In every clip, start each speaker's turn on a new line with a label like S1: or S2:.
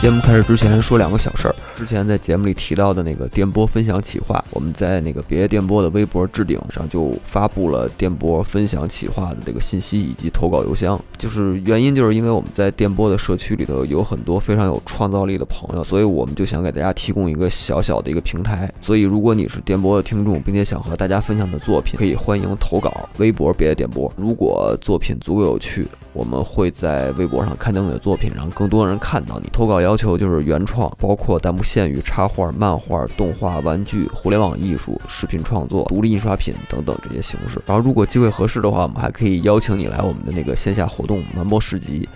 S1: 节目开始之前说两个小事儿。之前在节目里提到的那个电波分享企划，我们在那个别夜电波的微博置顶上就发布了电波分享企划的这个信息以及投稿邮箱。就是原因就是因为我们在电波的社区里头有很多非常有创造力的朋友，所以我们就想给大家提供一个小小的一个平台。所以如果你是电波的听众，并且想和大家分享你的作品，可以欢迎投稿微博别夜电波。如果作品足够有趣，我们会在微博上刊登你的作品，让更多人看到你。投稿要求就是原创，包括弹幕限语、插画、漫画、动画、玩具、互联网艺术、视频创作、独立印刷品等等这些形式。然后，如果机会合适的话，我们还可以邀请你来我们的那个线下活动“南波市集”。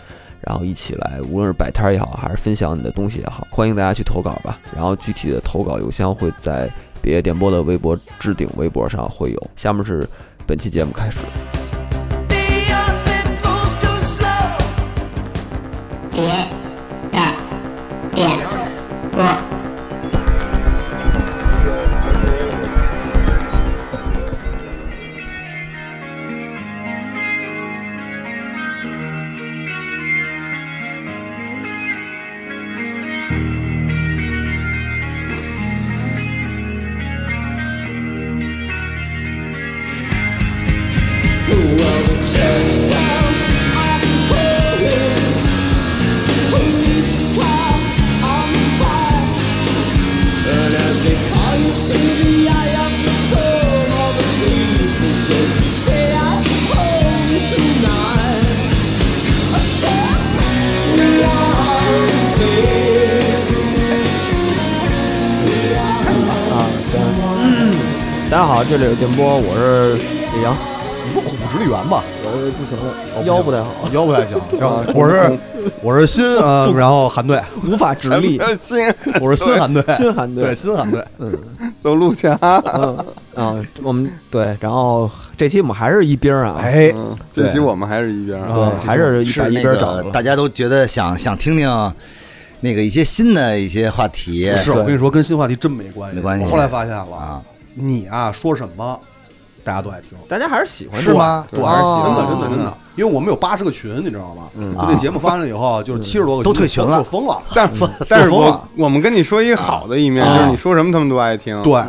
S1: 然后一起来，无论是摆摊儿也好，还是分享你的东西也好，欢迎大家去投稿吧。然后具体的投稿邮箱会在别夜电波的微博置顶微博上会有。下面是本期节目开始。
S2: Be up and move too slow.
S3: 别的点播，
S4: Stay at home tonight. I said we are the place.
S5: 大家好，这里是电波，我是李阳，
S6: 你不恐怖直立员吧？
S5: 我不行了，腰不太好，
S6: 腰不太 行，
S7: 啊
S6: 行，我
S7: 嗯
S6: 是我是新啊，然后韩队，
S5: 无法直 立。
S8: 新
S6: 我是新韩 队，
S5: 新韩队
S6: 对新韩队，
S7: 嗯
S8: 走路去啊！
S5: 嗯啊，我们对，然后这期我们还是一兵啊，
S6: 哎，
S7: 嗯
S8: 这期我们还是一
S6: 嗯
S8: 边啊，
S5: 对，还是一把
S7: 是
S5: 一
S7: 那
S5: 边找
S7: 个
S5: 的。
S7: 大家都觉得想想听听那个一些新的一些话题，
S6: 是我跟你说，跟新话题真没关系。
S7: 没关系
S6: 我后来发现了
S7: 啊，
S6: 你啊说什么，大家都爱听，
S5: 大家还是喜
S7: 啊
S5: 欢
S6: 是吗？
S8: 对
S6: 对， 还是喜欢
S5: 哦
S6: 真的真的真的，因为我们有八十个群，你知道吗？就那节目发了以后，就是七十多个
S7: 嗯啊都退群了
S6: 就疯了。
S8: 但是但是我我们跟你说一个好的一面，
S6: 啊
S8: 就是你说什么他们都爱听。
S6: 对，
S7: 嗯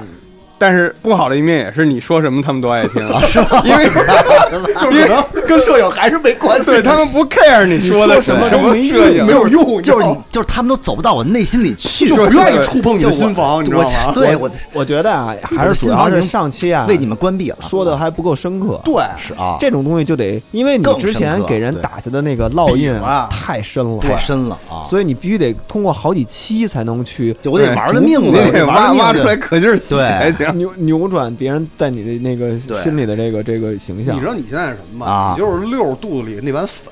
S8: 但是不好的一面也是你说什么他们都爱听， 是吧？因为
S6: 就是可能跟舍友还是没关系
S8: 对他们不 care 你说的什么摄影，
S6: 没有用，
S7: 就
S6: 你知道
S7: 是你
S6: 吗
S7: 就是他们都走不到我内心里去，
S6: 就不愿意触碰你的
S7: 就我
S6: 心房，你知道吗
S7: 我？对我
S5: 我觉得啊，还
S7: 我的
S5: 是主
S7: 心
S5: 要
S7: 房已
S5: 是
S7: 经
S5: 上期啊
S7: 为你们关闭了，
S5: 说的还不够深刻，
S6: 对，
S7: 是啊，
S5: 这种东西就得，因为你
S7: 更
S5: 之前
S7: 深刻
S5: 给人
S7: 对
S5: 打下的那个烙印
S6: 底
S5: 啊
S6: 了
S5: 太深了，
S7: 太深了啊，
S5: 所以你必须得通过好几期才能去
S7: 就我得玩了命
S8: 你
S7: 了，
S8: 得
S7: 我得
S8: 挖
S7: 玩
S8: 挖
S7: 了
S8: 出
S7: 命
S8: 来
S7: 了。
S8: 可劲儿洗才 行。
S5: 扭扭转别人在你的那个心里的这个这个形象。
S6: 你知道你现在是什么吗？
S7: 啊
S6: 你就是溜肚子里那碗粉，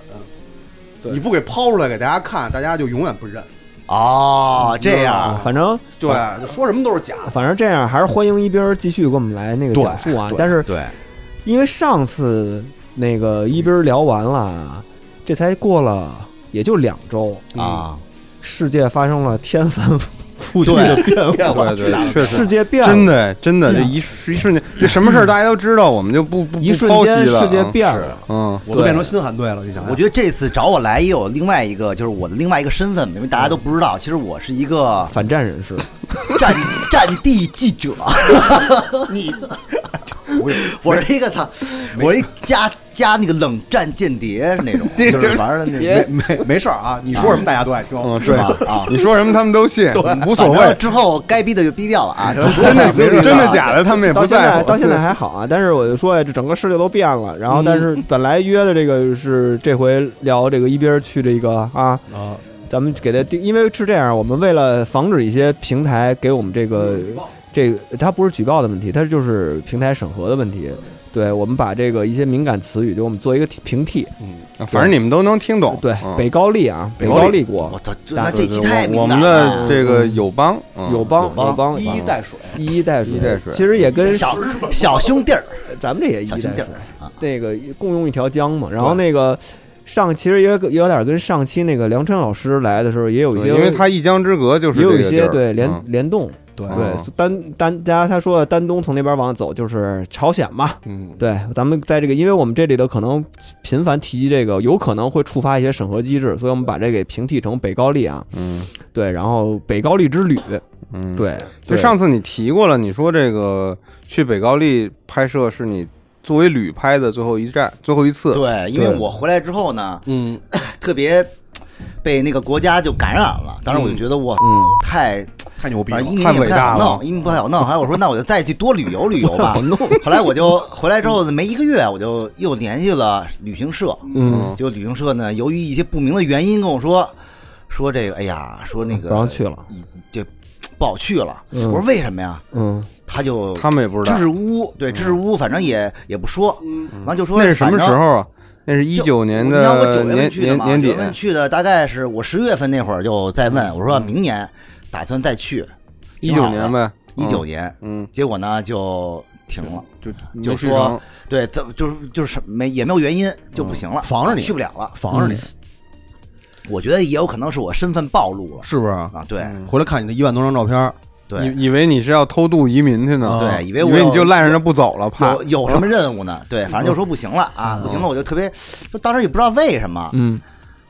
S5: 对
S6: 你不给抛出来给大家看，大家就永远不认。
S7: 哦，这
S5: 啊
S7: 样，
S5: 反正
S6: 对，说什么都是假的。
S5: 反正这样，还是欢迎一斌儿继续给我们来那个
S6: 对
S5: 讲述啊
S6: 对。
S5: 但是
S7: 对，
S5: 因为上次那个一斌儿聊完了，这才过了也就两周，嗯
S7: 啊，
S5: 世界发生了天翻 覆地的
S7: 对，变
S8: 对对，确
S5: 世
S8: 实。
S5: 界变了，
S8: 真的，真的，这一瞬一瞬间，这什么事儿大家都知道，我们就不不
S5: 一
S8: 不
S5: 瞬
S8: 剖析
S5: 间
S8: 了。
S5: 世界变了。
S8: 嗯，
S6: 我都变成新韩队了，你想想？
S7: 我觉得这次找我来也有另外一个，就是我的另外一个身份，因为大家都不知道，其实我是一个
S5: 反战人士，
S7: 战战地记者， 你， 我是一个他，我是一加加那个冷战间谍那 种，就是玩的那
S6: 没
S7: 种。
S6: 没没事儿啊，你说什么大家都爱听。
S8: 嗯，
S7: 是
S8: 对
S7: 吧啊
S8: 你说什么他们都信，无所
S7: 反正
S8: 谓。
S7: 之后该逼的就逼掉 了啊！
S8: 真的真的假的，他们也
S5: 到
S8: 不
S5: 现
S8: 在
S5: 在
S8: 乎。嗯
S5: 到现在还好啊。但是我就说呀，这整个世界都变了。然后，但是本来约的这个是这回聊这个一斌儿去这个啊
S6: 啊，
S5: 咱们给他定，因为是这样，我们为了防止一些平台给我们这个这个，它不是举报的问题，它就是平台审核的问题。对，我们把这个一些敏感词语，就我们做一个替平替。
S8: 反正你们都能听懂。
S5: 对，
S8: 嗯
S5: 北高丽啊，北
S8: 高丽
S5: 高丽国
S7: 我操，这
S5: 大
S7: 那这期太
S8: 我我
S7: 敏
S8: 们
S7: 感
S8: 的
S7: 了。啊
S8: 这个友邦，嗯
S5: 友邦，
S7: 邦
S5: 友邦
S6: 一衣带水，
S5: 一衣带水，
S8: 一衣带水
S5: 其实也跟
S7: 小小兄弟儿，
S5: 咱们这也一
S7: 小
S5: 衣
S7: 兄
S5: 带
S7: 弟
S5: 水
S7: 儿。啊，
S5: 那个共用一条江嘛，然后那个上其实也有有点跟上期那个梁琛老师来的时候也有一些，
S8: 因为它一江之隔就是
S5: 也有一
S8: 这个地
S5: 些
S8: 儿
S5: 对联
S8: 嗯
S5: 联动，
S6: 对
S5: 对
S8: 哦，
S5: 丹丹家他说的丹东从那边往走就是朝鲜嘛，
S8: 嗯，
S5: 对，咱们在这个，因为我们这里头可能频繁提及这个，有可能会触发一些审核机制，所以我们把这给平替成北高丽啊，
S8: 嗯
S5: 对，然后北高丽之旅，
S8: 嗯，。
S5: 对，
S8: 就
S5: 对
S8: 上次你提过了，你说这个去北高丽拍摄是你作为旅拍的最后一站、最后一次。
S7: 对，因为
S5: 对
S7: 我回来之后呢，
S6: 嗯，
S7: 特别被那个国家就感染了，当时我就觉得我太
S6: 太牛逼
S7: 反
S6: 了
S7: 正一！民
S8: 太
S7: 也不
S8: 伟
S7: 太
S8: 大
S7: 好
S8: 了
S7: 弄，一民不太好弄。后来我说，那我就再去多旅游旅游吧。后来我就回来之后没一个月，我就又联系了旅行社。
S8: 嗯
S7: 结果旅行社呢，由于一些不明的原因跟我说，说这个，哎呀，说那个
S5: 不让去了，
S7: 已就不好去了。我说为什么呀？
S5: 嗯，
S7: 他就
S8: 他们也不知道嗯
S7: 支支吾吾，对支支吾吾，反正也也不说。完就说
S8: 那是什么时候啊？那是一
S7: 就
S8: 九年
S7: 你看我
S8: 的
S7: 九月份
S8: 年
S7: 去的
S8: 年
S7: 嘛，
S8: 年
S7: 九
S8: 底啊嗯
S7: 月。份去的，大概是我十月份那会儿就在问，我说明年打算再去，
S8: 一九年呗，
S7: 一九年，
S8: 嗯，
S7: 结果呢就停了，
S8: 就
S7: 就
S8: 没去
S7: 说
S8: 成
S7: 对，怎么就是就是没也没有原因就不
S8: 嗯
S7: 行了，啊
S6: 防着你
S7: 去不了了。
S6: 防着你，
S7: 我觉得也有可能是我身份暴露了
S6: 是不是？
S7: 啊，对
S6: 回来看你的一万多张照片儿，啊
S7: 对，
S8: 嗯以以为你是要偷渡移民去呢，
S7: 对以为
S8: 以
S7: 我
S8: 为你
S7: 有
S8: 就赖着那不走了，怕嗯
S7: 有有什么任务呢？对，反正就说不行了啊，不行了，我就特别，就当时也不知道为什么，
S5: 嗯，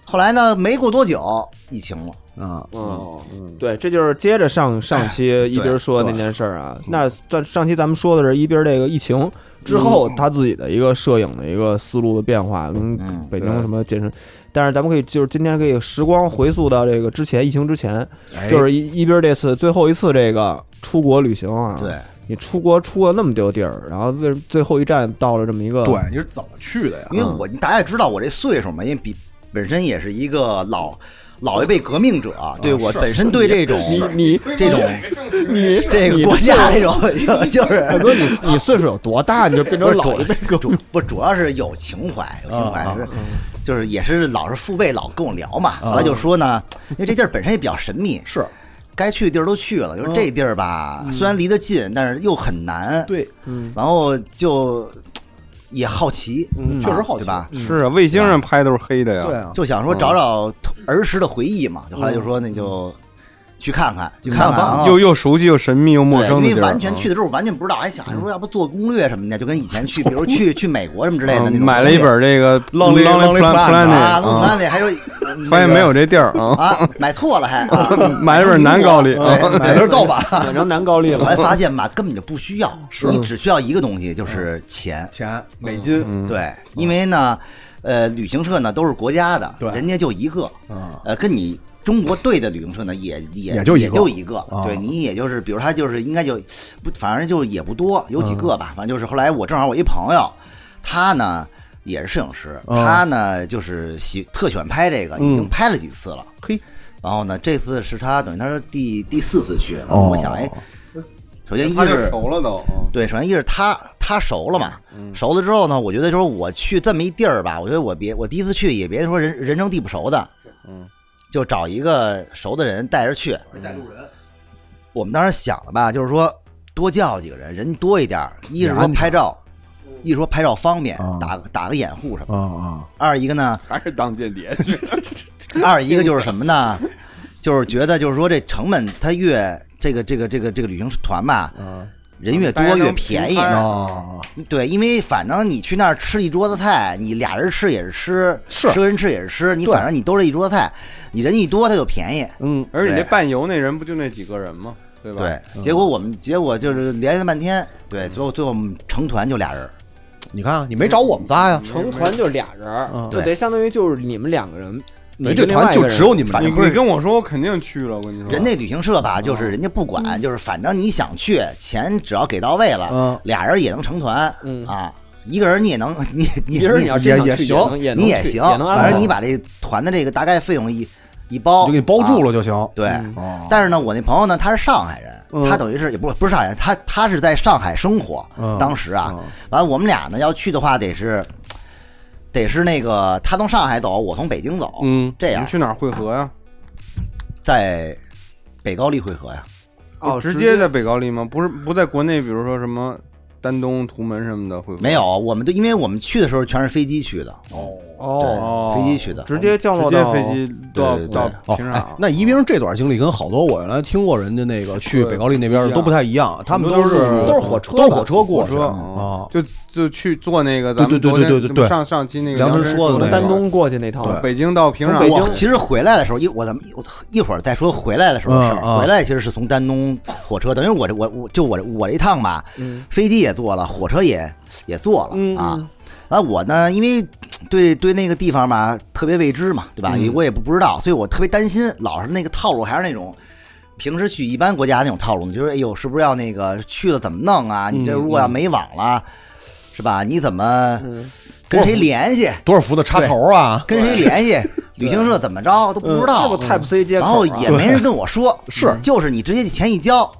S7: 后来呢，没过多久疫情了，
S8: 嗯
S6: 啊，
S7: 嗯
S5: 哦，对，这就是接着上上期一斌说的那件事儿啊。那上上期咱们说的是一斌这个疫情之后他自己的一个摄影的一个思路的变化，跟
S7: 嗯
S5: 北京
S8: 对
S5: 什么健身，但是咱们可以就是今天可以时光回溯到这个之前疫情之前，就是一一斌这次最后一次这个出国旅行啊。
S8: 嗯
S7: 对，
S5: 你出国出了那么丢地儿，然后为什么最后一站到了这么一个
S6: 对，你是怎么去
S5: 啊
S6: 的呀？
S7: 因为我
S5: 嗯
S7: 大家也知道我这岁数嘛，因为比本身也是一个老老一辈革命者，啊对我本身对这种
S5: 啊你
S7: 这种
S5: 你
S7: 这个
S5: 你
S7: 国家这种就 就是
S5: 大哥，你你岁数有多大，你就变
S7: 不
S5: 成
S7: 是
S5: 老一辈啊
S7: 主主不主要是有情怀，有情怀是。就是也是老是父辈老跟我聊嘛，后来就说呢，因为这地儿本身也比较神秘，
S6: 是
S7: 该去的地儿都去了，就是
S5: 嗯
S7: 这地儿吧，虽然离得近，但是又很难，
S6: 对，
S5: 嗯
S7: 然后就也好奇，
S6: 嗯确实好奇
S7: 对吧？
S8: 是啊，卫星上拍都是黑的呀，
S6: 对啊，
S7: 就想说找
S8: 嗯
S7: 找儿时的回忆嘛，就后来就说那就去看看，去看看啊，
S8: 嗯又又熟悉又神秘又陌
S7: 对，
S8: 生的
S7: 因
S8: 地嗯
S7: 为
S8: 儿，
S7: 完全去的时候完全不知道，哎还想着说要不做攻略什么的，就跟以前去，比 如去去美国什么之类的
S8: 嗯
S7: 那种，
S8: 买了一本这个《
S6: Lonely- Lonely Planet
S7: 啊，我们
S8: 啊
S7: 班，里 还说
S8: 发现没有这地儿 啊，
S7: 啊，买错 了还啊，
S8: 买了本南高
S7: 哎
S8: 丽啊，
S7: 对买
S6: 买的是盗版，
S5: 买成南高丽
S7: 后
S5: 了
S7: 来。 发现吧，根本就不需要，你只需要一个东西，就是钱。
S6: 钱美金，
S7: 对，因为呢，呃，旅行社呢都是国家的，
S6: 对嗯
S7: 人家就一个，呃，跟你中国队的旅行社呢也也
S6: 也
S7: 也
S6: 就一个
S7: 就一个，
S6: 啊
S7: 对你也就是，比如他就是应该就不，反正就也不多，有几
S6: 嗯
S7: 个吧，反正就是后来我正好我一朋友，他呢。也是摄影师，
S6: 嗯
S7: 他呢就是喜特喜欢拍这个，已经拍了几次了。
S6: 嘿，
S7: 然后呢，这次是他等于他是第第四次去，然
S6: 哦
S7: 后我想，哎，首先一
S8: 他就是熟了都。
S6: 嗯
S7: 对，首先一是他他熟了嘛，
S8: 嗯
S7: 熟了之后呢，我觉得就是我去这么一地儿吧，我觉得我别我第一次去也别说人人生地不熟的，嗯，就找一个熟的人带着去，带路人。我们当时想的吧，就是说多叫几个人，人多一点儿，一是
S6: 也
S7: 说
S6: 安全
S7: 拍照，
S8: 嗯
S7: 一是说拍照方便，
S6: 啊
S7: 打个打个掩护什么的。
S6: 啊啊，
S7: 二一个呢，
S8: 还是当间谍去，
S7: 二一个就是什么呢？就是觉得就是说这成本它越这个这个这个这个旅行团吧，人越多
S8: 嗯大家能
S7: 越便宜
S8: 平摊
S6: 啊，
S7: 对，因为反正你去那儿吃一桌子菜，你俩人吃也是吃，
S6: 是
S7: 十个人吃也是吃，你反正你都是一桌子菜，你人一多它就便宜。
S8: 嗯，而且
S7: 对
S8: 那伴游那人不就那几个人吗？对吧？
S7: 对，
S5: 嗯
S7: 结果我们结果就是联系了半天，对，最后最后我们成团就俩人儿，
S6: 你看啊看，你没找我们仨呀？
S5: 成团就俩人儿，就
S7: 对
S5: 得相当于就是你们两个人，
S6: 没
S5: 你
S6: 这
S5: 跟另外
S6: 团
S5: 一个
S6: 就
S5: 人
S6: 只有你们
S7: 反
S6: 俩
S7: 正
S8: 你
S7: 不是
S8: 你跟我说，我肯定去了。我跟你说，
S7: 人那旅行社吧，
S5: 嗯
S7: 就是人家不管，就是反正你想去，钱只要给到位了
S6: 嗯，
S7: 俩人也能成团
S5: 嗯
S7: 啊，一个人你也能，你你
S5: 一人你要真想
S6: 也
S5: 去
S6: 也
S5: 能
S6: 行
S5: 也能
S7: 你
S5: 也
S7: 行，
S5: 也能安排
S7: 反正你把这团的这个大概费用一一包，
S6: 就给你包
S7: 啊
S6: 住了就行。
S7: 对，
S6: 哦
S7: 但是呢，我那朋友呢，他是上海人，他等于是也不是不是上海人，他他是在上海生活，
S6: 嗯
S7: 当时啊，完了我们俩呢要去的话，得是得是那个他从上海走，我从北京走，
S8: 嗯，
S7: 这
S8: 你
S7: 样
S8: 们去哪儿汇合呀？
S7: 在北高丽汇合呀，
S5: 哦，
S8: 直接在北高丽吗？不是，不在国内，比如说什么丹东、图门什么的汇合？
S7: 没有，我们都因为我们去的时候全是飞机去的，哦，
S5: 哦，
S8: 哦
S7: 飞机去的，
S5: 直接降
S8: 直
S5: 落
S8: 接
S5: 到
S8: 飞机到
S7: 对对
S8: 到
S6: 哦
S8: 平啊壤、
S6: 哎，那宜宾这段经历跟好多我原来听过人家那个去北高丽那边的都不太一样，他们是
S5: 都是火车
S6: 都是火车过
S8: 火
S6: 去
S8: 车哦
S6: 啊。
S8: 就就去坐那个咱们
S6: 对对对
S8: 昨天
S6: 对对对对
S8: 上上期那个
S6: 梁
S8: 梁
S6: 晨说的
S8: 的
S6: 那
S5: 丹
S6: 个
S5: 东过去那趟，
S8: 北京到平壤，
S5: 从北京
S7: 我其实回来的时候，一我咱们我一会儿再说回来的时候的事儿。
S6: 嗯嗯
S7: 回来其实是从丹东火车，等于我这我我就我这我这一趟吧，
S5: 嗯
S7: 飞机也坐了，火车也也坐了、啊。完我呢，因为对对那个地方吧特别未知嘛，对吧？我也不不知道，所以我特别担心，老是那个套路还是那种。平时去一般国家那种套路，你就是哎呦，是不是要那个去了怎么弄啊？你这如果要没网了，是吧？你怎么跟谁联系？
S6: 多少福的插头啊？
S7: 跟谁联系，旅行社怎么着嗯都不知
S5: 是
S7: 道，
S5: 不是 Type C 接口
S7: 然
S5: 啊？
S7: 后也没 人跟我说，
S6: 是
S7: 就是你直接钱一交，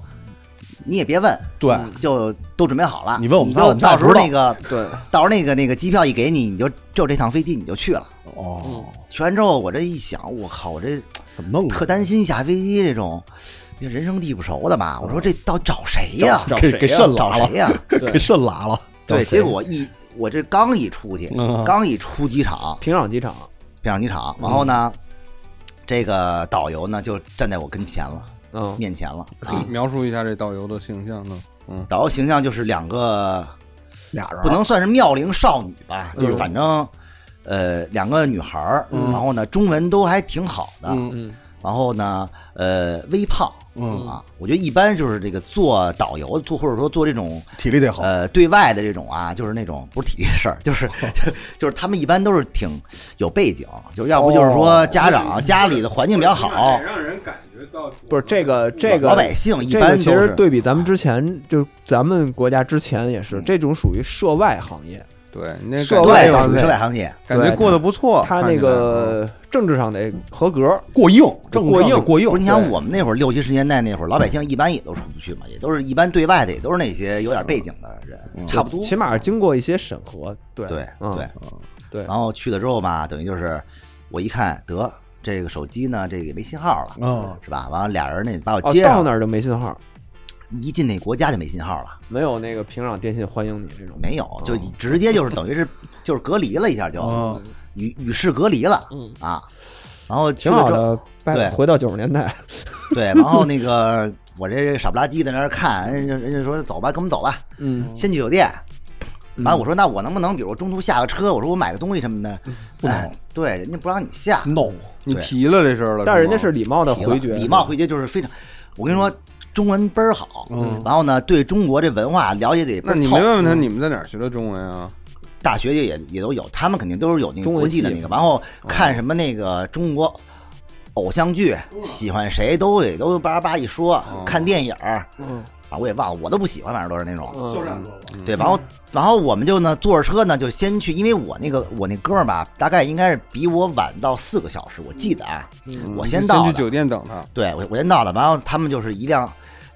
S7: 你也别问，嗯
S6: 对
S7: 就都准备好了。
S6: 你问我们仨
S7: 就
S6: 我们仨
S7: 到时候
S6: 不知道
S7: 那个
S5: 对，
S7: 到时候那个那个机票一给你，你就就这趟飞机你就去了。
S6: 哦，
S7: 去完之后，我这一想，我靠，我这
S6: 怎么弄的？啊
S7: 特担心下飞机这种人生地不熟的吧？我说这到底找谁呀？
S5: 找
S6: 给
S5: 谁
S6: 给
S5: 呀
S6: 肾
S7: 找
S6: 拉
S7: 谁
S6: 了，
S7: 呀？
S6: 给肾拉了。
S7: 对，
S5: 谁
S7: 结果一我这刚一出去，
S6: 嗯
S7: 刚一出机场，
S5: 平壤机场，
S7: 飞上机场，然后呢，这个导游呢就站在我跟前了，
S5: 嗯，
S7: 面前了。
S8: 可
S7: 啊
S8: 以描述一下这导游的形象呢？嗯，
S7: 导游形象就是两个，
S6: 俩人
S7: 不能算是妙龄少女吧，
S5: 嗯
S7: 就是反正，呃，两个女孩儿，然后呢，中文都还挺好的，
S5: 嗯
S7: 然后呢，呃，微胖，
S6: 嗯
S7: 啊，我觉得一般就是这个做导游做或者说做这种
S6: 体力得好，
S7: 呃，对外的这种啊，就是那种不是体力的事儿，就是 就是他们一般都是挺有背景，就是要不就是
S5: 哦
S7: 说家长、
S5: 嗯
S7: 家里的环境比较好，
S8: 让人感觉到
S5: 不是这个这个
S7: 老百姓一
S5: 这
S7: 般
S5: 个
S7: 都
S5: 其
S7: 是哎
S5: 实对比咱们之前，就是咱们国家之前也是，这种属于涉外行业，
S8: 对，你那
S5: 社
S8: 感
S5: 会
S8: 觉
S7: 嗯对
S5: 外
S7: 属
S5: 行业
S7: 于涉外行业，
S8: 感觉过得不错。
S5: 他
S8: 看起来
S5: 那
S7: 嗯
S5: 个政治上得合格，
S6: 过硬，正
S5: 过硬
S6: 常得过硬
S7: 不。是你想我们那会儿六七十年代那会儿，老百姓一般也都出不去嘛，也都是一般对外的也都是那些有点背景的人，差不多。
S5: 起码经过一些审核，对
S7: 嗯对
S5: 嗯
S7: 对
S5: 对
S7: 然后去了之后吧，等于就是我一看得这个手机呢，这个也没信号了，
S6: 嗯
S7: 是吧？完了俩人那把我
S5: 哦，
S7: 接
S5: 到
S7: 上，
S5: 那儿就没信号，
S7: 一进那国家就没信号了。
S5: 没有那个平壤电信欢迎你这种，嗯
S7: 没有，
S5: 哦
S7: 就直接就是等于是就是隔离了一下就，
S6: 嗯
S7: 与与世隔离了啊。然后去
S5: 嗯挺
S7: 了
S5: 好
S7: 之后，
S5: 的。
S7: 对
S5: 拜回到九十年代，
S7: 对，然后那个我这傻不拉几在那儿看，人家人家说走吧，跟我们走吧，
S5: 嗯，
S7: 先去酒店。完，我说那我能不能，比如中途下个车，我说我买个东西什么的，不能。对，人家不让你下，
S6: no，
S8: 你
S7: 对
S8: 提了这事儿了，
S5: 但是人家
S8: 吗
S5: 是礼貌的
S7: 提了
S5: 回绝，
S7: 礼貌回绝就是非常。我跟你说，中文倍儿好，然后呢，对中国这文化了解的也倍
S8: 那
S7: 儿
S8: 你没
S7: 透。
S8: 问问他你们在哪儿学的中文啊？
S7: 大学也也都有，他们肯定都是有那个
S5: 中文
S7: 国际的
S5: 系
S7: 那个，然后看什么那个中国偶像剧，喜欢谁都得都叭叭一说，看电影儿，
S5: 嗯
S7: 啊，我也忘了，我都不喜欢，反正都是那种，
S5: 嗯
S7: 对，然后然后我们就呢坐着车呢就先去，因为我那个我那哥们儿吧，大概应该是比我晚到四个小时，我记得啊，
S5: 嗯
S7: 我
S8: 你
S7: 到
S8: 去
S7: 的，
S8: 酒店等他。
S7: 对我我先到了，然后他们就是一辆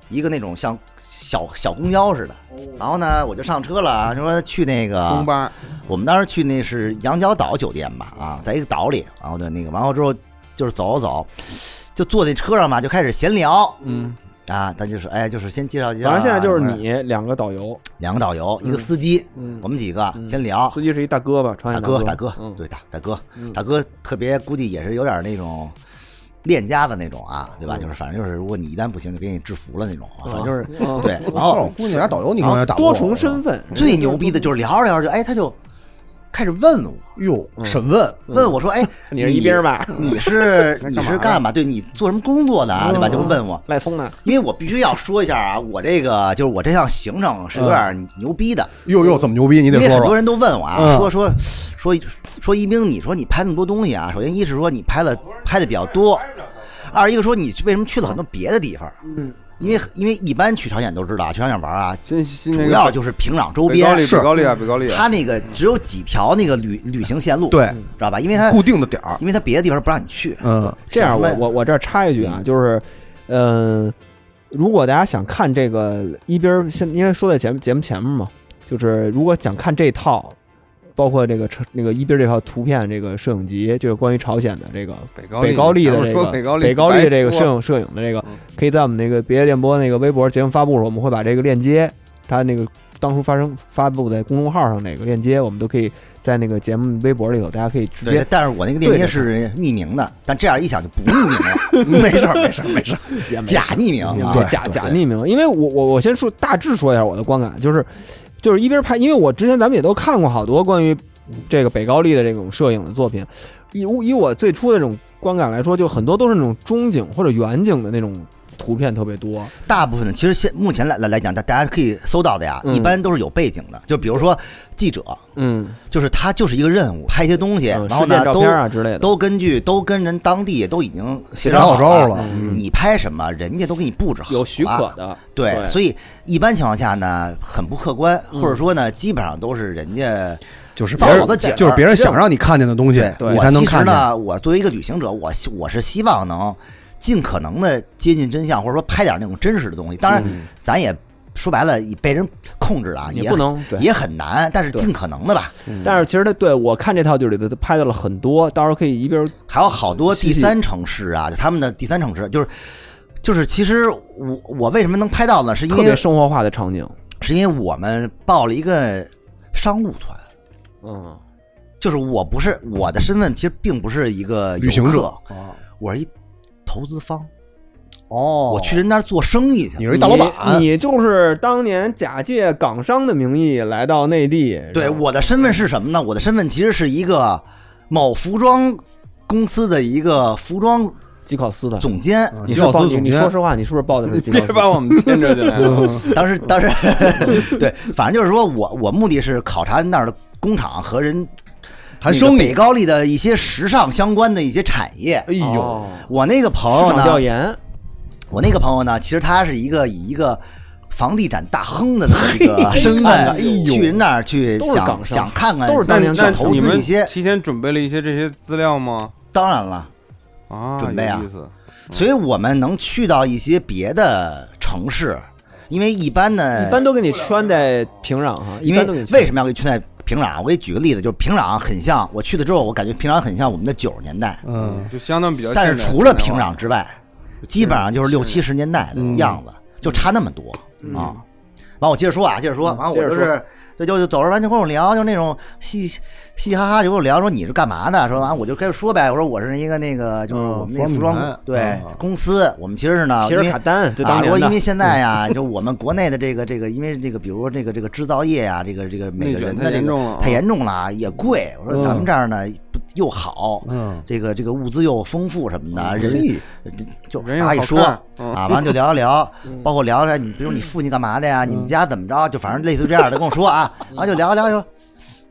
S7: 一个那种像小小公交似的，然后呢我就上车了啊，就说去那个
S8: 中巴
S7: 我们当时去那是羊角岛酒店吧，啊，在一个岛里，然后就那个，完后之后就是走走，就坐那车上嘛，就开始闲聊，嗯，啊，他就是哎，就是先介绍介绍啊，
S5: 反正现在就是
S7: 什么
S5: 你两个导游，
S7: 两个导游，一个司机，
S5: 嗯
S7: 我们几个先聊，
S5: 司机是一大哥吧，朝
S7: 大
S5: 鲜
S7: 哥大
S5: 大
S7: 哥，
S5: 嗯
S7: 对大大哥大哥特别估计也是有点那种。练家子那种啊，对
S5: 嗯
S7: 吧？就是反正就是，如果你一旦不行，就给你制服了那种啊。反正就是
S5: 嗯
S7: 对，然后
S6: 估哦计俩导游你刚才打
S5: 多重身份，
S7: 最牛逼的就是聊着聊着就，哎，他就开始问我，
S6: 哟，审问
S7: 问我说：“哎，
S5: 嗯 你是一兵吧？
S7: 你 是你是干嘛？对你做什么工作的啊？对吧？”
S5: 嗯
S7: 就问我，
S5: 赖聪呢？
S7: 因为我必须要说一下啊，我这个就是我这项行程是有
S5: 嗯
S7: 点牛逼的，
S6: 哟哟，怎么牛逼？你
S7: 因
S6: 得
S7: 为
S6: 说
S7: 很多
S6: 说。
S7: 人都问我啊，
S6: 嗯
S7: 说说说说一冰，你说你拍那么多东西啊，首先一是说你拍了拍的比较多，二一个说你为什么去了很多别的地方？嗯，因为因为一般去朝鲜都知道，去朝鲜玩啊，
S8: 新新那
S7: 主
S8: 个
S7: 要就是平壤周
S8: 北高
S7: 边
S8: 丽，北高丽啊，北高丽啊，
S7: 它那个只有几条那个旅旅行线路，
S6: 对
S7: 知道吧？因为它
S6: 固定的点儿，
S7: 因为它别的地方不让你去，
S6: 嗯，
S5: 这样，我
S7: 什么
S5: 我我这儿插一句啊，就是，嗯，如果大家想看这个一边儿，现因为说在节目节目前面嘛，就是如果想看这套，包括这个车那个一边儿这套图片，这个摄影集，就是关于朝鲜的这个
S8: 北高
S5: 北高丽的
S8: 咱们
S5: 这
S8: 说
S5: 个
S8: 北高丽
S5: 北高
S8: 白
S5: 丽的这个
S8: 说
S5: 摄影摄影的这个，可以在我们那个别的电波那个微博节目发布的时候，我们会把这个链接，它那个当初发生发布在公众号上哪个链接，我们都可以在那个节目微博里头，大家可以直
S7: 对
S5: 接，
S7: 但是我那个链接是匿名的，但这样一想就不匿名了，
S6: 没事儿，没事儿，没事儿。
S7: 假匿名啊，
S5: 对假假匿名。因为我我我先说大致说一下我的观感，就是就是一边拍，因为我之前咱们也都看过好多关于这个北高丽的这种摄影的作品，以我以我最初的这种观感来说，就很多都是那种中景或者远景的那种图片特别多。
S7: 大部分的其实现目前来来来讲，大大家可以搜到的呀，
S5: 嗯
S7: 一般都是有背景的，就比如说记者，
S5: 嗯，
S7: 就是他就是一个任务，拍一些东西，
S5: 嗯
S7: 然后
S5: 事件
S7: 呢
S5: 照
S7: 都
S5: 片啊之类的，
S7: 都根据都跟人当地都已经协
S6: 打
S7: 商
S6: 好招
S7: 好
S6: 了，嗯
S7: 你拍什么，人家都给你布置好
S5: 有许可
S7: 了。
S5: 的。
S7: 对，
S5: 对嗯
S7: 所以一般情况下呢，很不客观，或者说呢，基本上都是人家
S6: 就是
S7: 造
S6: 别人
S7: 好的景儿
S6: 就是别人想让你看见的东西，
S5: 对
S6: 你
S7: 我
S6: 才能
S7: 其实
S6: 看见。
S7: 呢，我作为一个旅行者，我希我是希望能尽可能的接近真相，或者说拍点那种真实的东西。当然，
S6: 嗯
S7: 咱也说白了，也被人控制了，啊
S5: 也
S7: 也
S5: 不能对
S7: 很也很难，但是
S5: 对
S7: 尽可能的吧。
S5: 但是其实他对我看这套剧里头，他拍到了很多，到时候可以一边
S7: 还有好多
S5: 细
S7: 第
S5: 细
S7: 三城市啊，就他们的第三城市就是。就是，其实我我为什么能拍到呢？是因
S5: 特别
S7: 为
S5: 生活化的场景。
S7: 是因为我们报了一个商务团，
S5: 嗯，
S7: 就是我不是我的身份，其实并不是一个
S6: 旅行
S7: 游
S6: 者
S7: 客， 我是一投资方，
S6: 哦
S7: 我去人那儿做生意去了。
S6: 你是一大老板，
S5: 你，你就是当年假借港商的名义来到内地。
S7: 对，
S5: 然后
S7: 我的身份是什么呢？我的身份其实是一个某服装公司的一个服装
S5: 吉考斯的。
S7: 总监。
S5: 你
S6: 吉
S5: 是
S6: 奥
S5: 报
S6: 斯
S5: 你
S6: 总
S5: 你说
S6: 监
S5: 实话，你是不是报的是吉考
S8: 别
S5: 斯？
S8: 把我们牵扯进来嗯了。
S7: 当时，当时，对，反正就是说我我目的是考察那儿的工厂和人
S6: 谈
S7: 那个
S6: 生
S7: 北
S6: 意。
S7: 高丽的一些时尚相关的一些产业。
S6: 哎呦，
S5: 哦，
S7: 我那个朋
S5: 市
S7: 友
S5: 场调
S7: 呢，
S5: 研，
S7: 我那个朋友呢，其实他是一个以一个。房地产大亨的这 么一个身
S6: 哎
S7: 份，
S6: 呦
S7: 去人那儿去
S5: 都是
S7: 想
S5: 港商
S7: 想看看，
S5: 都是
S8: 那
S5: 当年
S8: 那
S5: 想
S7: 投
S8: 你
S7: 资
S8: 们
S7: 一些。
S8: 提前准备了一些这些资料吗？
S7: 当然了，
S8: 啊，
S7: 准备啊
S8: 有意思。
S5: 嗯
S7: 所以我们能去到一些别的城市，因为一般呢，
S5: 一般都给你圈在平壤哈，
S7: 哎
S5: 一
S7: 因
S5: 般都给你
S7: 为
S5: 圈
S7: 为什么要给圈在平壤？我给你举个例子，就是平壤很像我去了之后，我感觉平壤很像我们的九十年代，
S6: 嗯，
S8: 就相当比较现代。
S7: 但是除了
S8: 现代
S7: 平
S8: 化
S7: 壤之外，基本上就是六七十年代的样子，就差那么多啊。完，我接着说啊，接着说，完我
S5: 接着
S7: 就
S5: 说
S7: 是就就就走着完就跟我聊，就那种嘻嘻嘻哈哈就跟我聊，说你是干嘛的？说完我就开始说呗，我说我是一个那个就是
S6: 嗯
S7: 我们那服
S6: 服装
S7: 装
S6: 品
S7: 公
S6: 牌
S7: 对
S6: 啊
S7: 公司，我们其实是呢，
S5: 皮
S7: 因
S5: 尔
S7: 为
S5: 卡丹，嗯就当
S7: 啊，
S5: 年
S7: 我因为
S5: 的。
S7: 现在呀， 就我们国内的这个这个，因为这个，比如说这个这个制造业呀，这个这个每个人的
S8: 内卷太
S7: 这
S8: 严重
S7: 个
S8: 了嗯
S7: 太严重了啊，也贵。我说咱们这儿呢不又好，
S6: 嗯，
S7: 这个这个物资又丰富什么的，人就
S8: 人又
S7: 啥一
S8: 好
S7: 说
S8: 看嗯
S7: 啊，完就聊一聊，包括聊聊你，比如你父亲干嘛的
S8: 嗯
S7: 呀，你们家怎么着，就反正类似这样的跟我说啊，然后就聊一聊说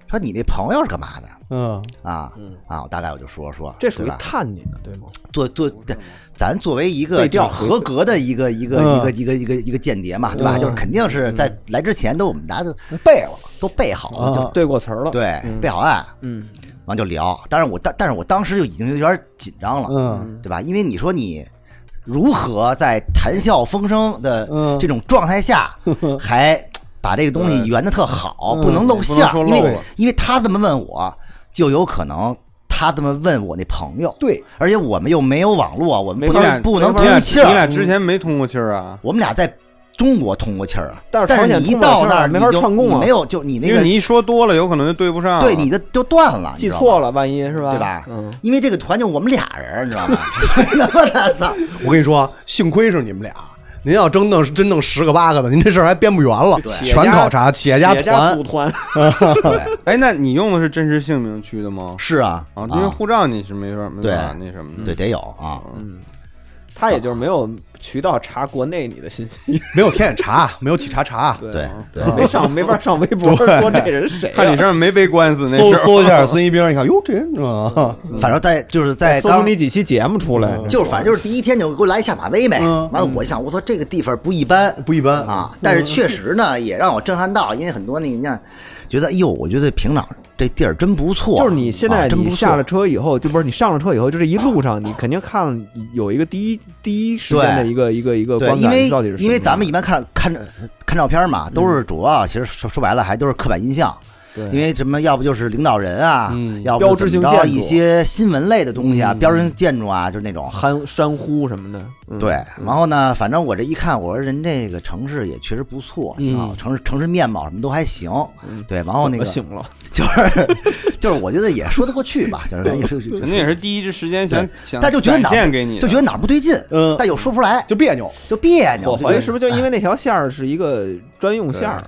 S7: 说你那朋友是干嘛的
S6: 嗯，
S7: 啊啊，我大概我就说说，
S5: 这属于
S7: 对吧
S5: 探你的，对吗？
S7: 做做，对咱作为一个
S5: 对调
S7: 就是合格的一个一个一个
S6: 嗯
S7: 一个一个一个间谍嘛，对吧？
S6: 嗯
S7: 就是肯定是在来之前都我们大家都
S6: 背了，
S7: 都备好了，
S6: 啊
S7: 就
S5: 对过词儿了。，
S7: 对备好案，
S5: 嗯，
S7: 完就聊。但是我当但是我当时就已经有点紧张了，
S6: 嗯，
S7: 对吧？因为你说你如何在谈笑风生的
S6: 嗯
S7: 这种状态下还把这个东西圆的特好，不能露馅儿，
S8: 不能
S7: 因
S8: 说漏
S7: 为
S8: 了
S7: 因为他这么问我，就有可能。他这么问我那朋友，
S6: 对，
S7: 而且我们又没有网络，我们不
S8: 你俩
S7: 能不能
S8: 你俩
S7: 通气儿。
S8: 你俩之前没通过气儿啊？
S7: 我们俩在中国通过气儿啊，
S5: 但是
S7: 但
S5: 朝鲜
S7: 你一
S5: 通不了
S7: 到
S5: 气儿
S7: 那儿
S5: 没法
S7: 你就
S5: 串供啊
S7: 你没有就你嗯那
S8: 因
S7: 个
S8: 为你一说多了，有可能就对不上了。
S7: 对你的就断了，
S5: 记错
S7: 了。
S5: 了，万一是吧？
S7: 对吧？
S5: 嗯，
S7: 因为这个团就我们俩人儿，你知 道吗？他妈的操！
S6: 我跟你说，啊幸亏是你们俩。您要真弄真弄十个八个的，您这事儿还编不圆了，全考察企业家团
S5: 组，团，
S7: 对，
S8: 哎，那你用的是真实姓名去的吗？
S7: 是啊，
S8: 啊，因为护照你是没法没
S7: 对
S8: 法那什么的。
S7: 对，得有啊。
S5: 嗯他也就是没有渠道查国内你的信息，
S6: 没有天眼查，啊没有企查查，
S7: 对对，
S5: 没上没法上微博说这人谁啊。
S8: 看你上面没背官司，那
S6: 搜
S8: 时候
S6: 搜一下孙一兵，一看，哟，这人啊，
S7: 反正在就是在
S5: 搜出
S7: 刚
S5: 嗯你几期节目出来，
S7: 就是反正就是第一天就给我来一下马威呗。
S5: 嗯
S7: 完了，我一想，我操，这个地方不一般，
S6: 不一般
S7: 啊！但是确实呢，也让我震撼到了，因为很多那你看，觉得哎呦，我觉得平壤这地儿真不错。
S5: 就是你现
S7: 啊
S5: 在
S7: 真不
S5: 你
S7: 错
S5: 下了车以后，就不是你上了车以后，就这一路上你肯定看了有一个第一第一时间的一个一个一个
S7: 对，
S5: 观
S7: 因
S5: 感
S7: 为
S5: 到底是什么嗯
S7: 因为咱们一般看看看看照片嘛，都是主要其实说说白了还都是刻板印象，
S5: 对
S7: 因为什么？要不就是领导人啊，
S6: 嗯
S7: 要不就
S5: 标志性
S7: 怎么着
S5: 建筑嗯
S7: 一些新闻类的东西啊，标志性建筑啊，就是那种。
S5: 憨山呼什么的，嗯
S7: 对，然后呢，反正我这一看，我说人这个城市也确实不错，挺好，城市城市面貌什么都还行。对，然哦后那个
S5: 嗯怎么醒了，
S7: 就是就是，我觉得也说得过去吧，就是也是
S8: 肯定也是第一时间想想，
S7: 但就觉得哪
S8: 展现给你的，
S7: 就觉得哪儿不对劲，
S6: 嗯
S7: 但又说不出来，
S6: 就别扭。
S7: 就别扭。
S5: 我怀疑是不是就因为那条线儿是一个专用线儿啊？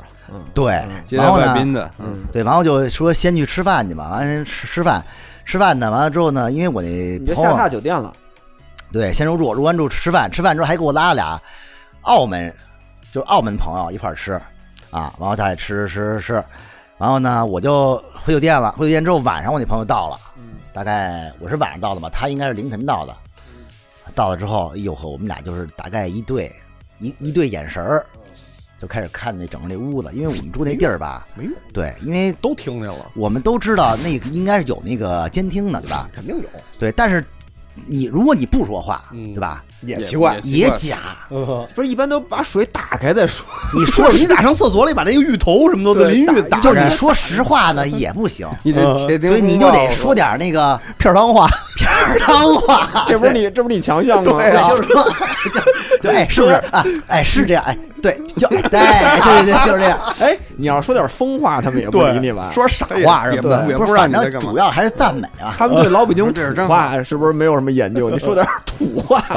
S7: 对，
S8: 嗯接
S7: 然
S8: 待
S7: 后
S8: 外
S7: 呢
S8: 宾，的，嗯，
S7: 对，然后就说先去吃饭去吧，完了吃吃饭，吃饭呢，完了之后呢，因为我那
S5: 你就
S7: 朋
S5: 下
S7: 友
S5: 榻酒店了，
S7: 对先入住，入完住吃饭，吃饭之后还给我拉了俩澳门，就是澳门朋友一块儿吃啊，然后大家吃吃吃吃，然后呢我就回酒店了，回酒店之后晚上我那朋友到了，
S6: 嗯
S7: 大概我是晚上到的嘛，他应该是凌晨到的，
S6: 嗯
S7: 到了之后，哎呦呵，我们俩就是大概一对一一对眼神儿。
S6: 嗯
S7: 就开始看那整个那屋子，因为我们住那地儿吧，
S6: 没用，
S7: 对，因为
S6: 都听见了，
S7: 我们都知道那个应该是有那个监听的，对吧？
S6: 肯定有，
S7: 对，但是你如果你不说话，
S6: 嗯
S7: 对吧？
S6: 也奇怪。
S8: 奇怪
S7: 也假，
S6: 嗯，
S5: 不是一般都把水打开再说，
S7: 你
S6: 说
S7: 说
S6: 是你打上厕所里把那个浴头什么都
S5: 对
S6: 淋浴
S5: 打
S6: 打
S7: 就是
S6: 开
S7: 你，说实话呢也 不行，
S8: 你 这铁钉
S7: 所以你
S8: 风
S7: 就
S8: 暴
S7: 得说点那个
S6: 片儿汤话，
S7: 二当 话。
S5: 这不是你这不是你强项吗？
S7: 对，啊 就是说，就就哎，是不是啊？哎，是这样，哎，对， 就哎，对，对对，就是这样。
S5: 哎，你要说点疯话，他们也不理你吧？
S6: 说傻话什
S8: 也
S6: 么的
S8: 不，也
S7: 不是，
S8: 知道
S7: 反
S8: 你在
S7: 正
S8: 干
S7: 主
S8: 嘛。
S7: 要还是赞美啊。
S5: 他们对老北京
S8: 这是
S5: 土
S8: 真
S5: 话是不是没有什么研究？你说点土话，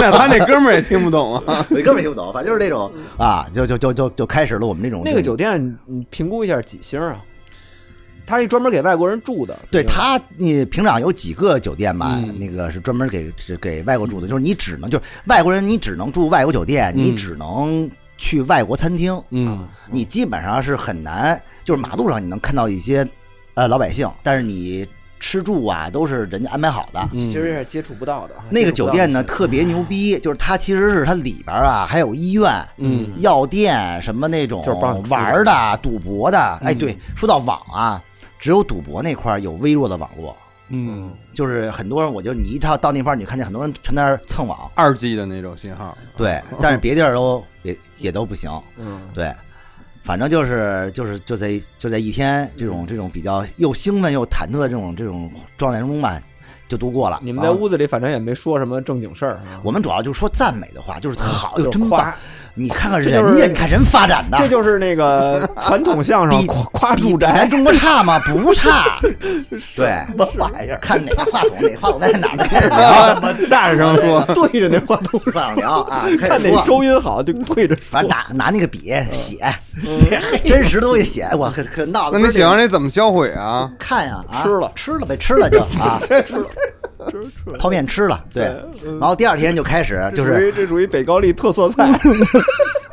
S8: 那他那哥们儿也听不懂啊，
S7: 我根本听不懂，反正就是那种啊，就就就就就开始了我们这种
S5: 那个酒店你评估一下几星啊？它是专门给外国人住的，
S7: 对
S5: 吧
S7: 他，你平壤有几个酒店吧？
S5: 嗯
S7: 那个是专门给只给外国住的，就是你只能就是外国人，你只能住外国酒店，
S5: 嗯
S7: 你只能去外国餐厅，啊
S6: 嗯，
S7: 你基本上是很难，就是马路上你能看到一些呃老百姓，但是你吃住啊都是人家安排好的。
S5: 其实是接触不到的。
S7: 啊嗯那个酒店呢
S5: 接触
S7: 特别牛逼，就是它其实是它里边啊还有医院、
S6: 嗯
S7: 药店什么那种
S5: 就是帮你嗯治的
S7: 玩儿的、赌博的。哎，对，说到网啊，只有赌博那块儿有微弱的网络。
S6: 嗯，
S7: 就是很多人，我就你一到到那块儿，你看见很多人全在那儿蹭网，
S8: 二 G 的那种信号，
S7: 对，但是别地儿都也也都不行，
S5: 不到嗯，
S7: 对，反正就是就是就在就在一天这种这种比较又兴奋又忐忑的这种这种状态中吧，就度过了。啊
S5: 你们在
S7: 然后
S5: 屋子里反正也没说什么正经事儿啊，
S7: 我们主要就说赞美的话，就是好，
S5: 就
S7: 哟，
S5: 是
S7: 真棒
S5: 夸！，
S7: 你看看
S5: 这
S7: 人
S5: 就是
S7: 家，你看人发展的，
S5: 这就是 那个传统相声
S7: 比
S5: 夸夸
S7: 比
S5: 住
S7: 比咱
S5: 宅，
S7: 中国差 吗？不差，对，什么玩意儿？看哪个话筒，哪话筒在哪儿，开始 聊，
S8: 大声说，
S5: 对着那话筒
S7: 不想聊 啊，开
S5: 看
S7: 始
S5: 哪
S7: 说。
S5: 收音好就对着说
S7: 反正。拿拿那个笔写
S5: 嗯
S7: 写真实东西写，我可可闹
S8: 那
S7: 的。
S8: 你喜欢这怎么销毁啊？
S7: 看呀、啊，
S5: 吃了
S7: 吃了呗，吃了就 啊，吃了，泡面吃了，对。然后第二天就开始，就
S5: 嗯这属于
S7: 是
S5: 这属于北高丽特色 菜，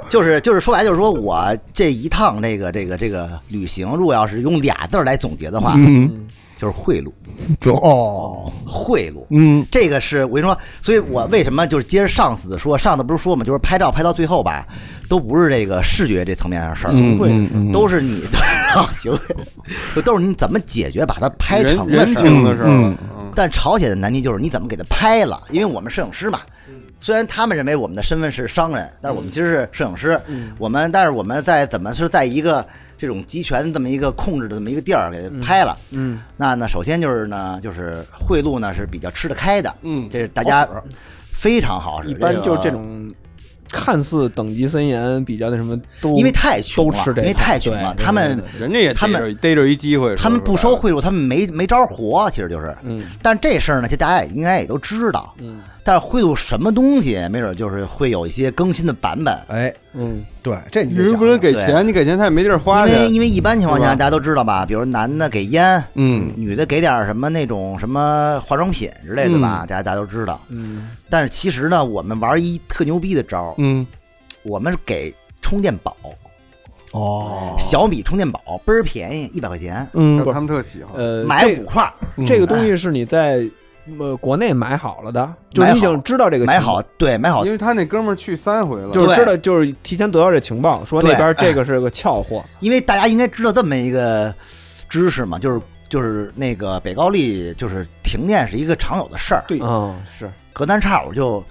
S7: 就是就是说白了就是说我这一趟这个这个这个旅行，如果要是用俩字儿来总结的话，嗯，就是贿赂，
S6: 嗯哦，
S7: 贿赂。
S6: 嗯，
S7: 这个是我跟你说，所以我为什么就是接着上次的说，上次不是说嘛，就是拍照拍到最后吧，都不是这个视觉这层面的事儿，
S6: 嗯嗯嗯
S7: 都是你的 行为，就都是你怎么解决把它拍
S8: 人
S7: 成的
S8: 人
S7: 事
S8: 情
S7: 儿。
S8: 的事儿了
S6: 嗯，
S8: 嗯，
S7: 但朝鲜的难题就是你怎么给它拍了，因为我们摄影师嘛。
S5: 嗯
S7: 虽然他们认为我们的身份是商人，但是我们其实是摄影师。
S5: 嗯
S7: 我们但是我们在怎么是在一个这种集权这么一个控制的这么一个地儿给它拍了。嗯，那呢，首先就是呢，就是贿赂呢是比较吃得开的。
S8: 嗯
S7: 这是大家非常好使。
S5: 一般就是
S7: 这
S5: 这
S7: 个
S5: 种看似等级森严、比较那什么，都
S7: 因为太穷
S5: 都
S7: 了，
S5: 吃这
S7: 因为
S5: 个，
S7: 太穷
S5: 对
S7: 了，
S5: 对
S7: 他们
S5: 对对
S8: 人家也
S7: 他
S8: 逮
S7: 们
S8: 着逮着一机会，
S7: 他们
S8: 说实
S7: 不
S8: 话
S7: 收贿赂，他们没没招活，啊其实就是。
S5: 嗯，
S7: 但这事儿呢，其实大家也应该也都知道。嗯，但是贿赂什么东西，没准就是会有一些更新的版本。
S6: 哎，
S5: 嗯，
S6: 对，这你
S8: 你
S6: 得
S8: 又
S6: 讲
S8: 不能
S6: 讲
S8: 给
S7: 对
S8: 钱，你给钱他也没地儿花
S7: 因为
S8: 去。
S7: 因为一般情况下
S8: 是吧
S7: 大家都知道吧，比如男的给烟，
S8: 嗯，
S7: 女的给点什么那种什么化妆品之类的吧，大家大家都知道。
S5: 嗯，
S7: 但是其实呢，我们玩一特牛逼的招儿，
S6: 嗯，
S7: 我们是给充电宝，
S6: 哦，
S7: 小米充电宝倍儿便宜，一百块钱，
S6: 嗯
S8: 他们特喜欢，
S5: 呃，
S7: 买嗯哎
S5: 这
S7: 五块儿，
S5: 这个东西是你在呃国内买好了的，就是
S7: 买
S5: 你已
S7: 好
S5: 经知道这个
S7: 买
S5: 情况
S7: 好，对，买好
S8: 因为他那哥们儿去三回了，
S5: 就
S7: 对
S5: 是知道就是提前得到这情报，说那
S7: 对哎
S5: 边这个是个俏货，
S7: 因为大家应该知道这么一个知识嘛，就是就是那个北高丽就是停电是一个常有的事儿，
S6: 对
S5: 嗯，是
S7: 隔三差五就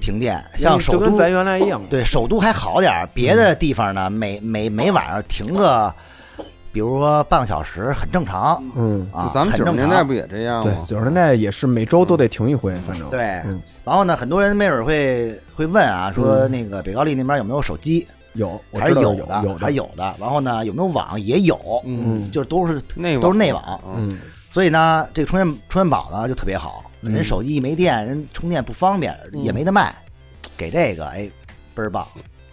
S7: 停电，像首
S5: 就跟
S7: 都
S5: 咱原来一样，
S7: 对首都还好点儿，别的地方呢每每每晚上停个。比如说半个小时很正常
S9: 嗯，
S7: 啊，
S8: 咱们
S7: 很
S8: 九十
S7: 正
S8: 年代
S7: 常
S8: 不。也这样
S9: 对
S8: 吗，？
S9: 九十年代也是每周都得停一回，反正
S7: 哦对
S9: 嗯，
S7: 然后呢，很多人没准会会问啊，说那个北高丽那边有没有手机？
S9: 有，我
S7: 还是
S9: 知道有
S7: 的，
S9: 有
S7: 还有的。然后呢，有没有网？也有，
S8: 嗯，
S7: 就是都是
S8: 内网
S7: 都是内网。
S9: 嗯，
S7: 所以呢，这个充电充电宝呢就特别好，
S8: 嗯
S7: 人手机一没电，人充电不方便，也没得卖，给这个哎倍儿棒。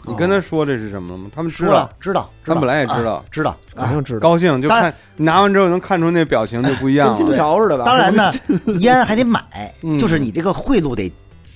S8: 你跟他说这是什么了吗？他们知
S7: 知道
S8: 道，
S7: 知道，
S8: 他们本来也
S7: 啊
S8: 知道
S7: 知道。
S9: 肯定知道。
S8: 高兴就
S7: 当
S8: 看拿完之后能看出那表情就不一样
S5: 哎金
S8: 了。
S5: 条似的吧？
S7: 当 然 呢，烟还得买
S8: 嗯，
S7: 就是你这个贿赂得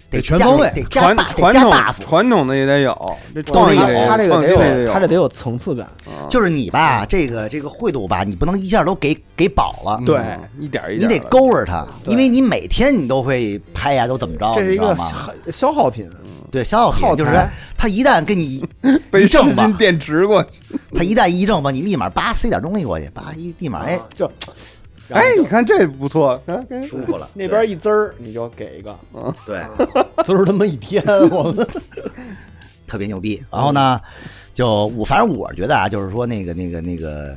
S6: 得
S7: 得
S6: 全
S7: 加
S6: 方位
S7: 得加
S8: 传
S7: 大得
S8: 传
S7: 加
S8: 统
S7: 大幅。
S8: 传统的也得有，这
S7: 都
S8: 创意
S7: 得
S8: 也
S7: 有
S9: 他这个
S8: 创
S9: 得
S8: 新嗯的也
S9: 有，他这得有层次感。
S8: 啊
S7: 就是你吧，这个这个贿赂吧，你不能一下都给给饱了，
S9: 对
S8: 嗯嗯一点儿一
S7: 你
S8: 点儿的
S7: 得勾着他，因为你每天你都会拍呀，都怎么着，
S9: 这是一
S7: 你
S9: 个
S7: 知道吗
S9: 消消耗品，
S7: 对消耗品，
S9: 耗
S7: 就是
S9: 材
S7: 他一旦 跟你
S8: 被
S7: 一正
S8: 重
S7: 吧
S8: 金，电池过去。
S7: 他一旦一正吧，你立马叭塞点东西过去，叭一立马哎
S9: 就
S8: 哎，你看这不错，看看
S7: 舒服了，
S9: 那边一滋儿你就给一个，
S7: 对对
S6: 滋儿他妈一 天，我们
S7: 特别牛逼。然后呢，就我反正我觉得啊，就是说那个那个那个。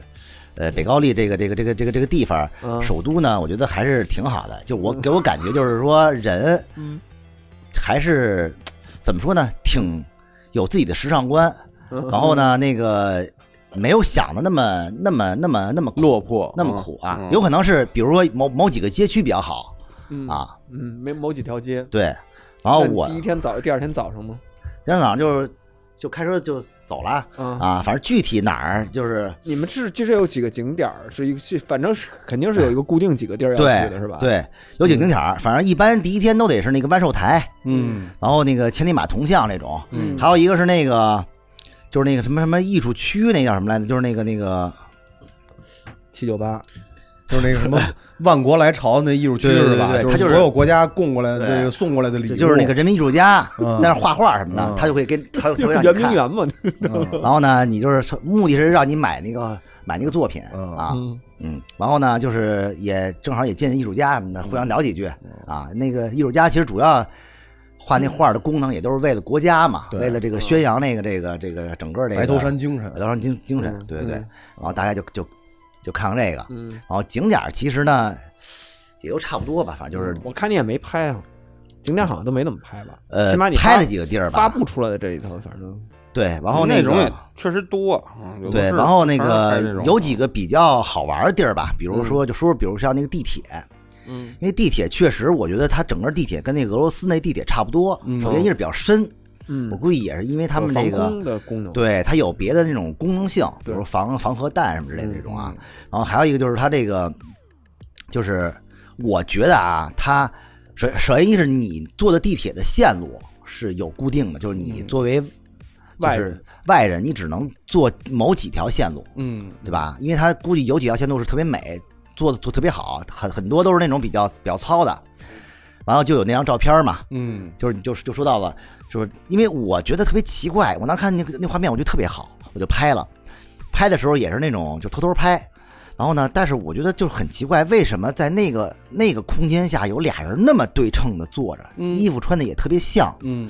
S7: 呃，北高丽这个这个这个这个这个地方，首都呢，我觉得还是挺好的。就
S9: 嗯
S7: 我给我感觉就是说，人还是怎么说呢，挺有自己的时尚观。
S5: 嗯
S7: 然后呢，那个没有想的那么那么那么那么苦
S8: 落魄
S7: 那么苦
S5: 嗯
S7: 啊，
S8: 嗯
S7: 有可能是比如说某某几个街区比较好啊，
S5: 嗯，没某几条街。
S7: 对。然后
S5: 那你
S7: 我
S5: 第一天早上，第二天早上吗？
S7: 今天早上就是就开车就走了
S5: 嗯
S7: 啊，反正具体哪儿就是
S5: 你们是就是有几个景点儿，是一个是反正是肯定是有一个固定几个地儿要
S7: 对
S5: 去的是吧？，嗯
S7: 对，有景点儿，反正一般第一天都得是那个万寿台，
S8: 嗯，
S7: 然后那个千里马铜像那种，
S5: 嗯
S7: 还有一个是那个就是那个什么什么艺术区，那叫什么来着？就是那个那个
S5: 七九八，
S6: 就是那个什 么万国来朝那艺术区
S7: 对对对
S6: 是吧？
S7: 对
S6: 就
S7: 他就是
S6: 所有国家供过来的
S7: 对
S6: 这个送过来的礼
S7: 就
S6: 物，
S7: 就是那个人民艺术家
S6: 嗯
S7: 在那儿画画什么的
S6: 嗯，
S7: 他就会给他就会让
S5: 圆
S7: 你
S5: 明
S7: 看。
S5: 园嘛，
S7: 然后呢，你就是目的是让你买那个买那个作品
S6: 嗯
S7: 啊，嗯，然后呢，就是也正好也见见艺术家什么的，互相聊几句啊。那个艺术家其实主要画那画的功能也都是为了国家嘛，
S6: 对
S7: 为了这个宣扬那个这个这个整个这个
S6: 白头山精神
S7: 白，头山精精神，对对对。然后大家就就就看看这个，
S5: 嗯，
S7: 然后景点儿其实呢也都差不多吧，反正就是
S5: 我看你也没拍啊，景点好像都没怎么拍吧？
S7: 呃
S5: 起码你
S7: 拍了
S5: 发
S7: 几个地儿
S5: 发
S7: 吧，
S5: 布出来的这里头，反正
S7: 对，然后
S8: 那
S7: 个
S8: 种也确实多，嗯有的
S7: 对，
S8: 是
S7: 然后那
S8: 全是拍这
S7: 个
S8: 种
S7: 有几个比较好玩的地儿吧，比
S5: 嗯
S7: 如说就说，比如像那个地铁，嗯，因为地铁确实，我觉得它整个地铁跟那个俄罗斯那地铁差不多。首先一是比较深，
S5: 嗯
S7: 我，估计也是因为他们
S5: 防
S7: 这个
S5: 空的功能，
S7: 对它有别的那种功能性，比
S5: 对嗯
S7: 如防防核弹什么之类的这种啊。然后还有一个就是它这个，就是我觉得啊，它首首先一是你坐的地铁的线路是有固定的，就是你作为就
S5: 嗯外
S7: 是外人，你只能坐某几条线路，
S8: 嗯，
S7: 对吧？因为它估计有几条线路是特别美，做的做得特别好，很很多都是那种比较比较糙的。然后就有那张照片嘛，
S8: 嗯，
S7: 就是你就是就说到了，就是因为我觉得特别奇怪，我当时看那个那画面，我觉得特别好，我就拍了。拍的时候也是那种就偷偷拍，然后呢，但是我觉得就是很奇怪，为什么在那个那个空间下有俩人那么对称的坐着，衣服穿的也特别像，
S8: 嗯，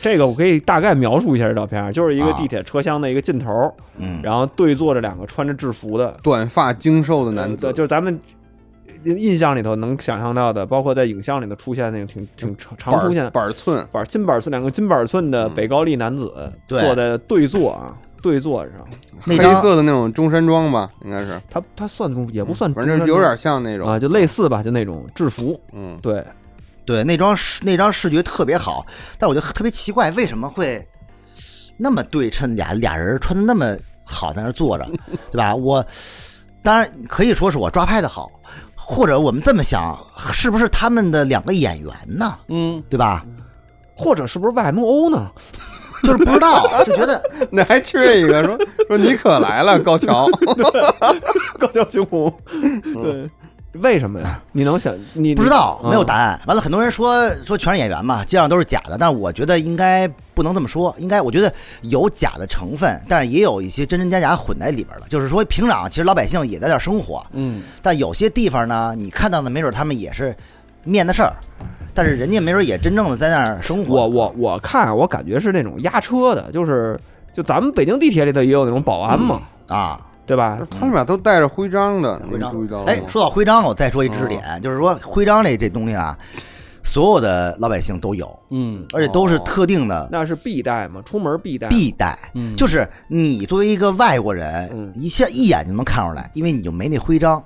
S5: 这个我可以大概描述一下这照片啊，就是一个
S7: 啊
S5: 地铁车厢的一个尽头，
S7: 嗯，
S5: 然后对坐着两个穿着制服的
S8: 短发精瘦的男
S5: 对，
S8: 子，
S5: 就是咱们印象里头能想象到的，包括在影像里头出现那种挺
S7: 嗯
S5: 挺常常出
S8: 板
S5: 现的
S8: 板寸，
S5: 板金板寸两个金板寸的北高丽男子、
S7: 嗯对
S5: 坐在对坐啊对坐上，
S7: 那
S8: 黑
S7: 张
S8: 色的那种中山装吧，应该是，
S5: 他他算中
S7: 嗯
S5: 也不算中
S8: 反
S5: 间
S8: 正
S5: 装，
S8: 有点像那种，
S5: 啊，就类似吧，就那种制服，
S8: 嗯，
S5: 对，
S7: 对，那张视那张视觉特别好，但我就特别奇怪，为什么会那么对称俩俩人穿的那么好，在那儿坐着，对吧？我当然可以说是我抓拍的好，或者我们这么想，是不是他们的两个演员呢？嗯，对吧？
S5: 或者是不是 YMO 呢？
S7: 就是不知道，就觉得
S8: 那还缺一个，说说你可来了，高桥，
S5: 高桥雄红，对，为什么呀？你能想
S7: 嗯
S5: 你
S7: 不知道，没有答
S5: 案，
S7: 案。完了，很多人说说全是演员嘛，街上都是假的，但我觉得应该不能这么说，应该我觉得有假的成分，但是也有一些真真假假混在里边了。就是说，平壤其实老百姓也在这儿生活，
S8: 嗯，
S7: 但有些地方呢，你看到的没准他们也是面的事儿，但是人家没准也真正的在那儿生活。
S5: 我我我看啊我感觉是那种压车的，就是就咱们北京地铁里头也有那种保安嘛。
S7: 啊，
S5: 对吧？
S8: 他们俩都带着徽章的，你
S7: 徽
S8: 们注意到
S7: 章。
S8: 了
S7: 哎，
S8: 吗？
S7: 说到徽章，我再说一知识点，就是说徽章这这东西啊，所有的老百姓都有，
S6: 嗯
S7: 而且都是特定的
S5: 那是必带嘛，出门必带。
S7: 必带。
S6: 嗯
S7: 就是你作为一个外国人，一下一眼就能看出来，因为你就没那徽章，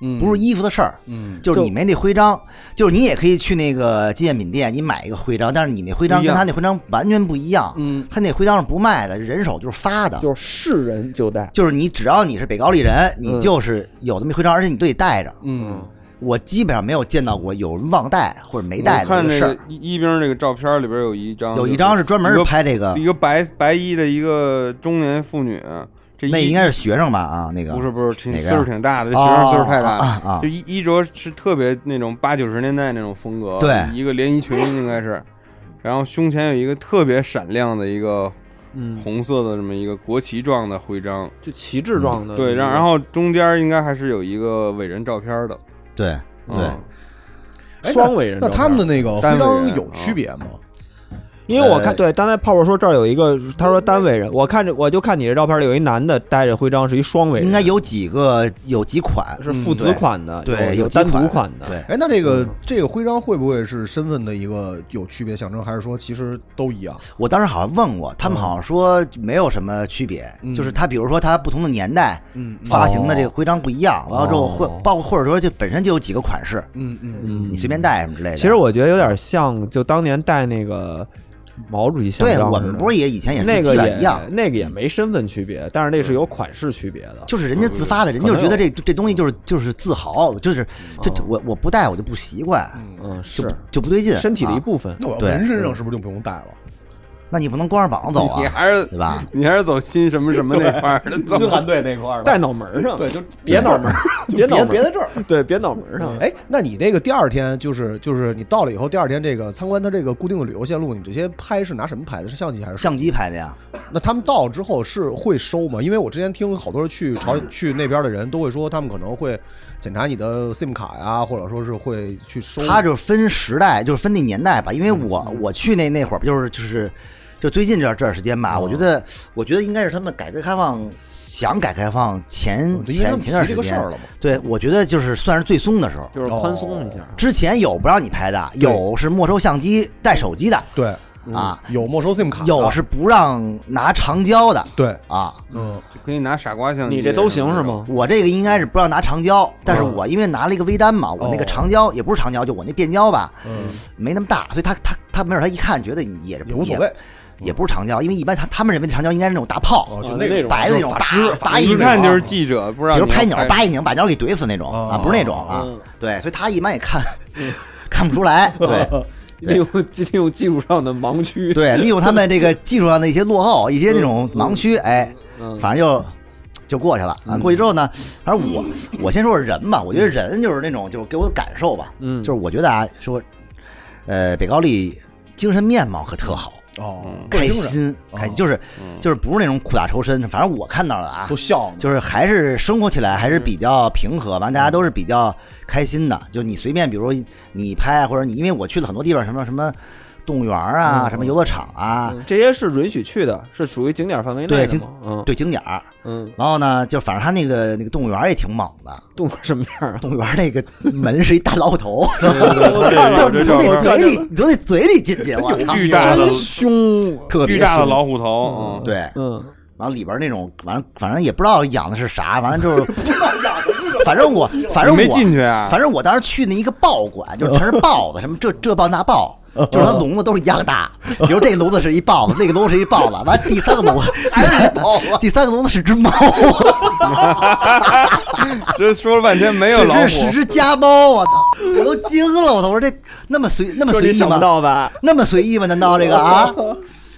S6: 嗯
S7: 不是衣服的事儿。
S6: 嗯
S7: 就是你没那徽章，就是你也可以去那个纪念品店，你买一个徽章，但是你那徽章
S8: 不一
S7: 跟
S8: 样
S7: 他那徽章完全不一样。
S6: 嗯
S7: 他那徽章是不卖的，人手就是发的，
S5: 就是是人就带，
S7: 就是你只要你是北高丽人，你就是有那么一徽章，而且你都得带着。
S6: 嗯，
S7: 我基本上没有见到过有人忘带或者没带
S8: 我
S7: 的
S8: 看
S7: 这个
S8: 那
S7: 事
S8: 个
S7: 儿。
S8: 一一兵那个照片里边有一张，
S7: 有一张是专门拍这
S8: 就
S7: 个
S8: 是一，个白白衣的一个中年妇女，这
S7: 那
S8: 衣
S7: 应该是学生吧？啊，那个
S8: 不是不是挺
S7: 哪个
S8: 岁
S7: 呀
S8: 数挺大的，这学生岁数太大
S7: 啊
S8: 了。
S7: 啊啊啊
S8: 就衣衣着是特别那种八九十年代那种风格，
S7: 对
S8: 一个连衣裙应该是，然后胸前有一个特别闪亮的一个
S5: 嗯，
S8: 红色的这么一个国旗状的徽章，
S5: 就旗帜状的。
S8: 对，然然后中间应该还是有一个伟人照片的，
S7: 对
S8: 嗯
S7: 对，
S6: 哎
S5: 双伟人
S6: 那
S5: 照片。
S6: 他们的那个徽
S8: 单位
S6: 章
S8: 人
S6: 有区别吗？
S5: 因为我看
S7: 呃
S5: 对，刚才泡泡说这儿有一个，他说单位人，我看着我就看你这照片里有一男的带着徽章，是一双尾人，
S7: 应该有几个有几款嗯
S5: 是父子款的，
S7: 对
S5: 有
S7: 有
S5: 单
S7: 几
S5: 独
S7: 款
S5: 款的，
S7: 对
S6: 哎，那这个这个徽章会不会是身份的一个有区别象征，还是说其实都一样？
S7: 我当时好像问过，他们好像说没有什么区别，
S6: 嗯
S7: 就是它，比如说它不同的年代
S6: 嗯
S7: 发行的这个徽章不一样，完了之后会
S5: 哦
S7: 包括或者说就本身就有几个款式，
S6: 嗯嗯
S5: 嗯
S7: 你随便带什么之类的。
S5: 其实我觉得有
S7: 嗯
S5: 点像，就当年戴那个毛主席像
S7: 对
S5: 章似的，
S7: 我们不是也以前也
S5: 那
S7: 是
S5: 个
S7: 基本
S5: 也
S7: 一样，嗯
S5: 那个也没身份区别，但是那是有款式区别的。
S7: 就是人家自发的，人家就是觉得这这东西就是就是自豪，就是这这我我不戴我就不习惯，
S5: 嗯，
S7: 就是不就不对劲，
S5: 身体的一
S7: 啊。
S5: 部分。
S6: 那我要
S7: 对
S6: 纹身上是不是就不用带了？
S7: 那你不能光着膀子 走啊
S8: 你，还是
S7: 对吧？
S8: 你还是走新什么什么那块儿的，走啊
S6: 队那块儿
S5: 戴脑门上，对，就
S6: 别
S5: 别脑 门，别脑门，
S6: 别在这儿。
S5: 对，别脑门上。
S6: 哎，那你这个第二天就是就是你到了以后，第二天这个参观它这个固定的旅游线路，你这些拍是拿什么拍的？是相机还是手
S7: 相机拍的呀，
S6: 那他们到之后是会收吗？因为我之前听好多人去朝去那边的人都会说，他们可能会检查你的 SIM 卡呀，或者说是会去收。
S7: 它就是分时代，就是分那年代吧。因为我
S6: 嗯
S7: 我去那那会儿，就是就是就最近这段这段时间吧，我
S6: 哦
S7: 觉得我觉得应该是他们改革开放想改革开放前
S6: 嗯因为他
S7: 前
S6: 们
S7: 前段
S6: 提
S7: 时
S6: 哦这个事儿
S7: 间，
S6: 了嘛。
S7: 对我觉得就是算是最松的时候。
S5: 就是宽松一下，
S7: 之前有不让你拍的，有是没收相机带手机的
S6: 对，
S7: 啊，
S6: 有没收 SIM 卡的，
S7: 有是不让拿长焦的
S6: 对，
S7: 啊。
S6: 啊嗯，
S8: 可以拿傻瓜相机，
S5: 你这都行是？ 吗？
S7: 我这个应该是不让拿长焦，但是
S6: 嗯
S7: 我因为拿了一个微单嘛，我
S6: 哦
S7: 那个长焦也不是长焦，就我那变焦吧，
S6: 嗯，
S7: 没那么大，所以他他他没准他一看觉得也
S6: 也无所谓，
S7: 也不是长焦，因为一般他他们认为的长焦应该是那种大炮，
S6: 哦，
S5: 啊
S6: 就
S5: 那
S6: 那
S5: 种
S7: 白的那种
S6: 法师
S7: 叭叭一
S8: 一
S7: 拧
S8: 看就是记者，不让
S7: 哎比如
S8: 你
S7: 拍鸟叭一拧把鸟给怼死那种
S6: 哦
S7: 啊，不是那种啊，对，所以他一般也看 看不出来，
S6: 哦
S7: 对
S5: 利用利用技术上的盲区，
S7: 对，利用他们这个技术上的一些落后，一些那种
S6: 嗯
S7: 盲区，哎，
S5: 嗯，
S7: 反正就。就过去了啊！过去之后呢，反正我我先说说人吧，我觉得人就是那种就是给我的感受吧，
S5: 嗯
S7: 就是我觉得啊，说，呃，北高丽精神面貌可特好，
S8: 嗯
S6: 哦，
S7: 开心
S6: 哦
S7: 开心，就是就是不是那种苦大仇深，反正我看到了啊，
S6: 都笑呢，
S7: 就是还是生活起来
S8: 嗯
S7: 还是比较平和，完大家都是比较开心的。就你随便，比如说你拍啊或者你，因为我去了很多地方，什么什么动物园
S8: 嗯
S7: 啊，什么游乐场啊，
S5: 嗯这些是允许去的，是属于景点范围内
S7: 对
S5: 的
S7: 景
S5: 吗？嗯，
S7: 对景点儿。
S5: 嗯，
S7: 然后呢，就反正他那个那个动物园也挺猛的，
S5: 动物什么样啊？
S7: 动物园那个门是一大老头，
S8: 对
S7: 就是你从那嘴里，你从那嘴里进去，我操，
S8: 巨大的
S7: 真
S5: 凶，
S7: 特别
S8: 巨大的
S7: 凶
S8: 老虎头，嗯，
S7: 对，
S5: 嗯，
S7: 完了里边那种，反正反正也不知道养的是 啥，完了之后不知道养的是什么，反正我反正我
S8: 你没进去啊
S7: 反正我当时去那一个豹馆，就是全是豹子，什么这这豹那豹。就是它笼子都是一样大，比如这个笼子是一豹子，那个笼子是一豹子，完第三个笼子还是豹子，第三个笼子是只猫，
S8: 这说了半天没有老
S7: 是
S8: 虎，
S7: 是只家猫，我操，我都惊了，我操，我说这那么随那么随意吗？
S5: 吧？
S7: 那么随意吗？难道这个啊，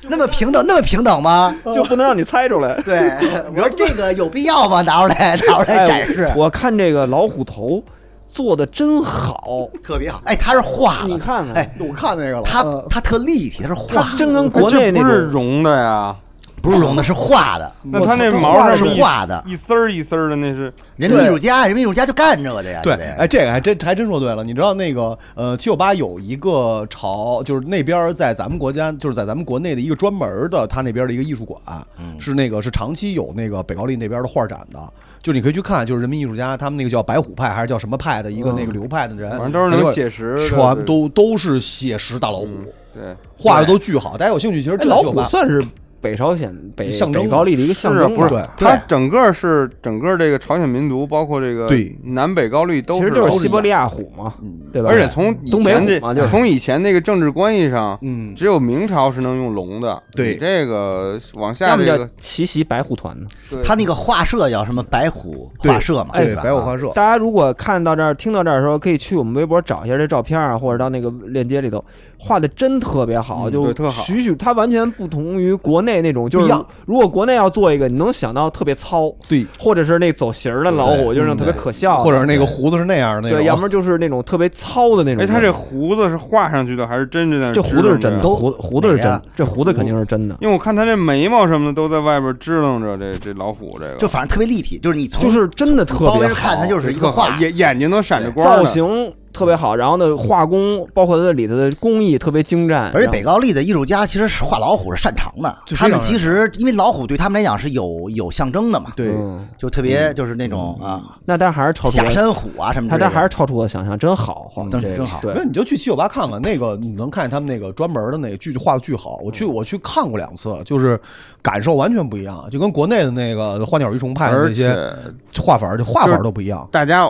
S7: 那么平等那么平等吗？
S5: 就不能让你猜出来。
S7: 对，我说这个有必要吗？拿出来拿出来展示。
S5: 哎我看这个老虎头做的真好，
S7: 特别好。哎，它是画的，
S5: 你看看
S7: 哎，
S6: 我看那个了，
S7: 它它特立体，它是画
S5: 它
S7: 的，
S5: 真跟国
S8: 这
S5: 内那
S8: 不是
S5: 种
S8: 绒的呀，
S7: 不是绒的，是画的，
S8: 那它那毛上面
S7: 是画的
S8: 一一丝儿一丝儿的，那是
S7: 人民艺术家，人民艺术家就干这个的呀。
S6: 对
S7: 这，个
S6: 哎，这个还真还真说对了。你知道那个呃，七九八有一个潮，就是那边儿在咱们国家，就是在咱们国内的一个专门儿的，他那边儿的一个艺术馆，
S8: 嗯
S6: 是那个是长期有那个北高丽那边儿的画展的，就是你可以去看，就是人民艺术家他们那个叫白虎派还是叫什么派的一个那个流派的人，
S8: 嗯反正都是能写实的嗯
S6: 全都都是写实大老虎，
S8: 对，
S6: 画的都巨好。大家有兴趣，其实
S5: 哎
S6: 真的
S5: 老
S6: 去九
S5: 虎
S6: 八
S5: 算是北朝鲜北
S6: 象征
S5: 北高丽的一个象
S8: 是啊
S5: 征吧，
S8: 不是
S6: 对
S8: 它整个是整个这个朝鲜民族，包括这个
S6: 对
S8: 南北高丽都
S5: 其实就是西伯利亚虎嘛，对吧？
S8: 而且从以
S5: 东北
S8: 前这
S5: 虎嘛，就是
S8: 从以前那个政治关系上，
S6: 嗯
S8: 只有明朝是能用龙的，
S6: 对
S8: 你这个往下
S5: 要
S8: 这
S5: 么叫
S8: 个
S5: 奇袭白虎团呢。
S8: 对
S7: 他那个画社叫什么白虎画社嘛，
S6: 对
S7: 吧？
S6: 白虎画社，
S8: 啊
S5: 大家如果看到这儿、听到这儿的时候，可以去我们微博找一下这照片啊，或者到那个链接里头，画的真特别好，
S8: 嗯
S5: 就
S8: 对特好
S5: 栩栩，它完全不同于国内那种，就
S6: 不一
S5: 是
S6: 样
S5: 如果国内要做一个，你能想到特别糙，
S6: 对，
S5: 或者是那走形儿的老虎，就是那种特别可笑的，
S6: 或者是那个胡子是那样的那
S5: 对，要
S6: 种
S5: 么。就是那种特别糙的那种。
S8: 哎，他这胡子是画上去的还是真是在那
S5: 这胡子是
S8: 支
S5: 真的，
S8: 棱着呀
S5: 胡胡子是真
S7: 哪呀
S5: 的，这胡子肯定是真的。
S8: 因为我看他这眉毛什么的都在外边支棱着，这这老虎这个
S7: 就反正特别立体，就是你从
S5: 就是真的特
S7: 包围
S5: 别
S7: 着看，它
S5: 好，
S7: 就是一个
S8: 特好
S7: 画，
S8: 眼眼睛都闪着光呢
S5: 造型特别好，然后呢，画工包括它里头的工艺特别精湛，
S7: 而且
S5: 然后
S7: 北高丽的艺术家其实是画老虎是擅长的，
S6: 就非
S7: 他
S6: 常
S7: 们其实因为老虎对他们来讲是有有象征的嘛，
S6: 对，
S7: 就特别就是那种啊
S5: 那但还是嗯超出
S7: 下
S5: 我
S7: 山虎啊什么之
S5: 他
S7: 类的，
S5: 这还是超出我的想象，真好，画
S7: 真
S5: 这个
S7: 真好
S5: 对
S6: 没有，，你就去七九八看看，那个你能看见他们那个专门的那个剧画的巨好。我去，我去看过两次，就是感受完全不一样，就跟国内的那个花鸟鱼虫派的
S8: 而
S6: 那
S8: 且
S6: 些画法，就画法都不一样。
S8: 大家，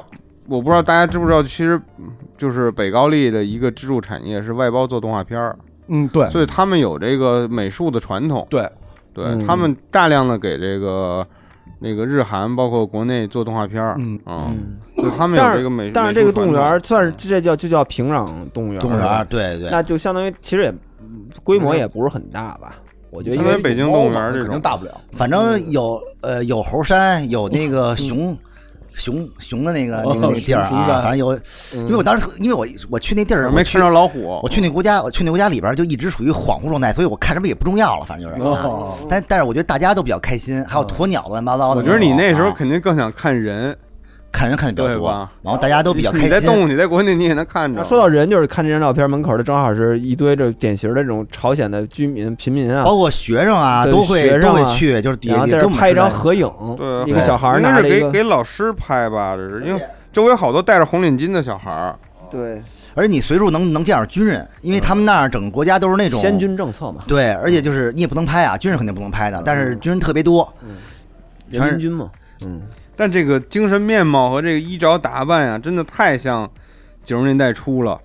S8: 我不知道大家知不知道，其实嗯就是北高丽的一个支柱产业是外包做动画片儿，
S6: 嗯，对
S8: 所以他们有这个美术的传统，
S6: 对，
S8: 对、
S5: 嗯
S8: 他们大量的给这个那个日韩包括国内做动画片儿，
S6: 嗯
S8: 嗯，就他们
S5: 但
S8: 有
S5: 是
S8: 这个美，
S5: 但是这个动物园
S8: 美
S5: 儿
S8: 术
S5: 算是这叫就叫平壤动物园，
S7: 动物园儿，，对对，
S5: 那就相当于其实也嗯规模也不是很大吧，我觉得
S8: 传统，
S5: 应该
S8: 因为北京动物园儿这
S6: 肯定
S8: 种，
S6: 大不了。
S7: 反正有呃有猴山，有那个熊。熊熊的那个那个那
S6: 哦
S7: 个地儿
S6: 熊熊
S7: 啊，
S6: 山
S7: 反正有，因为我当时因为我我去那地儿
S8: 没
S7: 我
S8: 吃
S7: 去
S8: 着老虎，
S7: 我去那国家，我去那国家里边就一直属于恍惚状态，所以我看什么也不重要了，反正就是啊。
S6: 哦
S7: 但但是我觉得大家都比较开心，还有鸵鸟乱七八糟的
S8: 我
S7: 种啊。啊
S8: 觉得你那时候肯定更想看人，
S7: 看人看的比较
S8: 对
S7: 多
S8: 吧，
S7: 然后大家都比较开
S8: 你在动
S7: 心。
S8: 物，你在国内你也能看着。
S5: 那说到人，就是看这张照片门口的，正好是一堆这典型的这种朝鲜的居民平民啊，
S7: 包括学生啊，
S5: 对
S7: 都会、
S5: 学生
S7: 都
S5: 啊
S7: 会去，就是底
S5: 然
S7: 下
S5: 后在
S7: 也
S5: 这
S7: 跟我们
S5: 拍一张
S7: 似的
S5: 合影，
S8: 对，
S5: 一个小孩儿
S8: 应该
S5: 拿
S8: 是
S5: 着一
S8: 给
S5: 个，
S8: 给老师拍吧，这是因为周围好多戴着红领巾的小孩儿，
S5: 对，
S7: 而且你随处能能见着军人，因为他们那儿整个国家都是那种
S5: 先。军政策嘛，
S7: 对，而且就是你也不能拍啊，军人肯定不能拍
S5: 嗯
S7: 的，但是军人特别多，全
S5: 人
S7: 是
S5: 民军嘛，
S8: 但这个精神面貌和这个衣着打扮呀、真的太像九十年代初了。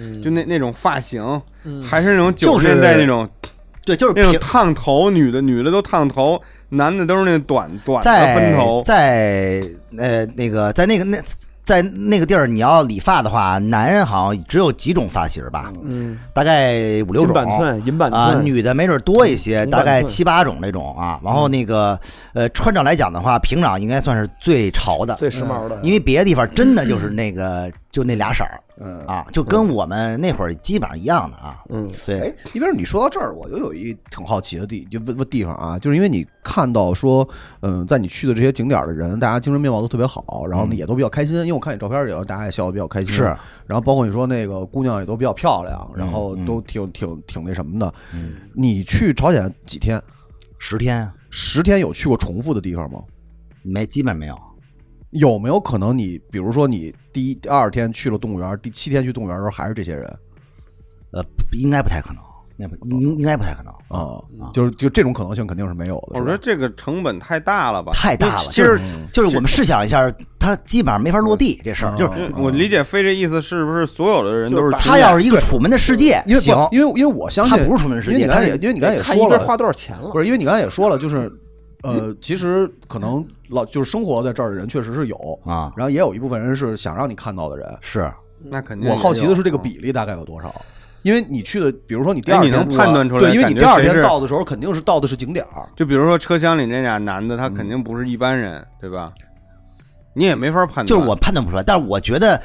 S5: 嗯
S8: 就那那种发型，嗯还是那种九
S7: 就
S8: 十
S7: 是
S8: 年代那种、
S7: 对，就是
S8: 那种
S7: 平
S8: 烫头，女的女的都烫头，男的都是那短短的分
S7: 在
S8: 头。
S7: 在呃那个在那个那在那个地儿，你要理发的话，男人好像只有几种发型吧，
S5: 嗯，
S7: 大概五六
S5: 金
S7: 种。
S5: 板寸、银板
S7: 啊、
S5: 寸，
S7: 女的没准多一些，
S5: 嗯
S7: 大概
S5: 嗯
S7: 七八种那种啊。然后那个呃，穿着来讲的话，平壤应该算是最潮的，
S5: 最时髦的，
S7: 因为别的地方真的就是那 个就那俩色儿
S6: 嗯
S7: 啊，就跟我们那会儿基本上一样的啊。
S5: 嗯，
S7: 对
S6: 哎，，一边你说到这儿，我就有一挺好奇的地就问问地方啊，就是因为你看到说，嗯，在你去的这些景点的人，大家精神面貌都特别好，然后呢也都比较开心，因为我看你照片也，大家也笑得比较开心。
S7: 嗯是，
S6: 然后包括你说那个姑娘也都比较漂亮，然后
S7: 嗯嗯嗯
S6: 都挺挺挺那什么的。你去朝鲜几天？
S7: 十天
S6: 十天有去过重复的地方吗？
S7: 没，基本没有。
S6: 有没有可能你，比如说你第一、第二天去了动物园，第七天去动物园的时候还是这些人
S7: 呃，不应该不太可能，应该不应应该不太可能，
S6: 啊？
S7: 嗯
S6: 就是就这种可能性肯定是没有的。
S8: 我说这个成本太大了吧？
S7: 太大了。
S8: 其
S7: 就是
S8: 实
S7: 就是我们试想一下，他基本上没法落地这事儿，就是
S8: 嗯我理解飞这意思是不是所有的人都是
S7: 他要是一个楚门的世界，
S6: 因为不
S7: 行，
S6: 因为因为我相信
S7: 他不是出门世界
S6: 因为你刚才也
S7: 他是
S6: 因为你刚才也
S5: 嗯看一
S6: 说
S5: 个
S6: 了，
S5: 花多少钱了
S6: 不，是因为你刚才也说了，就是呃，其实可能老就是生活在这儿的人确实是有
S7: 啊
S6: 然后也有一部分人是想让你看到的人。
S7: 是
S8: 那肯定。嗯
S6: 我好奇的是这个，比例大概有多少？因为你去的，比如说你第
S8: 哎
S6: 二
S8: 你
S6: 天
S8: 能判断出
S6: 对，
S8: 来
S6: 因为你第
S8: 感觉
S6: 二
S8: 谁
S6: 天
S8: 是
S6: 到的时候肯定是到的是景点儿，
S8: 就比如说车厢里那俩男的，
S6: 嗯
S8: 他肯定不是一般人，对吧？你也没法判断。
S7: 就是我判断不出来，但是我觉得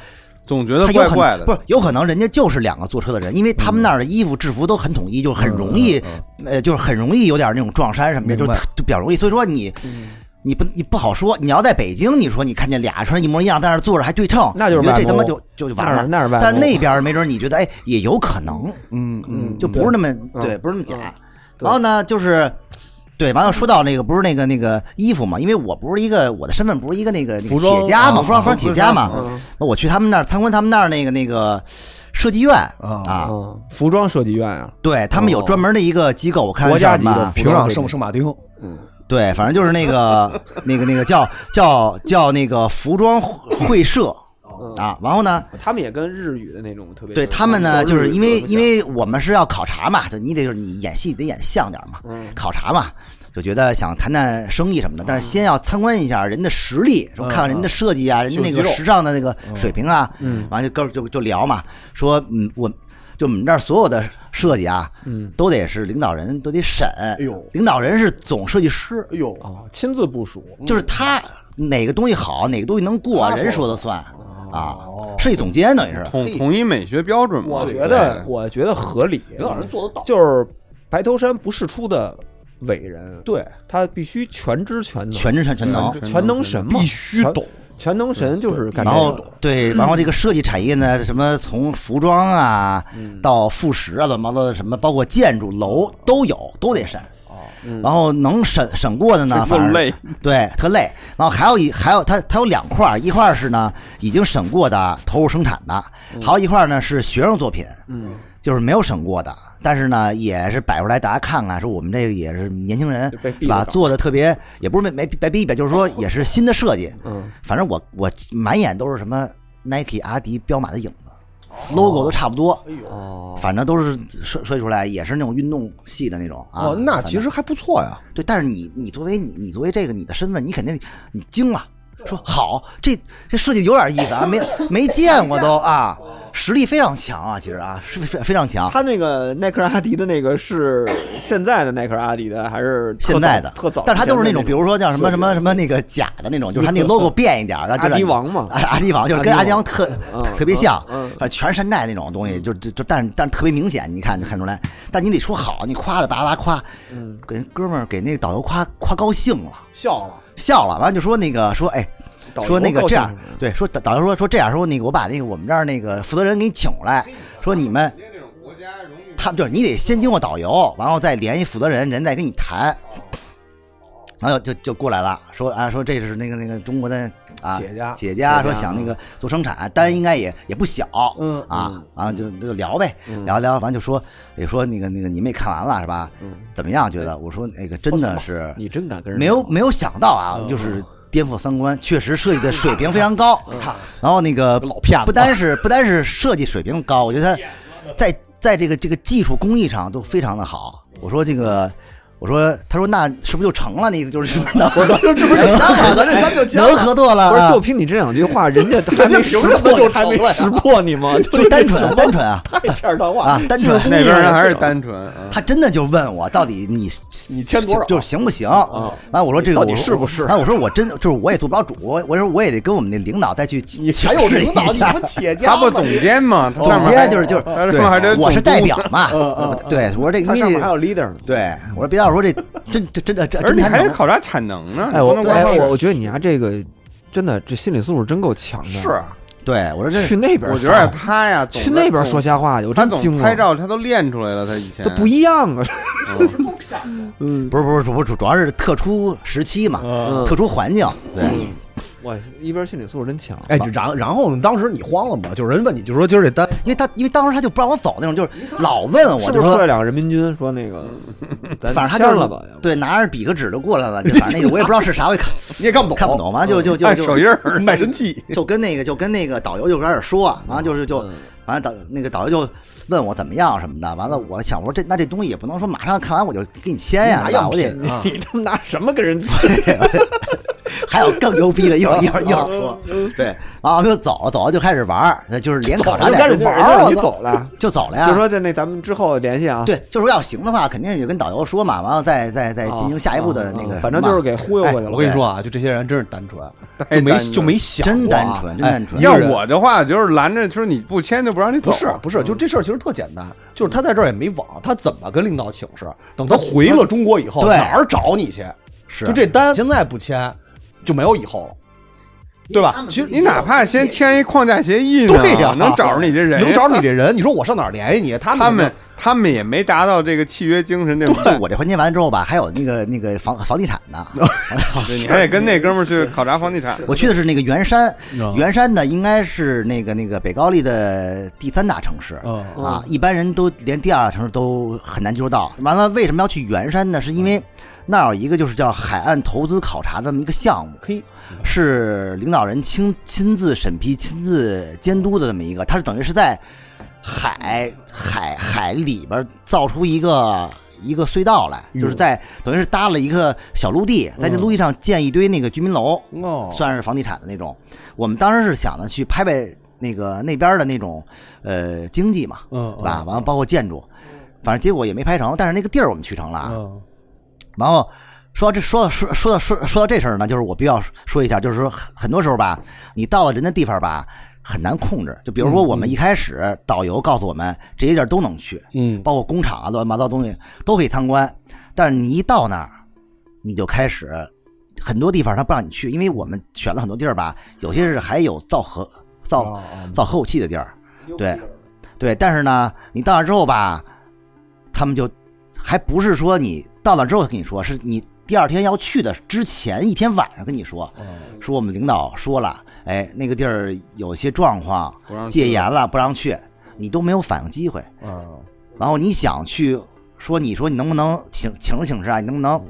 S8: 总觉得
S7: 他有
S8: 怪
S7: 可
S8: 怪
S7: 能
S8: 的。
S7: 不是有可能人家就是两个坐车的人，因为他们那儿的衣服制服都很统一，就是很容易，
S5: 嗯
S7: 呃，就是很容易有点那种撞衫什么的，就
S6: 明白
S7: 是特就比较容易。所以说你。
S5: 嗯
S7: 你不，你不好说。你要在北京，你说你看见俩穿一模一样，在那儿坐着还对称，
S5: 那就是
S7: 你觉得这
S5: 外
S7: 他妈
S5: 国
S7: 就就就
S5: 那
S7: 完
S5: 儿
S7: 了。
S5: 那儿外
S7: 但
S5: 国
S7: 那边儿没准你觉得，哎，也有可能，
S6: 嗯嗯，
S7: 就不是那么对，不是那么假。然后呢，就是对，完了说到那个不是那个那个衣服嘛，因为我不是一个我的身份不是一个那个那个
S6: 服
S7: 企
S6: 装
S7: 业家嘛，
S6: 啊
S7: 服装服装企业家嘛
S8: 服装，
S7: 那我去他们那儿参观他们那儿那个那个设计院啊，
S5: 嗯，服装设计院啊，
S7: 对他们有专门的一个机构，我看
S5: 国家级的
S7: 嘛，
S5: 服
S6: 平壤
S5: 设
S6: 圣
S5: 计
S6: 圣马丁，
S7: 对，反正就是那个那个那个叫叫叫那个服装会社啊，然后呢，
S5: 哦他们也跟日语的那种特别
S7: 对他们呢，就是因为因
S5: 为
S7: 为我们是要考察嘛，就你得就是你演戏得演像点儿嘛，考察嘛，就觉得想谈谈生意什么的，但是先要参观一下人的实力，说看看人的设计啊，人家那
S6: 秀肌
S7: 个
S6: 肉
S7: 时尚的那个水平啊，嗯，完了就就就聊嘛，说嗯我。就我们这儿所有的设计啊，嗯，都得是领导人都得审，哎
S6: 呦
S7: 领导人是总设计师，
S6: 哎呦，
S5: 哦亲自部署，
S7: 就是他哪个东西好，哪个东西能过，人说了算啊，设计总监等于是，
S8: 统统一美学标准嘛？
S5: 我觉得我觉得合理，
S6: 领导人做得到，
S5: 就是白头山不世出的伟人，
S6: 对，
S5: 他必须全知全能，
S7: 全知全全能，
S5: 全能神嘛，
S6: 必须
S5: 全
S6: 懂，
S5: 全能神就是干这
S7: 然后
S5: 个的。
S7: 对，然后这个设计产业呢，什么从服装啊到副食啊，乱七八糟的什么，包括建筑楼都有，都得审。然后能审审过的呢，
S8: 这更
S7: 反正
S8: 累，
S7: 对，特累。然后还有一还有它它有两块儿，一块儿是呢已经审过的投入生产的，还有一块儿呢是学生作品，嗯，就是没有审过的，但是呢也是摆出来大家看看，说我们这个也是年轻人
S5: 就被逼
S7: 是吧？
S5: 着搞
S7: 做的特别也不是没没白逼呗，就是说也是新的设计，嗯，反正我我满眼都是什么 Nike、阿迪、彪马的影子。logo 都差不多，反正都是设设计出来，也是那种运动系的那种啊。
S6: 哦，那
S7: 反正
S6: 其实还不错呀，
S7: 对，但是你你作为你你作为这个你的身份，你肯定你惊了，说好这这设计有点意思啊，没没见过都啊，实力非常强啊，其实啊是非非常强。
S5: 他那个耐克阿迪的那个是现在的耐克阿迪的还是特早
S7: 现在的
S5: 特早？
S7: 但是他都是那种，
S5: 之前的
S7: 比如说叫什么什么
S5: 设计
S7: 什么那个假的那种，就是他那个 logo 变一点儿，然后就
S5: 阿迪
S7: 让你
S5: 王嘛
S7: 啊阿迪王就是跟
S5: 阿
S7: 阿
S5: 迪
S7: 迪
S5: 王
S7: 王特
S5: 嗯
S7: 特特别像
S5: 嗯嗯，
S7: 反正全是山寨那种东西，就就就但是但是特别明显，你一看就看出来。但你得说好，你夸的叭叭夸，
S5: 嗯
S7: 给人哥们儿给那个导游夸夸高兴了。
S6: 笑了，
S7: 笑了，完了就说那个说哎，
S5: 游
S7: 说那个
S5: 高
S7: 这
S5: 兴
S7: 样
S5: 什么，
S7: 对，说导导游说说这样，说那个我把那个我们这儿那个负责人给你请过来，说你们，他就是你得先经过导游，然后再联系负责人，人再跟你谈。然后就就过来了，说啊，说这是那个那个中国的啊
S6: 企业家
S7: 企业家说想那个做生产，单应该也也不小，
S6: 嗯
S7: 啊，然后就就聊呗，聊聊，完就说也说那个那个你们也看完了是吧？怎么样觉得？我说那个真的是
S5: 你真敢跟人
S7: 没有没有想到啊，就是颠覆三观，确实设计的水平非常高。然后那个
S6: 老骗子
S7: 不单是不单是设计水平高，我觉得他在在这个这个技术工艺上都非常的好。我说这个。我说，他说那是不是就成了？那意思就是是不是能
S5: 这不是
S7: 能合作
S6: 咱这咱就
S7: 哎能合作了
S5: 不是，
S7: 啊？
S5: 就凭你这两句话，人 家还没
S6: 凭
S5: 识
S6: 什么
S5: 破你，
S6: 就
S5: 还没
S6: 成了呀
S5: 识破你吗？
S7: 啊就单 纯单纯啊
S5: 片儿的话
S7: 啊，单纯
S8: 那边人还是单纯啊。
S7: 他真的就问我到底你
S6: 你签多少
S7: 就是行不行？完我说这个
S5: 到底
S7: 我
S5: 是不是
S7: 完我说我真就是我也做不了主，我我说我也得跟我们那领导再去你
S6: 还有领导，你
S7: 下
S6: 们。企业
S8: 他
S6: 家
S8: 不
S6: 吗
S8: 总监嘛， 他上
S7: 总
S8: 面还
S7: 监就是就是，
S8: 他上面还
S7: 对
S8: 得，
S7: 我是
S8: 总督
S7: 代表嘛。 对，我说这
S5: 他
S7: 个
S5: 上面还有
S7: 你
S5: leader 呢。
S7: 对，我说别到时候这真这真的这
S8: 而且
S7: 真
S8: 你还
S7: 能
S8: 得考察产能呢。
S5: 哎，我
S8: 不能光
S5: 哎
S8: 考
S5: 我
S8: 试
S5: 我觉得你家这个真的这心理素质真够强的。
S6: 是啊
S7: 对，我说这
S5: 去那边，
S8: 我觉得他呀，总
S5: 去那边说瞎话去，我
S8: 他
S5: 真
S8: 总
S5: 惊了。
S8: 拍照，他都练出来了。他以前
S5: 这不一样 啊！
S7: 不是不是不是主主要是特殊时期嘛，
S5: 嗯
S7: 特殊环境对。
S5: 我一边心理素质真强。
S6: 哎，然然后当时你慌了吗？就是人问你，就说今儿这单
S7: 因为他，因为当时他就不让我走那种，就是老问我，
S5: 是
S7: 就
S5: 不是
S7: 说
S5: 出来两个人民军说 那个，咱
S7: 反正他就
S5: 签
S7: 是
S5: 了吧？要不
S7: 对，拿着笔跟纸就过来了，就反正那个我也不知道是啥，我也看
S6: 你也看不懂，
S7: 看不懂，完
S5: 嗯
S7: 了就就
S5: 哎
S6: 哎
S8: 按
S7: 就
S8: 手
S7: 就
S8: 印儿，
S6: 卖身契，
S7: 就跟那个就跟那个导游就开始说，啊完了就是就
S5: 嗯
S7: 完了导那个导游就问我怎么样什么的，完
S5: 嗯
S7: 了我想我说这那这东西也不
S5: 哎
S7: 能说马上看完我就给你签呀，
S6: 拿
S7: 对
S5: 啊
S7: 吧
S6: 样
S7: 我得
S6: 品啊，
S5: 你他妈拿什么跟人
S7: 还有更牛逼的， 一会儿一会儿一会儿说。
S5: 嗯
S7: 对，然后我们就走，走了就开始玩儿，那就是连考察
S5: 就
S7: 点
S5: 开始玩
S7: 儿
S5: 儿
S7: 我
S5: 了，你
S7: 操
S5: 走 了，
S7: 就走了呀。
S5: 就说在那咱们之后联系啊。
S7: 对，就是要行的话，肯定就跟导游说嘛，完了再再再进行下一步的那个什么嘛。
S5: 啊哦
S7: 哎
S5: 反正就是给忽悠过去了。
S6: 我跟你说啊，就这些人真是单纯，
S8: 太
S6: 就没
S8: 单纯
S6: 就没想过啊
S7: 真单纯真
S6: 哎
S7: 单纯
S6: 一个
S8: 要
S6: 人
S8: 我的话，就是拦着，就是你不签就不让你走。
S6: 不
S8: 啊
S6: 是不是，就这事儿其实特简单，就是他在这儿也没网，他怎么跟领导请示？等他回了中国以后，
S7: 对
S6: 哪儿找你去？
S7: 是
S6: 就这单现在不签，就没有以后了，对吧？其实
S8: 你哪怕先签一框架协议呢，
S6: 对呀，
S8: 啊能找着你这人，
S6: 能 找着你这人，你说我上哪儿联系你？他
S8: 他们他们也没达到这个契约精神这种。
S7: 就我这环节完之后吧，还有那个那个房房地产的，
S5: 哦
S8: 对你还得跟那哥们儿去考察房地产。
S7: 我去的是那个圆山
S6: 嗯，
S7: 圆山呢应该是那个那个北高丽的第三大城市
S6: 嗯
S7: 啊，一般人都连第二大城市都很难接触到。完了，为什么要去圆山呢？是
S6: 嗯
S7: 因为那儿有一个就是叫海岸投资考察的这么一个项目，
S6: 嘿，
S7: 是领导人亲亲自审批、亲自监督的这么一个，它是等于是在海海海里边造出一个一个隧道来，
S6: 嗯
S7: 就是在等于是搭了一个小陆地，在那陆地上建一堆那个居民楼，
S6: 哦，
S7: 算是房地产的那种。我们当时是想着去拍拍那个那边的那种呃经济嘛，
S6: 嗯
S7: 对吧？完了包括建筑，反正结果也没拍成，但是那个地儿我们去成了啊。
S6: 嗯
S7: 然后说到这说到说说到说说到这事儿呢，就是我必须要说一下，就是说很很多时候吧，你到了人的地方吧，很难控制。就比如说我们一开始导游告诉我们这些地儿都能去，
S6: 嗯
S7: 包括工厂啊乱七八糟东西都可以参观，但是你一到那儿，你就开始很多地方他不让你去，因为我们选了很多地儿吧，有些是还有造核
S8: 啊
S7: 造
S6: 嗯
S7: 造核武器的地儿，对对，但是呢，你到那儿之后吧，他们就还不是说你到那儿之后跟你说，是你第二天要去的之前一天晚上跟你说，
S8: 哦
S6: 嗯
S7: 说我们领导说了，哎，那个地儿有些状况
S8: 不让，去
S7: 戒严了，不让去，你都没有反应机会。
S6: 嗯
S7: 然后你想去说，你说你能不能请请示请示啊？你能不能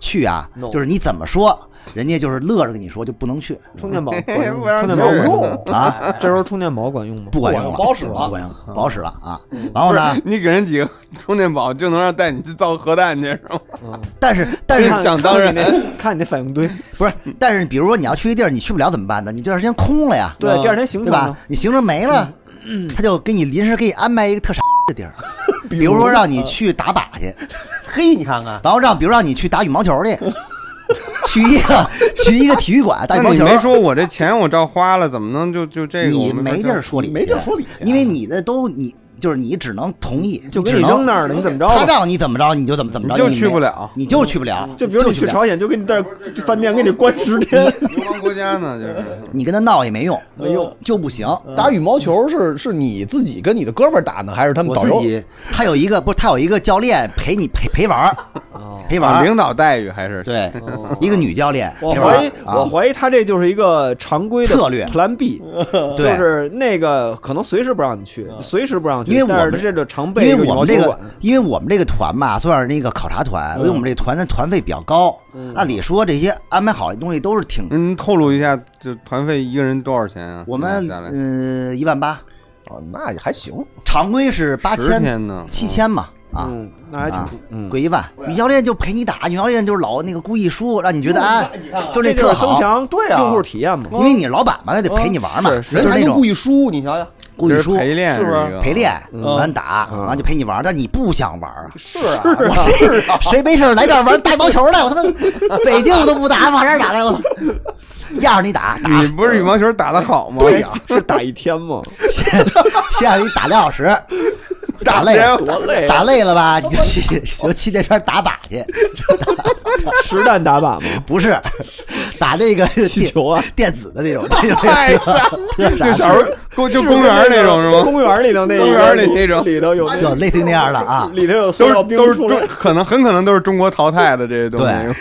S7: 去啊？就是你怎么说，人家就是乐着跟你说就不能去
S5: 充电宝管
S7: 哎
S8: 嘿
S5: 用
S8: 我让
S5: 吗，充电
S8: 你
S5: 宝管
S8: 去
S5: 用吗。
S7: 啊，
S5: 这时候充电宝管用吗？
S7: 不管用了，
S6: 不好使了
S7: 不管用了，不好使了啊。然后呢，
S8: 你给人几个充电宝就能让带你去造核弹去是吗？
S7: 但是但是
S8: 看想当然
S5: 看你那看你那反应堆，
S7: 不是？但是比如说你要去一地儿，你去不了怎么办呢？你这段时间空了呀，嗯
S5: 对，第二天行
S7: 对
S5: 程
S7: 吧
S5: 呢？？
S7: 你行程没了，他就给你临时给你安排一个特傻的地儿，比如说让你
S5: 啊
S7: 去打靶去，
S6: 嘿，你看看，
S7: 然后让比如让你去打羽毛球去，去一个去一个体育馆打羽
S8: 那
S7: 毛
S8: 你
S7: 球。
S8: 没说我这钱我照花了，怎么能就就这个？
S7: 你
S8: 我
S7: 没地儿说理去，
S6: 没地儿说理去
S7: 因为你的都你就是你只能同意，
S5: 就给
S7: 只
S5: 你
S7: 能
S5: 扔那儿了，你怎么着
S7: 他
S5: 吧？
S7: 让你怎么着你就怎么怎么着，
S8: 你就
S7: 你没
S8: 去不了
S7: 你啊就去不了。
S5: 嗯就比如你
S7: 去
S5: 去
S7: 不了
S5: 朝鲜，就给你在这饭店给你关十天，
S8: 流氓国家呢，就是
S7: 你跟他闹也没用，没用就不行。
S6: 打羽毛球是是你自己跟你的哥们儿打呢，还是他们
S7: 我
S6: 导
S7: 自
S6: 游？
S7: 己他有一个不是他有一个教练陪你陪陪玩儿， 陪玩
S8: 啊，
S7: 儿
S8: 领导待遇还是
S7: 对一个女教练陪
S5: 我
S7: 玩
S5: 怀疑
S7: 儿，
S5: 我
S7: 啊。
S5: 怀疑他这就是一个常规的
S7: 策略
S5: Plan B，就
S7: 对
S5: 是那个可能随时不让你去，随时不让你去，
S7: 因为我
S5: 但
S7: 们
S5: 是这就常
S7: 因
S5: 备
S7: 为
S5: 一个羽
S7: 我
S5: 毛
S7: 们这
S5: 球
S7: 个
S5: 馆，，
S7: 因为我们这个团吧，算是那个考察团，因为我们这团的团费比较高。按理说，这些安排好的东西都是挺
S8: 嗯，透露一下，就团费一个人多少钱啊？
S7: 我们
S8: 下来
S7: 嗯一万八，
S6: 啊，那也还行，
S7: 常规是八
S8: 十
S7: 千
S8: 天呢，
S7: 七千嘛啊。
S5: 嗯，那还挺
S7: 啊
S5: 多嗯，
S7: 贵一万，女教练就陪你打，女教练就是老那个故意输，让你觉得哎，就
S5: 这就
S7: 特
S5: 是增
S7: 好，
S5: 强
S6: 对啊
S5: 用户体验嘛。
S7: 因为你是老板嘛，他得陪你玩嘛，
S5: 嗯
S7: 就是
S6: 人还
S7: 那
S6: 能
S7: 种
S6: 故意输，你瞧瞧，
S7: 故意
S8: 这是
S7: 输
S8: 陪练
S6: 是不是
S8: 一个
S7: 陪练，完打，完就陪你玩，但你不想玩啊，
S6: 是啊，
S7: 我谁谁没事儿来这儿玩大毛球来，我他妈北京我都不打，往这儿打来，我操，压着你打打，
S8: 你不是羽毛球打得好吗？对呀，
S5: 是打一天 吗？
S7: 先先让你打两小时，打累
S8: 打
S7: 了，
S8: 多
S5: 累啊
S7: 打累了吧，你就去就去那边打靶去，
S5: 实弹打靶吗？
S7: 不是打那个
S5: 气球啊，
S7: 电子的那种，那种
S8: 太傻， 就小时候公就公园儿那种是吗？
S5: 公园里头那
S8: 公园里哎那种
S5: 里头有那
S7: 就类似于那样的 啊。
S5: 里头有
S8: 都
S5: 塑
S8: 是
S5: 料冰
S8: 都是
S5: 出
S8: 都
S5: 来
S8: 是，可能很可能都是中国淘汰的这些东
S7: 对
S8: 西，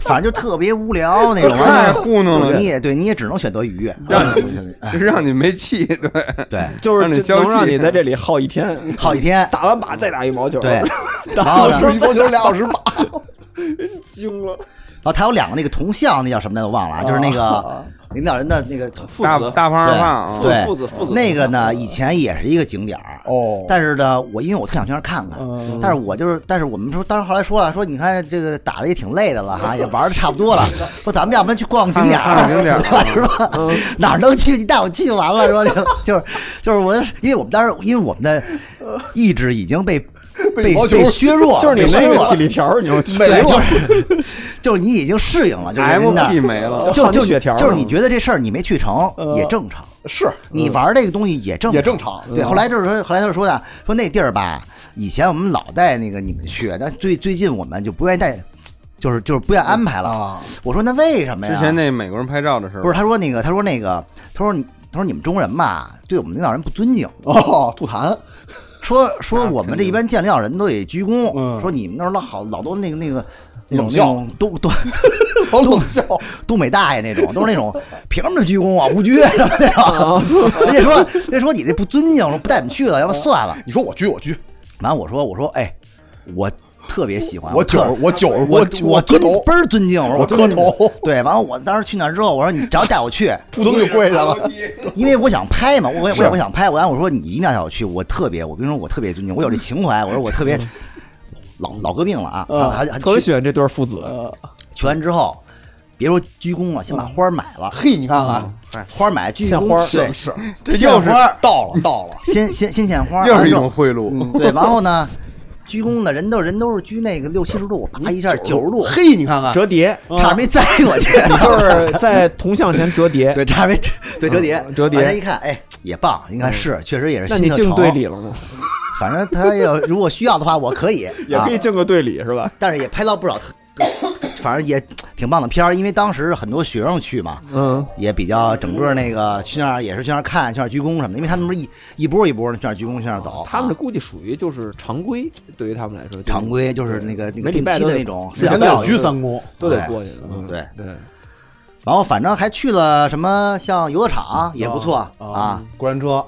S7: 反正就特别无聊那种，啊
S8: 太糊弄了
S7: 你也对，你也只能选择愉悦，
S8: 让
S7: 哎
S8: 就是让你没气。对，
S7: 对，
S5: 就是
S8: 让你
S5: 这
S8: 消
S5: 能让
S8: 气
S5: 你在这里耗一天，
S7: 耗一天，
S5: 打完靶再打羽毛球，
S7: 对， 然
S5: 打
S7: 后
S5: 完
S7: 呢，
S5: 球
S7: 然
S5: 羽毛球俩小时
S6: 吧，
S5: 惊了，
S7: 后他有两个那个铜像，那叫什么来着？我忘了啊，就是那 个领导人的那个父
S8: 大
S7: 子
S8: 大胖二胖啊，
S7: 对
S5: 父子父子
S7: 那个呢，以前也是一个景点儿，儿。
S6: 哦，
S7: 但是呢，我因为我特想去那儿看看，
S6: 嗯
S7: 但是我就是，但是我们说，当时后来说啊，说你看这个打的也挺累的了哈，也玩的差不多了，说咱们要不然去逛景点
S8: 看
S7: 儿，
S8: 看景点儿
S7: 对吧？是吧？哪儿能去你带我去就完了，说这个就是就是我，因为我们当时因为我们的意志已经被被
S6: 毛球
S7: 被削弱，
S9: 就是你
S7: 被
S9: 那
S7: 削
S9: 个
S7: 弱
S9: 体力条儿，你
S8: 哎
S9: 就去
S7: 对，就是就是你已经适应了，就是人的
S8: MP 没了，
S7: 就
S9: 换
S7: 就
S9: 血条
S7: 就是
S9: 了
S7: 你觉得这事儿你没去成也正常，
S6: 是
S7: 你玩这个东西也正
S6: 也正常
S7: 对，后来就是说，后来他就说的，说那地儿吧，以前我们老带那个你们去，但最最近我们就不愿意带，就是就是不愿意安排了。
S6: 啊，
S7: 我说那为什么呀？
S8: 之前那美国人拍照的时候，
S7: 不是他说那个，他说那个，他说你他说你们中国人吧，对我们领导人不尊敬，
S6: 哦，吐痰，
S7: 说说我们这一般见领导人都得鞠躬，
S6: 嗯
S7: 说你们那儿老好老都那个那个。那种
S6: 冷
S7: 那
S6: 笑
S7: 种东 东
S6: 好冷笑，
S7: 东北大爷那种，都是 那种凭什么鞠躬啊不鞠什么那
S6: 哦
S7: 种， 人家说人家说你这不尊敬，不带我们去了，要不算了。
S6: 你说我鞠我鞠，
S7: 完，我说我说，哎，我特别喜欢，
S6: 我九
S7: 特
S6: 十我九十
S7: 啊我
S6: 我
S7: 我
S6: 我磕
S7: 尊
S6: 头
S7: 倍儿尊敬，我说
S6: 我
S7: 我
S6: 磕
S7: 尊敬你
S6: 头
S7: 对，完了，我当时去那儿之后，我说你只要带我去，
S6: 扑通就跪下了。
S7: 因为我想拍嘛，我我
S6: 是
S7: 我想拍，完我说你一定要带我去，我特别，我跟你说，我特别尊敬，我有这情怀，我说我特别 老老革命了啊，
S6: 嗯
S7: 还还
S5: 特别
S7: 去啊
S5: 喜欢这对父子，
S7: 去完之后，别说鞠躬了，先把花儿买了，
S6: 嗯
S7: 哎
S6: 嘿，你看
S8: 嗯
S6: 看，
S7: 花儿买鞠
S5: 献
S7: 躬，
S5: 花儿
S7: 对，
S6: 是
S7: 这又是
S6: 献花儿到了到了，
S7: 先先先献花儿，
S8: 又
S7: 完
S8: 是一
S7: 之后嗯
S8: 种贿赂，
S7: 对，然后呢，鞠躬呢，人都人都是鞠那个六七十度，
S6: 嗯
S7: 我啪一下九十度，
S6: 嘿，你看看，
S5: 折叠，啊
S7: 差点没栽过去。
S5: 你就是在铜像前折叠。
S7: 对，差点没对折叠，
S5: 嗯折叠嗯
S7: 完了一看，哎，也棒，应该是，确实也是
S5: 那
S7: 新
S5: 你
S7: 的
S5: 敬
S7: 城
S5: 对礼，了吗？
S7: 反正他要如果需要的话，我可以，
S5: 也
S7: 啊
S5: 可以敬个对礼是吧？
S7: 但是也拍到不少特，反正也挺棒的片儿，因为当时很多学生去嘛，
S5: 嗯，
S7: 也比较整个那个去那儿也是去那儿看，去那儿鞠躬什么的，因为他们不是一一波一波的去那儿鞠躬去那儿走，
S5: 他们这
S7: 啊
S5: 估计属于就是常规，对于他们来说，就是
S7: 常规就是那个那个
S5: 每礼
S7: 定
S5: 拜
S7: 期
S5: 都
S7: 的
S5: 得
S7: 那种思
S6: 人
S7: 想
S6: 家
S7: 教
S6: 有
S7: 育
S6: 鞠三躬，
S5: 都得过去的。嗯
S7: 对
S5: 对，
S7: 然后反正还去了什么像游乐场也不错
S5: 哦
S7: 啊，，
S6: 过山车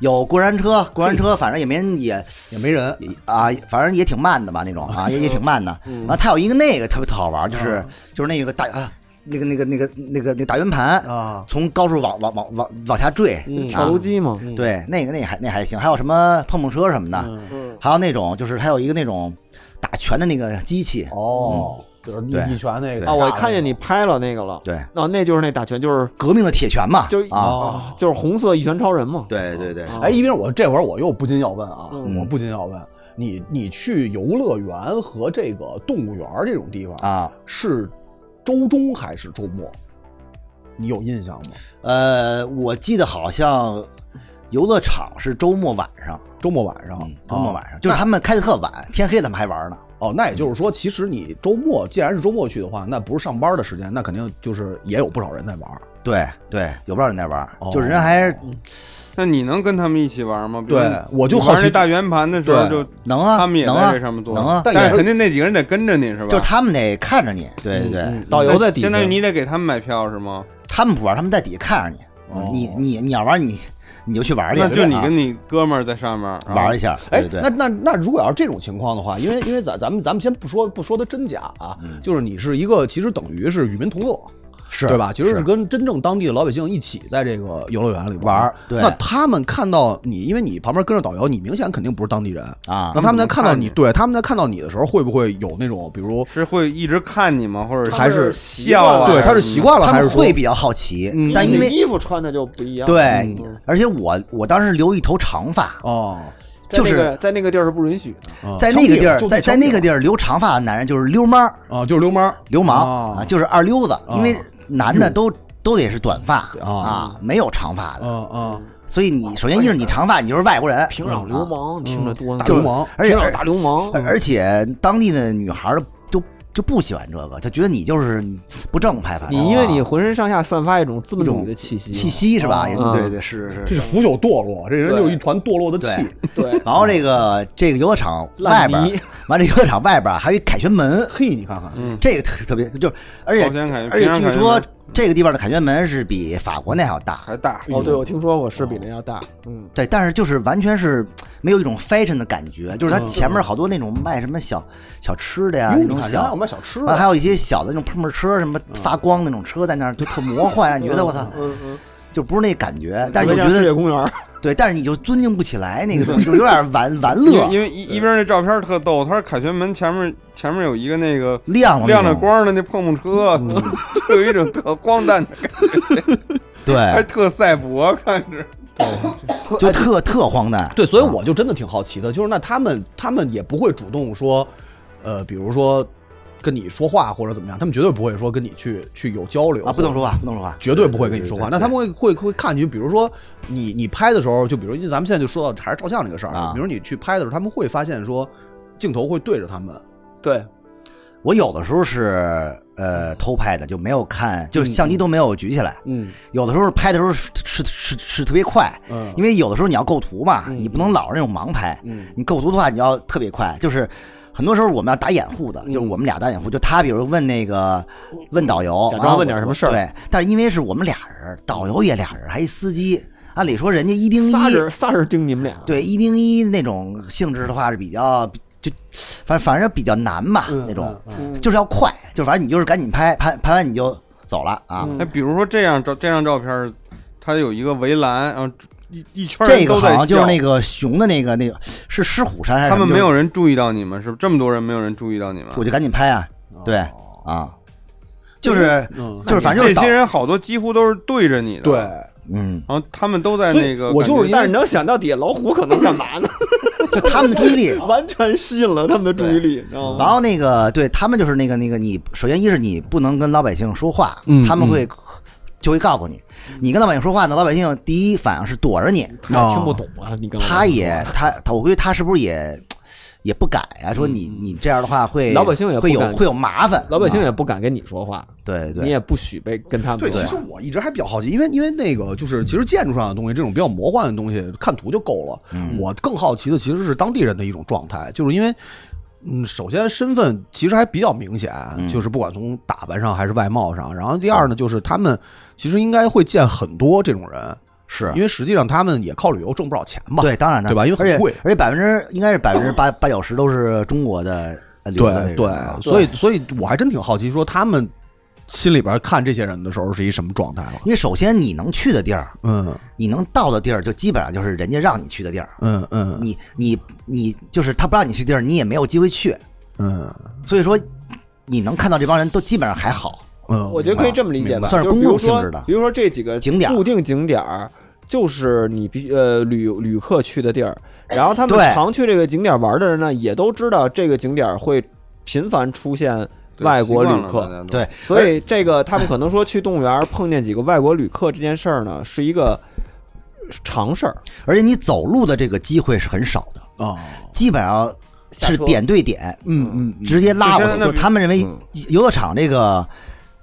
S7: 有过山车，过山车反正也没人也
S6: 也没人，
S7: 也啊，反正也挺慢的吧那种啊，也也挺慢的。
S6: 嗯
S7: 然后它有一个那个特别特好玩，就是就是那个大啊，那个那个那个那个那个大圆盘
S6: 啊，嗯
S7: 从高处往往往往往下坠
S5: 跳
S7: 啊
S5: 楼。机嘛，
S7: 对，那个那个还那还行，还有什么碰碰车什么
S6: 嗯
S7: 的，
S5: 啊
S8: 嗯
S7: 还有那种就是还有一个那种打拳的那个机器，
S6: 哦，就是逆
S7: 嗯对
S6: 逆拳那个
S7: 对
S5: 啊，我看见你拍了那个了。
S7: 对，
S5: 哦，那就是那打拳，就是
S7: 革命的铁拳嘛，
S5: 就是
S7: 啊，
S6: 哦
S5: 啊，就是红色一拳超人嘛。啊
S7: 对对对，
S6: 哎，因为我这会儿我又不禁要问啊，
S5: 嗯
S6: 我不禁要问你，你去游乐园和这个动物园儿这种地方，
S7: 啊，
S6: 是周中还是周末？你有印象吗？
S7: 呃，我记得好像游乐场是周末晚上，
S6: 周末晚上，
S7: 嗯，周末晚上，
S6: 啊
S7: 就是他们开的特晚，天黑他们还玩呢。
S6: 哦，那也就是说，其实你周末既然是周末去的话，那不是上班的时间，那肯定就是也有不少人在玩儿。
S7: 对对，有不少人在玩儿
S6: 哦，
S7: 就是人还是
S8: 那你能跟他们一起玩吗？比如
S6: 对
S8: 你
S6: 我就
S8: 你
S6: 好
S8: 玩
S6: 奇
S8: 那大圆盘的时候
S6: 对
S8: 就
S7: 能啊，
S8: 他们也
S7: 能啊
S8: 在这上面做，
S7: 能啊，
S6: 但也嗯是
S8: 但是肯定那几个人得跟着你是吧？
S7: 就是他们得看着你，对
S6: 嗯
S7: 对对，
S5: 嗯导游在底下，
S8: 相当于你得给他们买票是吗？
S7: 他们不玩，他们在底下看着你，
S6: 哦
S7: 你你你要玩你你就去玩去，
S8: 那就你
S7: 啊
S8: 跟你哥们儿啊在上面然后
S7: 玩一下，
S6: 哎
S7: 对，对
S6: 那，那那如果要是这种情况的话，因为因为咱咱们咱们先不说不说它真假啊，
S5: 嗯
S6: 就是你是一个其实等于是与民同乐，
S7: 是
S6: 对吧？其实是
S7: 是
S6: 跟真正当地的老百姓一起在这个游乐园里
S7: 玩
S6: 儿
S7: 儿对
S6: 那他们看到你，因为你旁边跟着导游，你明显肯定不是当地人。
S7: 啊
S6: 那，他们在看到
S8: 看
S6: 你，
S8: 你
S6: 对他们在看到你的时候，会不会有那种，比如
S8: 是会一直看你吗？或者
S6: 还是
S8: 笑啊？
S6: 对他是习惯了，
S7: 呃他
S6: 还是
S7: 们
S6: 说嗯
S7: 会比较好奇，但
S5: 但
S7: 因
S5: 因为
S7: 为
S5: 衣服穿的就不一样。
S7: 对
S5: 嗯，
S7: 而且我我当时留一头长发，
S6: 哦，
S9: 在
S7: 就
S9: 那
S7: 是
S9: 个在那个地儿是不允许的。
S6: 啊
S7: 在那个地儿，
S6: 就
S7: 在在那个
S6: 地
S7: 地儿留长发的男人就是溜妈儿
S6: 儿啊，就是流氓
S7: 流氓
S6: 啊
S7: 啊，就是二溜子，因为男的都都得是短发
S6: 啊
S7: 啊，没有长发的，
S6: 嗯嗯，
S7: 所以你首先一是你长发，你就是外国人，
S9: 平
S5: 嗯
S9: 壤
S5: 啊
S9: 流氓，听着多
S6: 大
S7: 就
S6: 流
S7: 是
S6: 氓
S7: 而且
S9: 平壤大流氓，
S5: 哎
S9: 嗯
S7: 而而且当地的女孩儿就就不喜欢这个，就觉得你就是不正派，反正
S5: 你因为你浑身上下散发一种资本主义
S7: 一
S5: 的
S7: 种
S5: 气息，
S7: 气息是吧？
S5: 嗯
S7: 对对是是
S6: 这
S7: 是。
S6: 是腐朽堕落，这人就是一团堕落的气
S7: 对，
S9: 对，
S7: 然后这个这个游乐场外
S5: 烂
S7: 边儿
S5: 泥，
S7: 完了游乐场外边儿还有一凯旋门，
S6: 嘿，你看看，
S9: 嗯
S7: 这个特特别就是，而且
S8: 朝鲜凯旋
S7: 而且
S8: 平壤
S7: 据
S8: 凯旋
S7: 说
S8: 门
S7: 这个地方的凯旋门是比法国那还要大，
S8: 还
S5: 哎
S8: 大，
S9: 哦，对，我听说过是比那要大，嗯，
S7: 对，但是就是完全是没有一种 fashion 的感觉，就是它前面好多那种卖什么小小吃的呀，
S6: 嗯哟，
S7: 那
S6: 你
S7: 种
S6: 看人家还有
S7: 小，啊
S6: 卖小吃的嗯
S7: 啊
S5: 嗯
S7: 完还有一些小的那种碰碰车，什么发光那种车在那儿，就特魔幻，让你觉得我操，就不是那感觉，但
S5: 特
S7: 是
S5: 别
S7: 你就觉
S5: 像世界
S7: 得
S5: 公园儿，
S7: 对，但是你就尊敬不起来那个 东西，就是有点玩玩
S8: 因为
S7: 乐
S8: 因为一一边那照片特逗，他是凯旋门前面前面有一个那个
S7: 亮了那
S8: 亮着
S7: 种，
S8: 光的那碰碰车，
S7: 嗯
S8: 就有一种特荒 诞的，
S6: 哎
S8: 还
S7: 对，
S8: 特赛博，看着
S7: 就特特荒诞。
S6: 对，所以我就真的挺好奇的，就是那他们他们也不会主动说，呃，比如说跟你说话或者怎么样，他们绝对不会说跟你去去有交流
S7: 啊，不能说，话，不能说话，
S6: 绝对不会跟你说话。那他们会会会看你，比如说你你拍的时候，就比如因为咱们现在就说到还是照相这个事儿
S7: 啊
S6: 比如你去拍的时候，他们会发现说镜头会对着他们，
S5: 对，
S7: 我有的时候是呃偷拍的，就没有看，就是相机都没有举起来。
S6: 嗯
S7: 有的时候拍的时候是是是是特别快，
S6: 嗯
S7: 因为有的时候你要构图嘛，
S5: 嗯
S7: 你不能老是那种盲拍。
S6: 嗯
S7: 你构图的话，你要特别快，就是。很多时候我们要打掩护的，
S5: 嗯
S7: 就是我们俩打掩护，就他比如问那个问导游，
S5: 假装
S7: 然后
S5: 问点什么事儿
S7: 对，但是因为是我们俩人，导游也俩人，还一司机，按理说人家一盯一，
S5: 仨人仨人盯你们俩，
S7: 对一盯一那种性质的话是比较就反反正比较难吧，
S5: 嗯
S7: 那种、就是要快，就反正你就是赶紧拍拍拍完你就走了啊。
S8: 哎，比如说这样照这张照片，它有一个围栏，然后一一圈
S7: 这
S8: 人都
S7: 个好
S8: 在
S7: 像就是
S8: 笑
S7: 那个熊的那个那个是狮虎山还是
S8: 他
S7: 什么
S8: 们没有，人注意到你们，是不是？这么多人没有人注意到你们
S7: 就是，哎我就赶紧拍啊，对啊，就是
S6: 嗯，
S7: 就是反正就
S8: 这
S7: 是
S8: 些人好多几乎都是对着你的，
S6: 对，
S7: 嗯，
S8: 然后他们都在
S6: 所以
S8: 那个感觉，
S6: 我就是因为
S5: 但是你能想到底下老虎可能干嘛呢？。
S7: 就他们的 注意力
S5: 完全吸引了他们的注意力，你知道
S7: 然
S5: 吗？
S7: 后那个对他们就是那个那个你，首先一是你不能跟老百姓说话，
S6: 嗯
S7: 他们会就会告诉你，你跟老百姓说话呢，老百姓第一反应是躲着你，
S9: 他也听不懂啊，你刚才
S7: 他也他他，我估计他是不是也也不敢呀、说你你这样的话会
S5: 老百姓也不
S7: 会有
S5: 敢
S7: 会有麻烦，
S5: 老百姓
S7: 啊
S5: 也不敢跟你说话，
S7: 对
S5: 你
S7: 对
S5: 也不许被跟他
S7: 嗯
S5: 们
S6: 对，
S5: 说
S6: 其
S5: 话
S6: 实我一直还比较好奇，因为因为那个就是其实建筑上的东西，这种比较魔幻的东西，看图就够了。
S7: 嗯
S6: 我更好奇的其实是当地人的一种状态，就是因为。嗯，首先身份其实还比较明显，
S7: 嗯
S6: 就是不管从打扮上还是外貌上。然后第二呢，就是他们其实应该会见很多这种人，
S7: 是
S6: 因为实际上他们也靠旅游挣不少钱嘛。
S7: 对，当然的，
S6: 对吧因为很
S7: 而且
S6: 贵
S7: 而且百分之应该是百分之 八八九十都是中国的呃留的那
S6: 对
S7: 种啊
S6: 所以所以我还真挺好奇，说他们心里边看这些人的时候是一什么状态了。
S7: 因为首先你能去的地儿，
S6: 嗯
S7: 你能到的地儿，就基本上就是人家让你去的地儿。
S6: 嗯嗯
S7: 你你你就是他不让你去地儿，你也没有机会去，
S6: 嗯
S7: 所以说你能看到这帮人都基本上还好。
S6: 嗯，
S5: 我觉得可以这么理解吧，
S7: 算是
S5: 就比如
S7: 公共
S5: 说
S7: 性质的
S5: 比如说这几个
S7: 景点儿
S5: 固定景点儿，就是你必呃旅游旅客去的地儿，然后他们
S7: 对
S5: 常去这个景点儿玩的人呢，也都知道这个景点儿会频繁出现
S8: 对
S5: 外国旅，
S8: 习惯了
S5: 客，
S8: 大家都
S7: 对，
S5: 所以这个他们可能说去动物园儿碰见几个外国旅客这件事儿呢，是一个常事儿。
S7: 而且你走路的这个机会是很少的，
S6: 啊，
S7: 基本上是点对点，
S6: 嗯嗯
S7: 直接拉
S8: 就
S7: 过去。
S8: 像那
S7: 就是他们认为游乐场这个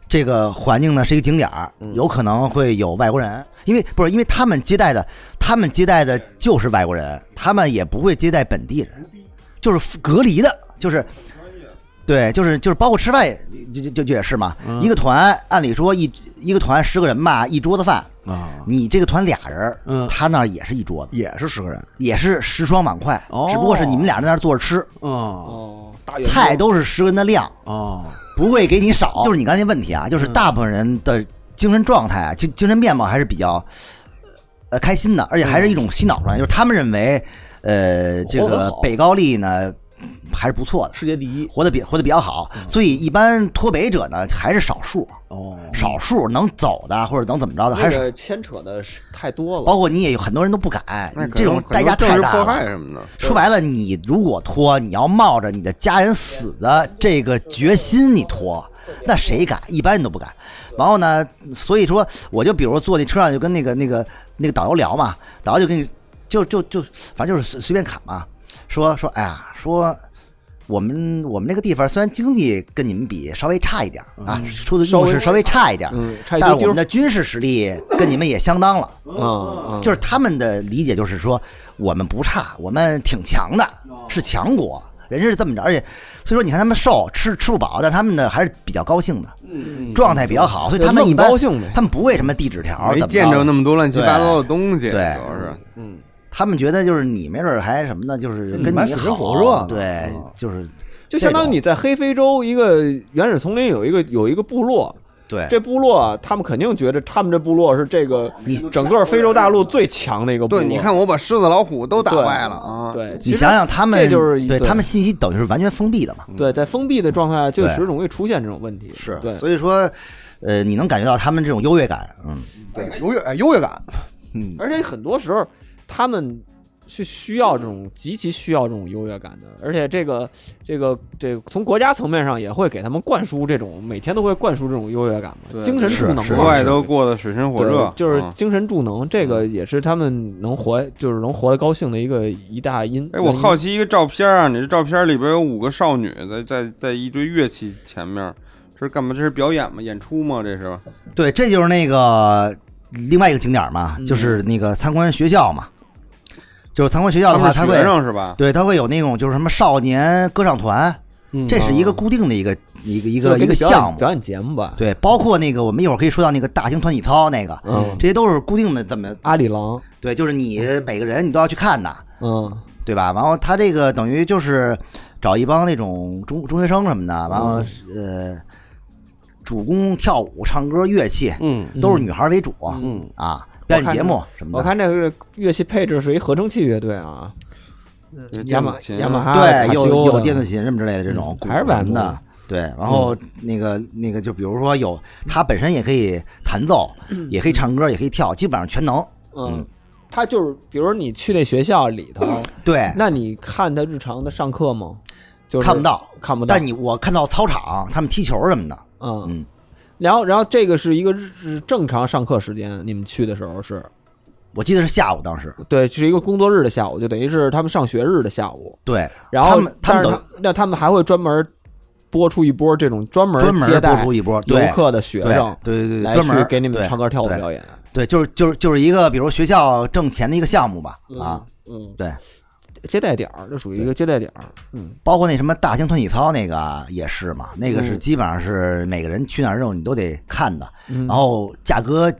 S7: 这个环境呢是一个景点儿，有可能会有外国人，因为不是因为他们接待的，他们接待的就是外国人，他们也不会接待本地人，就是隔离的，就是。对，就是就是，包括吃饭也就就就也是嘛。一个团按理说一一个团十个人吧，一桌子饭。
S6: 啊，
S7: 你这个团俩人儿，
S6: 嗯
S7: 他那儿也是一桌子，
S6: 也是十个人。
S7: 也是十双碗筷，
S6: 哦
S7: 只不过是你们俩在那儿坐着吃，
S6: 嗯
S5: 哦，大圆桌
S7: 菜都是十个人的量，
S6: 哦，
S7: 不会给你少。就是你刚才问题啊，就是大部分人的精神状态啊，精精神面貌还是比较，呃，开心的，而且还是一种洗脑状态，就是他们认为，呃，这
S6: 活得
S7: 个
S6: 好
S7: 北高丽呢还是不错的，
S6: 世界第一
S7: 活得比活得比较好，所以一般脱北者呢还是少数，
S6: 哦，
S7: 少数能走的或者能怎么着呃的还
S5: 那
S7: 是。
S5: 个牵扯的是太多了，
S7: 包括你也有很多人都不敢
S8: 那，
S7: 这种
S8: 哎可
S7: 代
S8: 能
S7: 价
S8: 政
S7: 太
S8: 治
S7: 大
S8: 迫
S7: 了。
S8: 害什么的，
S7: 说白了，你如果拖，你要冒着你的家人死的这个决心你拖，那谁敢？一般人都不敢。然后呢，所以说，我就比如坐那车上就跟那个那个那个导游聊嘛，导游就跟你就就就反正就是随随便侃嘛，说说哎呀，说我们我们那个地方虽然经济跟你们比稍微差一点儿啊，说的用
S5: 嗯稍微
S7: 是稍微差一点儿，
S5: 嗯，差一
S7: 但是
S5: 丢
S7: 我
S5: 丢
S7: 们的军事实力跟你们也相当了。
S5: 啊，
S7: 就是他们的理解就是说，我们不差，我们挺强的，
S5: 哦
S7: 是强国，人家是这么着。而且，所以说你看他们瘦，吃吃不饱，但他们呢还是比较高兴的，
S5: 嗯
S7: 状态比较好，所以
S5: 就
S7: 他们
S5: 愣
S7: 一般
S5: 高兴呗
S7: 他们不会什么递纸条，
S8: 没
S7: 怎么
S8: 见着那
S7: 着。
S8: 么多乱七八糟的东西，主
S7: 对
S8: 要是
S7: 他们觉得就是你没准儿还什么呢，就是
S5: 嗯
S7: 跟
S6: 买
S7: 你
S6: 水
S7: 好，
S6: 深火热呢
S7: 对，就是
S5: 就相当于你在黑非洲一个原始丛林有一个有一个部落，
S7: 对，
S5: 这部落啊他们肯定觉得他们这部落是这个
S7: 你
S5: 整个非洲大陆最强的一个部落。
S8: 对，你看我把狮子、老虎都打败了啊！，
S5: 对，
S7: 你
S5: 其实
S7: 想想他们，
S5: 这就是
S7: 对
S5: 对
S7: 他们信息等于是完全封闭的嘛，
S5: 对在封闭的状态下，就
S7: 对
S5: 时容易出现这种问题。
S7: 是
S5: 对，
S7: 所以说，呃，你能感觉到他们这种优越感，嗯
S6: 对，优越哎优越感，
S7: 嗯，
S5: 而且很多时候他们是需要这种极其需要这种优越感的，而且这个这个这个从国家层面上也会给他们灌输这种每天都会灌输这种优越感嘛，
S8: 对
S5: 精神助能嘛，
S8: 国外都过得水深火
S5: 对
S8: 热，
S5: 就是
S8: 啊
S5: 精神助能，这个也是他们能活就是能活得高兴的一个一大因。
S8: 哎，我好
S5: 奇，
S8: 奇一个照片啊，你这照片里边有五个少女在在在一堆乐器前面，这是干嘛？这是表演吗？演出吗？这是？
S7: 对，这就是那个另外一个景点嘛，就是那个参观学校嘛，就是参观学校
S8: 他
S7: 的话，
S8: 们是
S7: 他
S8: 学
S7: 会
S8: 生是吧？
S7: 对他会有那种就是什么少年歌唱团，
S5: 嗯
S1: 嗯
S7: 这是一个固定的一个一个一
S5: 哦就是
S7: 个一
S5: 给你
S7: 个
S5: 表演
S7: 项目
S5: 表，演节目吧，
S7: 对，包括那个我们一会儿可以说到那个大型团体操那个，
S5: 嗯，
S7: 这些都是固定的这么
S5: 阿里郎，
S7: 对，就是你每个人你都要去看的，
S5: 嗯，
S7: 对吧？然后他这个等于就是找一帮那种中中学生什么的，然
S5: 嗯
S7: 后、呃，主攻跳舞、唱歌、乐器，
S6: 嗯，
S7: 都是女孩为主，
S6: 嗯
S7: 啊，表演节目什
S5: 我
S7: 么的，
S5: 看这个乐器配置是一合成器乐队啊，
S8: 有
S5: 雅
S8: 电
S5: 马
S8: 子琴
S5: 雅马哈
S7: 嗯对，
S5: 卡
S7: 有
S5: 西欧
S7: 有
S5: 的
S7: 电子琴什么之类的这种
S5: 嗯，
S7: 古
S5: 还是
S7: 玩
S5: 玩
S7: 的
S5: 的。嗯
S7: 对，然后那个那个，就比如说有他本身也可以弹奏，也可以唱歌，也可以跳，基本上全能。
S5: 嗯
S7: 嗯，
S5: 他就是，比如你去那学校里头，
S7: 对，
S5: 那你看他日常的上课吗？就是
S7: 哎看不到，
S5: 看不到。
S7: 但你我看到操场他们踢球什么的，
S5: 嗯，
S7: 嗯，
S5: 然后然后这个是一个日日正常上课时间，你们去的时候是
S7: 我记得是下午当时，
S5: 对，是一个工作日的下午，就等于是他们上学日的下午。
S7: 对，
S5: 然后
S7: 他们他
S5: 但
S7: 们等
S5: 是他那他们还会专门播出一波这种专门
S7: 专门播
S5: 接待
S7: 出一波
S5: 游
S7: 对
S5: 客的学
S7: 对
S5: 生。
S7: 对对对，
S5: 来
S7: 专门
S5: 去给你们
S7: 对
S5: 唱歌跳舞
S7: 对
S5: 表演
S7: 对，就是就是就是一个，比如学校挣钱的一个项目吧，啊，，
S5: 嗯，嗯
S7: 对，
S5: 接待点儿，这属于一个接待点儿，嗯，
S7: 包括那什么大型团体操那个啊也是嘛，那个是
S5: 嗯
S7: 基本上是每个人去哪儿之后你都得看的，
S5: 然
S7: 然后价格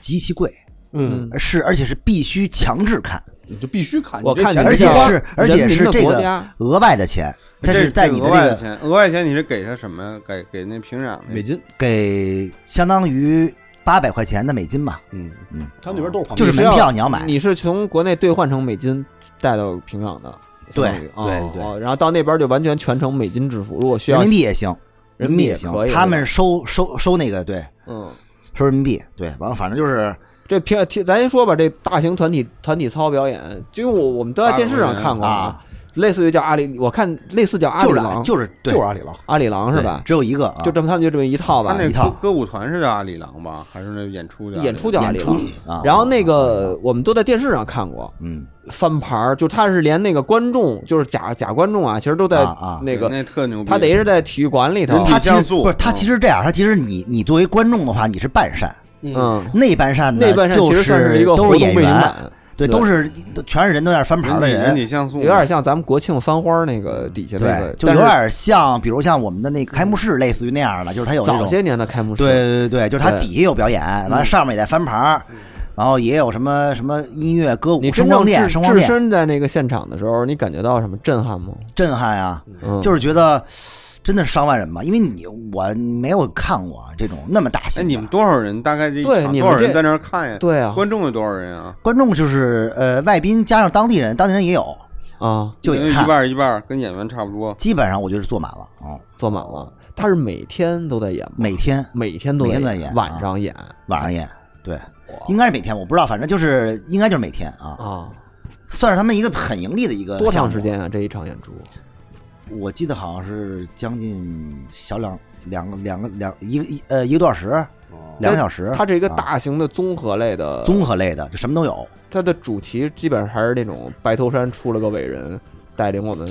S7: 极其贵，
S6: 嗯，
S7: 是而且是必须强制看，
S6: 你就必须看，
S5: 我
S6: 你这
S5: 看
S6: 钱
S5: 你
S7: 而
S5: 这
S7: 且
S5: 叫
S7: 是而且是这
S5: 人民的国
S7: 个
S5: 家
S7: 额外的钱，但是在你
S8: 这
S7: 的
S8: 额
S7: 这
S8: 外的
S7: 个
S8: 钱，额外钱你是给他什么呀？给给那平壤那
S6: 美金，
S7: 给相当于八百块钱的美金吧，
S6: 嗯
S7: 嗯，
S6: 他们那边都是黄
S7: 就是
S6: 金
S7: 门票你要买，
S5: 你是从国内兑换成美金带到平壤的，相当于
S7: 对
S5: 哦
S7: 对
S5: 哦然后到那边就完全全程美金支付。如果需
S7: 人
S5: 要
S7: 民币也行，人
S5: 人
S7: 民
S5: 民
S7: 币
S5: 币也
S7: 也行
S5: 可，以
S7: 他们收收收那个对
S5: 嗯，
S7: 收人民币，对，完了反正就是。
S5: 这平听咱先说吧，这大型团体团体操表演，因为我我们都在电视上看过
S7: 啊，，
S5: 类似于叫阿里，我看类似叫阿里
S7: 就是
S5: 郎，
S7: 就是对
S6: 就是阿里郎，
S5: 阿里郎是吧
S7: 对？只有一个啊，
S5: 就这么他们就这么一套
S8: 他
S5: 吧，
S8: 那
S7: 一套
S8: 歌歌舞团是叫阿里郎吧？还是那演出叫阿里郎
S5: 演出叫阿里郎
S7: 演。出啊。
S5: 然后那个我们都在电视上看过
S7: 嗯，
S5: 翻牌儿，就他是连那个观众，就是假假观众啊，其实都在
S7: 啊啊
S5: 那个
S8: 那特牛逼，
S5: 他等于是在体育馆里头
S8: 人，体
S7: 他其
S8: 像
S7: 实
S8: 素
S7: 不是他其实这样，他其实你你作为观众的话，你是半扇，
S5: 嗯，
S7: 内半扇呢
S5: 那半扇
S7: 就
S5: 其实算
S7: 是
S5: 一个
S7: 都
S5: 活
S7: 是
S5: 动
S7: 演
S5: 背景
S7: 员，
S5: 板，
S7: 对，
S5: 对
S7: 都是都全是人都在那翻牌
S8: 人
S7: 的
S8: 体人体
S7: 人，
S8: 像素，
S5: 有点像咱们国庆翻花那个底下那个
S7: 对，，就
S5: 但
S7: 有
S5: 是
S7: 点像，比如像我们的那个开幕式，类似于那样的，就是他有这
S5: 早
S7: 种，
S5: 些年的开幕式，
S7: 对对对对，就是他
S5: 对嗯
S7: 底下有表演，完了上面也在翻牌，然后也有什么什么音乐歌舞
S5: 你
S7: 声
S5: 真
S7: 光
S5: 正
S7: 电
S5: 置
S7: 声光
S5: 置
S7: 电
S5: 身在那个现场的时候，你感觉到什么震撼吗？
S7: 震撼啊，
S5: 嗯，
S7: 就是觉得真的是上万人吧，因为你我没有看过啊这种那么大
S8: 哎，
S7: 型的。
S8: 你们多少人？大概这一
S5: 对
S8: 场
S5: 你
S8: 多
S5: 们
S8: 少人
S5: 这
S8: 在那儿看呀？
S5: 对啊，
S8: 观众有多少人啊？
S7: 观众就是呃外宾加上当地人，当地人也有，
S5: 啊，
S7: 就
S8: 等于
S7: 也
S8: 一
S7: 看
S8: 半，儿一半儿，跟演员差不多。
S7: 基本上我就是坐满了啊、嗯
S5: 坐满了。他是每天都在演吗？
S7: 每天
S5: 每天都
S7: 每天在演
S5: 演，
S7: 啊
S5: 晚上演
S7: 晚上演，对，应该是每天，我不知道，反正就是应该就是呃每天啊，
S5: 啊，
S7: 算是他们一个很盈利的一个
S5: 多
S7: 项
S5: 长
S7: 目
S5: 时？间啊？这一场演出
S7: 我记得好像是将近小两两个两个两一个一呃一个多小时，
S8: 哦
S7: 两个小时，
S5: 它是一个
S7: 啊
S5: 大型的综合类的，
S7: 综合类的，就什么都有，
S5: 它的主题基本上还是那种白头山出了个伟人，带领我们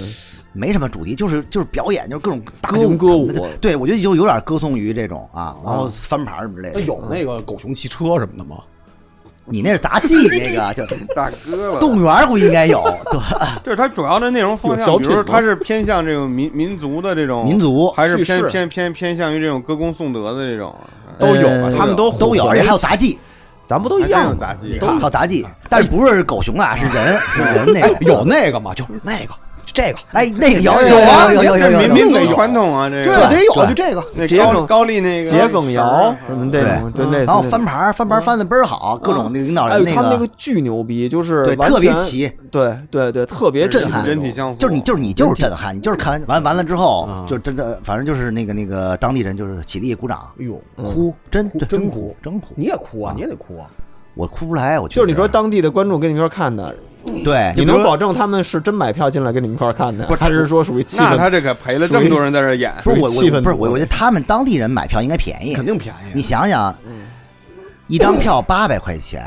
S7: 没什么主题，就是就是表演，就是各种
S5: 大型歌舞
S7: 什么的对，我觉得就有点歌颂于这种啊，然后翻牌什么之类
S5: 哎
S6: 那
S7: 的。
S6: 有那个狗熊骑车什么的吗？
S7: 你那是杂技，那个 就
S8: 大哥了，
S7: 动物园估计应该有，对，
S8: 就是它主要的内容方
S5: 有
S8: 向，
S5: 小
S8: 比
S5: 品
S8: 如说
S5: 吗
S8: 它是偏向这种民民族的这种
S7: 民族
S8: 还是
S5: 叙
S8: 偏
S5: 事
S8: 偏偏偏向于这种歌功颂德的这种，
S5: 都有啊
S7: 呃
S5: 他们都
S7: 都有，
S5: 混
S7: 而
S5: 合
S7: 且还有杂技，
S5: 咱不都一
S8: 还真有
S5: 样啊吗？
S8: 杂技
S7: 啊 还有杂技，但是不是狗熊啊，是人，是人那个
S6: 有那个吗？就是那个
S7: 这个，哎，那个有
S8: 有啊，
S7: 有有有有有
S8: 这
S7: 有
S8: 民民
S7: 有
S8: 族
S7: 有
S8: 传统啊，这
S7: 对
S8: 个
S7: 得有
S5: 对
S7: 就这个。
S8: 那
S5: 桔
S8: 高
S5: 梗
S8: 高丽那个
S5: 桔梗窑什么
S7: 对
S5: 那种，对，类似
S7: 然后
S5: 那
S7: 翻
S5: 种。
S7: 牌儿，翻牌儿翻的倍儿好，各种那个领导
S5: 哎
S7: 人
S5: 呦，他们那个
S7: 个，
S5: 巨牛逼，就是
S7: 对，
S5: 完
S7: 特别
S5: 全，
S7: 齐，
S5: 对对对，特别
S7: 震撼
S8: 人体相符，
S7: 就是你就是你就是震撼，你就是看完完完了之后，就真的，反正就是那个那个当地人就是起立鼓掌，
S6: 哎呦，
S7: 哭，真
S6: 哭
S7: 嗯对
S6: 真
S7: 真
S6: 哭
S7: 哭，真哭，
S6: 你也哭啊
S7: 啊，
S6: 你也得哭啊，
S7: 我哭不出来，我觉
S5: 就是你
S7: 得
S5: 说当地的观众跟你一块儿看的，
S7: 对，
S5: 你
S7: 哎就比如
S5: 能保证他们是真买票进来跟你们一块儿看的，
S7: 不是
S5: 还是说属于气
S8: 那
S5: 氛？
S8: 他这可赔了这么多人在这儿演，
S7: 不是我
S5: 气氛
S7: 我不是
S5: 组
S7: 我，我觉得他们当地人买票应该便宜，
S6: 肯定便宜啊。
S7: 你想想，一张票八百块钱，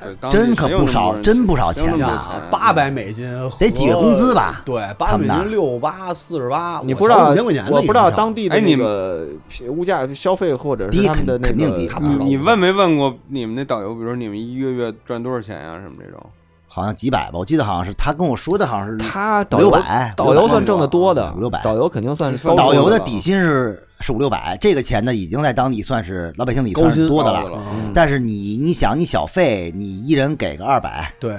S8: 呃当时
S7: 真可不少，真不少
S8: 谁有那
S7: 钱
S8: 么多人
S7: 呐。
S8: 啊
S6: 八百美金
S7: 得几个工资吧
S6: 对，八百美
S7: 他们
S6: 金
S7: 那
S6: 六八四十八，
S5: 你不知道
S6: 五千块钱呢，
S5: 我不知
S6: 一
S5: 道
S6: 张
S5: 当地的
S8: 哎你
S5: 那个物价消费或者是
S7: 低
S5: 他们的那
S7: 肯定
S5: 个
S7: 低
S5: 大
S7: 肯定
S5: 楼，
S7: 低
S8: 你问没问过你们那导游，比如说你们一个月赚多少钱呀、什么这种？
S7: 好像几百吧，我记得好像是他跟我说的，好像是
S5: 嗯他导
S7: 六
S5: 游
S7: 百，啊
S5: 导游算挣得多的
S7: 五六百，
S5: 导游肯定算是高
S7: 导
S5: 收
S7: 游
S5: 入
S7: 的
S5: 了
S7: 底薪是是五六百，这个钱呢已经在当地算是老百姓里算是多的
S8: 高的了嗯
S7: 了。但是你你想，你小费你一人给个二百，
S6: 对，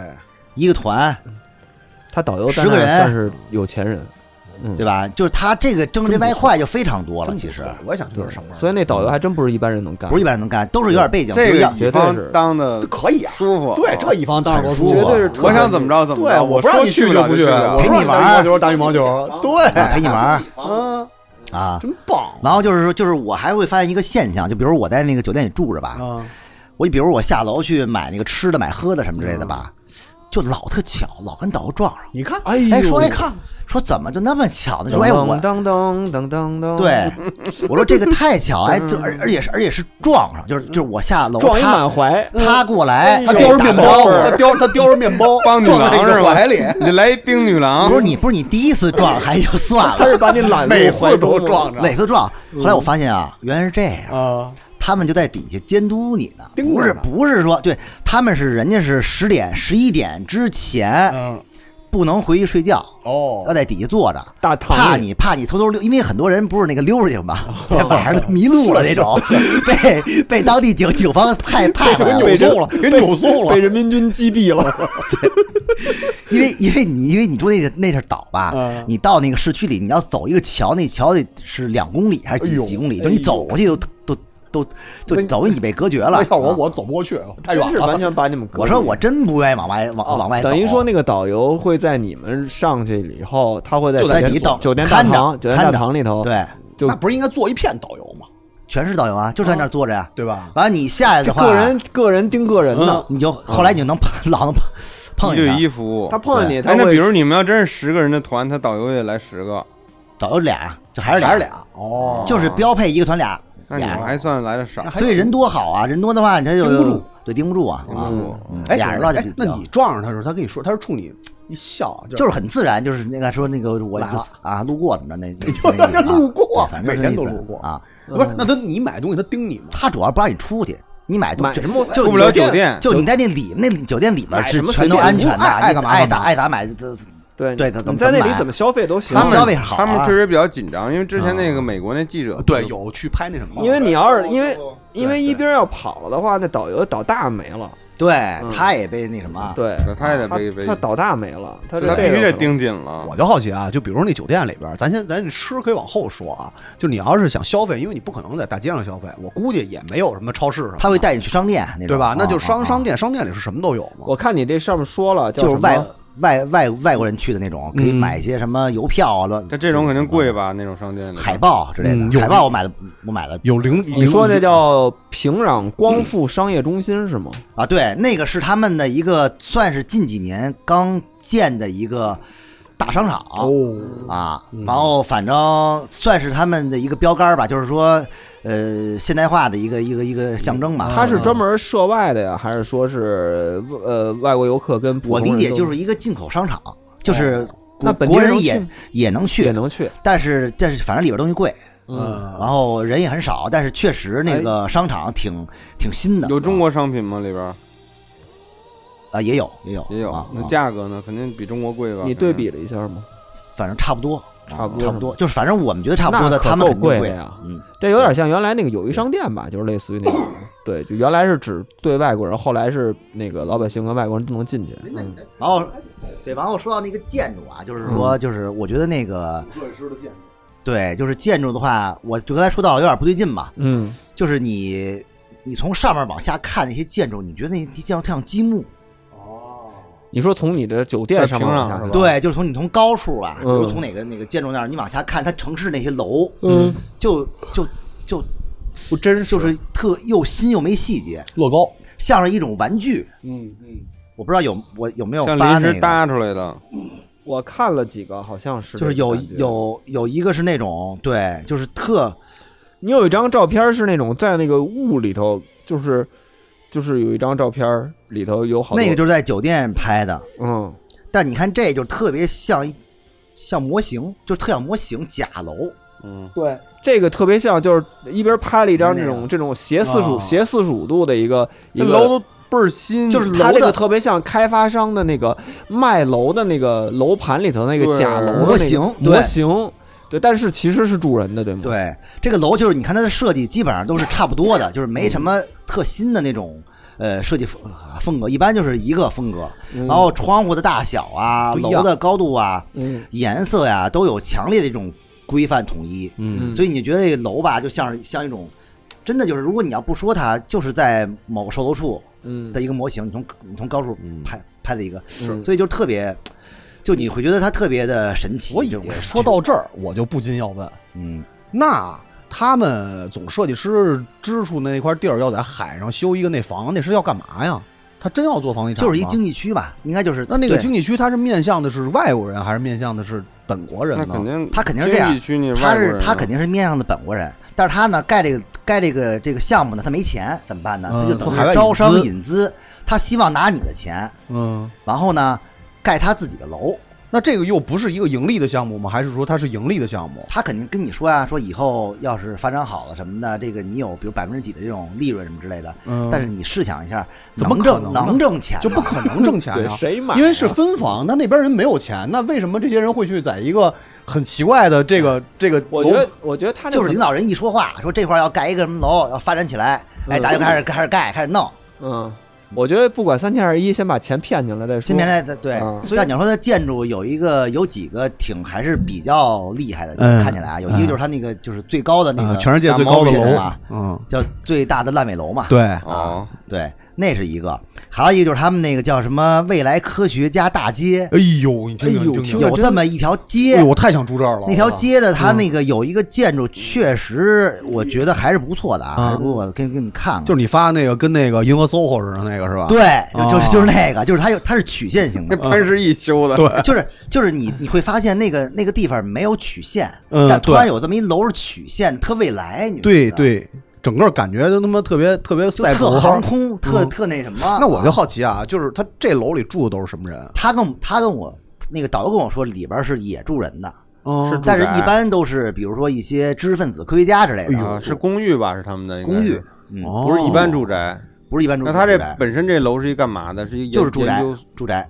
S7: 一个团
S5: 他导游在
S7: 十个
S5: 那儿
S7: 人
S5: 算是有钱人，嗯
S7: 对吧？就是他这个挣这外快就非常多了，
S6: 真不
S7: 其实
S6: 错我也想去那儿上班，
S5: 所以那导游还真不是一般人能干，
S7: 不是一般人能干，都是有点背景，
S8: 这
S7: 不一
S8: 个
S7: 样
S5: 绝
S8: 乙
S5: 对
S8: 方
S5: 是
S8: 当的
S6: 可以啊，
S8: 舒服，
S6: 对，这一方当然多舒服，
S5: 绝对是
S8: 我想怎么着怎么
S6: 对，
S8: 着，
S6: 我不
S8: 说
S6: 让你
S8: 去
S6: 去
S8: 不
S6: 就
S8: 了
S6: 不
S8: 去
S6: 去，啊我
S7: 陪
S6: 说
S7: 你玩儿
S6: 打羽毛球打羽毛球，对，
S7: 陪你玩儿
S6: 嗯，
S7: 啊。
S6: 真棒
S7: 然后就是说，就是我还会发现一个现象，就比如我在那个酒店里住着吧，
S5: 嗯
S6: 啊！
S7: 我比如我下楼去买那个吃的、买喝的什么之类的吧，就老特巧，老跟导游撞上。
S6: 你看，
S5: 哎呦
S7: 哎，说哎看，说怎么就那么巧呢？说哎我
S5: 噔噔噔噔噔噔，，
S7: 对， 我说这个太巧，哎，就而而且是而且是撞上，就是就是我下楼，
S5: 撞一
S7: 他
S5: 满怀，哎
S7: 他过来，
S6: 他
S7: 给
S6: 叼着
S7: 打
S6: 面
S7: 招
S6: 包，
S7: 呼
S6: 他叼他叼着面包，
S8: 帮女
S6: 撞在
S8: 郎
S6: 你
S8: 是
S6: 的
S8: 吧？
S6: 怀里，
S8: 你来一冰女郎，
S7: 不是你不是你第一次撞还就算
S5: 他
S7: 了，
S5: 是把你揽
S6: 每
S5: 入怀
S6: 次都
S5: 中，嗯
S6: 撞着
S7: 每次撞。后来我发现啊，原来是这样，
S6: 啊！
S7: 他们就在底下监督你呢，
S6: 盯着
S7: 不是
S6: 呢
S7: 不是说对，他们是人家是十点十一点之前
S6: 嗯，
S7: 不能回去睡觉。要
S6: 哦，
S7: 在底下坐着，
S5: 大躺
S7: 怕
S5: 着
S7: 你怕你偷偷溜，因为很多人不是那个溜出 去嘛，在晚上都迷路了那种，被被当地警警方派派出来了，
S6: 扭送了，给扭送了
S5: 被，人民军击 毙了，
S7: 因为因为你因为你住那个那是岛吧，
S6: 嗯
S7: 你到那个市区里，你要走一个桥，那桥得是两公里还是
S6: 哎
S7: 几
S6: 呦
S7: 几公里？就你走过去都都都就等于你被隔绝了
S6: 那。要我
S7: 啊
S6: 我走不过去，太
S5: 真
S6: 远
S5: 是完
S6: 了。
S5: 全把你们隔
S7: 我
S5: 离哦
S7: 说我真不愿意往外
S6: 哦
S7: 往往外走，
S5: 等于说那个导游会在你们上去以后，他会在
S7: 就在
S5: 酒店
S7: 底等
S5: 酒店大
S7: 看着
S5: 堂酒店大
S7: 看着
S5: 堂里头，，
S7: 对，
S5: 就
S6: 那不是应该做一片导游吗？
S7: 全是导游啊，就
S6: 哦
S7: 在那儿坐着呀。
S6: 对吧？
S7: 完了你下来
S5: 这
S7: 的话，嗯
S5: 个人个人盯个人呢，嗯
S7: 你就后来你就能碰老能碰碰
S8: 一
S7: 见
S8: 对
S7: 他
S8: 一服务
S5: 他。碰见你，他
S8: 哎，那
S5: 会
S8: 比如你们要真是十个人的团，他导游也来十个，
S7: 导游俩，就还是
S6: 还
S7: 俩
S6: 是，俩哦，
S7: 就是标配一个团俩
S8: 那你们
S7: 俩，
S8: 还算来的少。
S7: 所以人多好啊，人多的话他就
S6: 盯不住，
S7: 对盯不住啊啊
S8: 嗯，
S7: 嗯
S6: 哎，
S7: 俩人的话就比
S6: 哎，那
S7: 较
S6: 你撞上他的时候，他跟你说，他是冲你一笑，
S7: 就是是很自然，就是那个说那个我
S6: 来了
S7: 啊路过怎么着那那
S6: 就
S7: 那意思啊
S6: 路过
S7: 对反
S6: 每
S7: 正就那
S6: 天都
S7: 意思
S6: 路过
S7: 啊。
S6: 不是？那他你买东西，他盯你吗？
S7: 他主要不让你出去，你买东
S5: 买
S7: 西
S5: 什么
S7: 就
S8: 出不了酒店
S7: 就你在那里那酒店里边
S5: 买
S7: 是
S5: 什么
S7: 全
S5: 随
S7: 都
S5: 便
S7: 安全的，
S6: 爱爱
S7: 你
S6: 干嘛
S7: 爱
S6: 干
S7: 打
S6: 嘛
S7: 爱打买这
S5: 对
S7: 对他怎么
S5: 你在那里
S7: 买
S5: 怎么消费都行
S7: 他，们消
S5: 消
S7: 费好啊
S8: 他们确实比较紧张，因为之前那个美国那记者
S6: 呃对，有去拍那什么？啊
S5: 因为你要是因为因为
S6: 对
S5: 一边要跑了的话，那导游导大没了，
S7: 对，他也被那什么，
S5: 对，
S8: 他也得
S5: 他
S8: 背背，
S5: 他导大没了，他
S8: 所以他
S5: 这
S8: 必须
S5: 背
S8: 得
S5: 着
S8: 盯紧了。
S6: 我就好奇啊，就比如那酒店里边儿，咱先咱吃可以往后说啊。就你要是想消费，因为你不可能在大街上消费，我估计也没有什么超市什么的，
S7: 他会带你去商店那种，
S6: 对吧？那就商
S7: 啊
S6: 商店，商店里是什么都有
S5: 可
S6: 嘛。
S5: 我看你这上面说了，叫
S7: 就
S5: 什
S7: 是
S5: 么嗯
S7: 外外外外国人去的那种，可以买一些什么邮票啊，乱
S8: 这这种肯定贵吧？那种商店里
S7: 海报之类
S6: 嗯
S7: 的，
S6: 有
S7: 海报我买了，我买了
S6: 有零，
S5: 你说那叫平壤光复商业中心是吗？
S7: 啊，对，那个是他们的一个算是近几年刚建的一个大商场
S6: 哦，
S7: 啊，
S5: 嗯
S7: 然后反正算是他们的一个标杆儿吧，就是说，呃，现代化的一个一个一个象征嗯吧。
S5: 它是专门涉外的呀，还是说是呃外国游客跟普
S7: 我
S5: 通人
S7: 理解
S5: 都哦
S7: 就是一个进口商场，就是国
S5: 那本地
S7: 国
S5: 人
S7: 人
S5: 能
S7: 也
S5: 去
S7: 也能
S5: 也
S7: 去，
S5: 能去？
S7: 但是但是反正里边东西贵，
S6: 嗯，
S7: 然后人也很少，但是确实那
S5: 哎
S7: 个商场挺挺新的，
S8: 有中国商品吗？里边
S7: 啊也有也有
S8: 也有
S7: 啊，，
S8: 那
S7: 啊
S8: 价格呢，肯定比中国贵吧？
S5: 你对比了一下吗？
S7: 反正差不多，啊
S5: 差不多
S7: 多，差不多，就是反正我们觉得差不
S5: 那
S7: 多的，
S5: 可
S7: 他们
S5: 够
S7: 肯定
S5: 贵
S7: 贵
S5: 的呀
S7: 嗯，
S5: 这有点像原来那个友谊商店吧，就是类似于 那种，对，就原来是只对外国人，后来是那个老百姓跟外国人都能进去。嗯，
S7: 然后对，然后说到那个建筑啊，就是
S5: 嗯
S7: 说，就是我觉得那个
S6: 设计师的建筑，
S7: 对，就是建筑的话，我就刚才说到有点不对劲吧，
S5: 嗯，
S7: 就是你你从上面往下看那些建筑，你觉得那些建筑特像积木，
S5: 你说从你的酒店上面往下看
S7: 对，就是从你从高处啊，比
S5: 嗯
S7: 如从哪个哪个建筑那儿，你往下看，它城市那些楼，
S5: 嗯，
S7: 就就就不真，就是特又新又没细节，
S6: 乐高，
S7: 像是一种玩具。
S6: 嗯嗯，
S7: 我不知道有我有没有
S8: 像
S7: 发
S8: 临
S7: 那
S8: 时
S7: 个，
S8: 搭出来的，
S5: 我看了几个，好像是
S7: 就是
S5: 这种
S7: 有
S5: 感觉，
S7: 有有一个是那种对，就是特
S5: 你有一张照片是那种在那个雾里头，就是就是有一张照片里头有好多
S7: 那个就是在酒店拍的，
S5: 嗯
S7: 但你看这就特别像一像模型，就是特像模型假楼。
S8: 嗯，
S5: 对。这个特别像，就是一边拍了一张这
S7: 那
S5: 种
S7: 个
S5: 这种斜四十五
S6: 哦
S5: 斜四十五度的一个一
S8: 那
S5: 个
S8: 楼都倍儿新，
S7: 就是
S5: 它
S7: 楼
S5: 这个
S7: 的
S5: 特别像开发商的那个卖楼的那个楼盘里头那个
S8: 对
S5: 假楼的那个
S7: 模型对
S5: 模型，对，但是其实是住人的，对吗？，
S7: 对，这个楼就是你看它的设计基本上都是差不多的，就是没什么特新的那种呃设计风风格，一般就是一个风格，然后窗户的大小啊、
S5: 嗯不一样
S7: 楼的高度啊、
S5: 嗯
S7: 颜色呀、都有强烈的这种规范统一。
S9: 嗯，
S7: 所以你觉得这个楼吧，就像是像一种真的就是，如果你要不说它，就是在某个售楼处
S5: 嗯，
S7: 的一个模型，你从你从高处拍拍的一个，
S5: 是
S7: 所以就特别，就你会觉得它特别的神奇。
S6: 所以
S7: 这种
S6: 说到这儿，我就不禁要问，
S7: 嗯，
S6: 那他们总设计师支出那块地儿要在海上修一个那房，那是要干嘛呀？他真要做房地产吗，
S7: 就是一经济区吧，应该就是
S6: 那那个
S7: 对
S6: 经济区，它是面向的是外国人还是面向的是本国人
S8: 那
S6: 呢？
S8: 肯定
S7: 他肯定是这样
S8: 经济区你
S7: 他
S8: 外国
S7: 是
S8: 人
S7: 他
S8: 啊
S7: 肯定是面向的本国人，但是他呢盖这个盖这个这个项目呢，他没钱怎么办呢？
S6: 嗯
S7: 他就等
S6: 从海外
S7: 于招商
S6: 引资
S7: 引资，他希望拿你的钱，
S6: 嗯，
S7: 然后呢盖他自己的楼，
S6: 那这个又不是一个盈利的项目吗？还是说它是盈利的项目？
S7: 他肯定跟你说啊，说以后要是发展好了什么的，这个你有比如百分之几的这种利润什么之类的，
S6: 嗯
S7: 但是你试想一下，
S6: 怎么
S7: 能
S6: 可能
S7: 挣
S6: 呢
S7: 能挣钱啊
S6: 就不
S7: 吗
S6: 可能挣钱
S5: 对，
S6: 呀、
S5: 谁买？啊
S6: 因为是分房，那那边人没有钱，那为什么这些人会去在一个很奇怪的这个这个楼？
S5: 我觉得，我觉得他那
S7: 就是
S5: 可
S7: 领
S5: 能，
S7: 导人一说话，说这块儿要盖一个什么楼，要发展起来，哎，
S5: 嗯
S7: 大家就开始开始盖，开始弄。
S5: 嗯，我觉得不管三七二十一，先把钱骗进来再说。
S7: 新棉来的对
S6: 啊
S5: 嗯，
S7: 所以你要说它建筑有一个有几个挺还是比较厉害的，
S6: 嗯
S7: 看起来啊，有一个就是它那个就是最高的那
S6: 啊
S7: 个，
S6: 全世界最高的
S7: 大猫
S6: 楼
S7: 人啊，
S6: 嗯，
S7: 叫最大的烂尾楼嘛。
S6: 对，
S8: 哦，
S7: 对，那是一个，还有一个就是他们那个叫什么未来科学家大街，
S6: 哎呦，你听
S5: 哎
S6: 听
S5: 呦
S6: 听
S5: 听
S6: 听
S5: 着，
S7: 有这么一条
S6: 哎
S7: 街
S6: 呦，，我太想住这儿了。嗯
S7: 那条
S6: 我操
S7: 街的它那个有一个建筑，确实我觉得还是不错的啊，
S6: 啊
S7: 还是不错的，给给你们看看。
S6: 就是你发那个跟那个银河 SOHO 似的那个是吧？，
S7: 对，就就是
S6: 哦
S7: 就是那个，就是它有它是曲线型
S8: 那
S6: 啊
S7: 的，
S8: 潘石屹修 的，
S6: 对
S8: 啊
S7: 就是就是你你会发现那个那个地方没有曲线，
S6: 嗯
S7: 但突
S6: 对
S7: 然有这么一楼是曲线，特未来，你
S6: 对
S7: 对，
S6: 对，整个感觉都他妈特别特别
S7: 就
S6: 赛
S7: 特
S6: 博
S7: 航空，特
S6: 嗯
S7: 特那什么。
S6: 那我就好奇啊，就是他这楼里住的都是什么人？
S7: 他跟我他跟我那个导游跟我说，里边是也住人的，
S6: 是
S7: 但是
S8: 住宅
S7: 一般都是比如说一些知识分子、科学家之类
S6: 哎
S7: 的
S8: 啊，是公寓吧？是他们的应该
S7: 哎公寓
S8: 是，
S7: 嗯，
S6: 哦
S8: 不是一般住宅。
S7: 不是一般住
S8: 那
S7: 宅。
S8: 他这本身这楼是一干嘛的？是一
S7: 就是
S8: 研
S7: 住宅
S8: 研究，
S7: 住宅，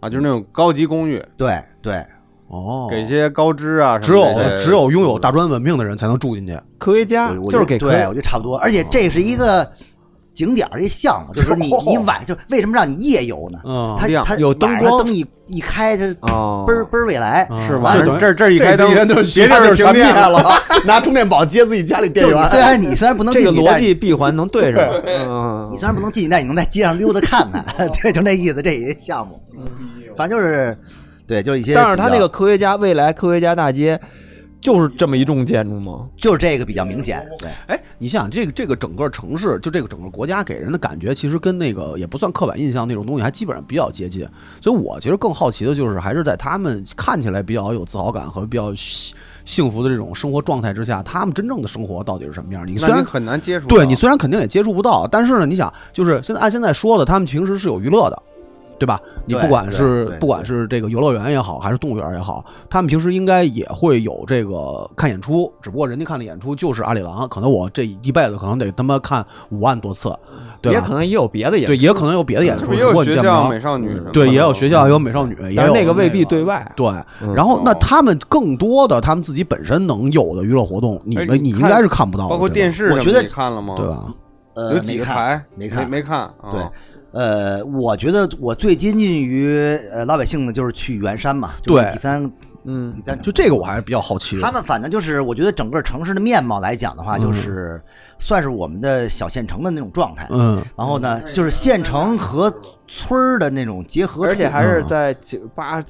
S8: 啊，就是那种高级公寓，
S7: 对对，
S6: 哦，
S8: 给一些高知啊什
S6: 只
S8: 么
S6: 有
S8: 之类的，
S6: 只有拥有大专文凭的人才能住进去。
S5: 科学家
S7: 我我
S5: 啊就是给哦
S7: 对
S5: 科学，
S7: 我觉得差不多。而且这是一个景点儿，一项目，就是 你你晚就是为什么让你夜游呢？
S6: 嗯，
S7: 它
S8: 亮
S7: 它
S5: 哦有灯
S7: 晚上
S5: 光
S7: 灯一一开，它倍
S5: 哦，
S7: 儿倍儿未来。
S8: 是吧？
S7: 完
S6: 就啊等
S7: 了
S6: 于
S8: 这这一开灯，
S6: 这人都是
S8: 别地儿停
S6: 全灭，
S8: 电
S6: 了， 拿充电宝接自己家里电
S7: 就
S6: 源
S7: 你。虽然你虽然不能
S5: 啊 这
S7: 进
S5: 个
S7: 去，
S5: 逻
S7: 但是
S5: 辑闭环能 对上。嗯
S7: 你虽然不能进去，但你能在街上溜达看 看。对，就那意思，这也是 项目。
S8: 哦
S7: 反正就是，对，就是一些比较。
S5: 但是他那个科学家未来科学家大街就是这么一栋建筑吗？
S7: 就是这个比较明显。对，
S6: 哎，你想想这个这个整个城市，就这个整个国家给人的感觉，其实跟那个也不算刻板印象那种东西，还基本上比较接近。所以我其实更好奇的就是，还是在他们看起来比较有自豪感和比较幸幸福的这种生活状态之下，他们真正的生活到底是什么样？你虽
S8: 那
S6: 然
S8: 你很难接触到。
S6: 对你虽然肯定也接触不到，但是呢，你想，就是现在按现在说的，他们平时是有娱乐的，对吧？你
S7: 对
S6: 不管
S7: 对
S6: 是
S7: 对
S6: 不管是这个游乐园也好，还是动物园也好，他们平时应该也会有这个看演出，只不过人家看的演出就是阿里郎，可能我这一辈子可能得他妈看五万多次，对
S5: 也
S6: 吧？
S5: 可能也有别的演出，
S6: 对，也可能有别的演
S8: 这
S6: 出，
S8: 不也
S6: 只不
S8: 有
S6: 过你
S8: 学
S6: 见不
S8: 校
S6: 着
S8: 美少女什么的吗，
S6: 对，也有学校，也有美少女，也
S5: 但
S6: 有
S5: 是那个
S7: 啊
S5: 未必
S6: 个
S5: 对外。
S6: 对
S5: 嗯，
S6: 然后那
S8: 哦
S6: 他们更多的他们自己本身能有的娱乐活动，你
S8: 哎
S6: 们你
S8: 你
S6: 应
S8: 看
S6: 该是看不到的，
S8: 包括
S6: 对吧
S8: 电视什么的，
S7: 我觉得
S8: 你看了吗？
S6: 对吧？
S7: 呃，
S8: 有几
S7: 没
S8: 个
S7: 看
S8: 台
S7: 没
S8: 没
S7: 看
S8: 没看，啊
S7: 对，呃，我觉得我最接近于呃老百姓的就是去圆山嘛，就是
S6: 对
S7: 第三，
S5: 嗯
S7: 第三
S6: 就这个我还是比较好奇的。
S7: 他们反正就是，我觉得整个城市的面貌来讲的
S5: 嗯
S7: 话，就是算是我们的小县城的那种状态。
S6: 嗯，
S7: 然后呢，就是县城和村儿的那种结合处，
S5: 而且还是在九八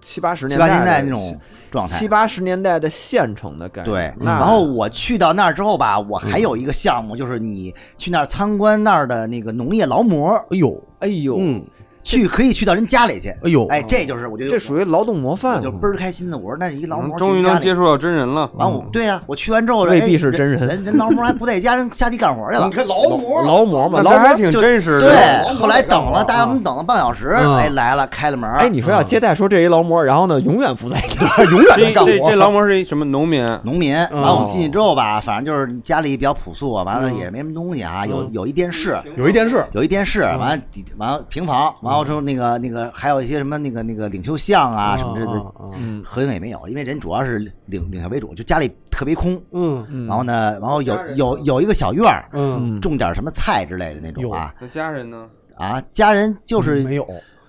S5: 七八十
S7: 嗯七
S5: 年
S7: 八
S5: 代
S7: 年代
S5: 的
S7: 那种状态
S5: 七。八十年代的县城的概念。
S7: 对，嗯
S5: 那
S7: 然后我去到那儿之后吧，我还有一个项目，就是你去那儿参观那儿的那个农业劳模，
S6: 哎呦，
S5: 哎呦，
S6: 嗯，
S7: 去可以去到人家里去。
S6: 哎呦
S7: 哎，这就是我觉得
S5: 这属于劳动模
S7: 我
S5: 范
S7: 就，倍儿开心的。我说那一劳模
S8: 能终于能接
S7: 触。
S8: 触到真人了。
S7: 完我对呀、我去完之后
S5: 嗯未必
S7: 哎
S5: 是真人
S7: 人人劳模还不在家，人下地干活去了。
S6: 看劳模
S5: 劳模嘛，
S8: 那
S5: 劳
S8: 这还
S5: 模。
S8: 挺
S7: 就
S8: 真实的。
S7: 对，后来等了，大家我们等了半小时，
S6: 嗯
S7: 哎，来了，开了门。
S5: 哎，你说要接待说这一劳模，然后呢，永远不在家，永
S8: 这
S5: 远干
S8: 这这
S5: 活。
S8: 劳模是一什么农民？
S7: 农民，
S6: 嗯
S7: 完了我们进去之后吧，反正就是家里比较朴素啊，完了也没什么东西啊，有有一电视，
S6: 嗯有一嗯电视，
S7: 有一电视，完了底完了平房，完了之后那个那个还有一些什么那个那个领袖像啊什么之类的，
S6: 嗯
S7: 合影也没有，因为人主要是领领袖为主，就家里特别空。
S6: 嗯
S7: 然后呢，然后有有有一个小院儿，
S6: 嗯，
S7: 种点什么菜之类的那种啊
S8: 那家人呢？
S7: 啊，家人就是
S6: 嗯没有，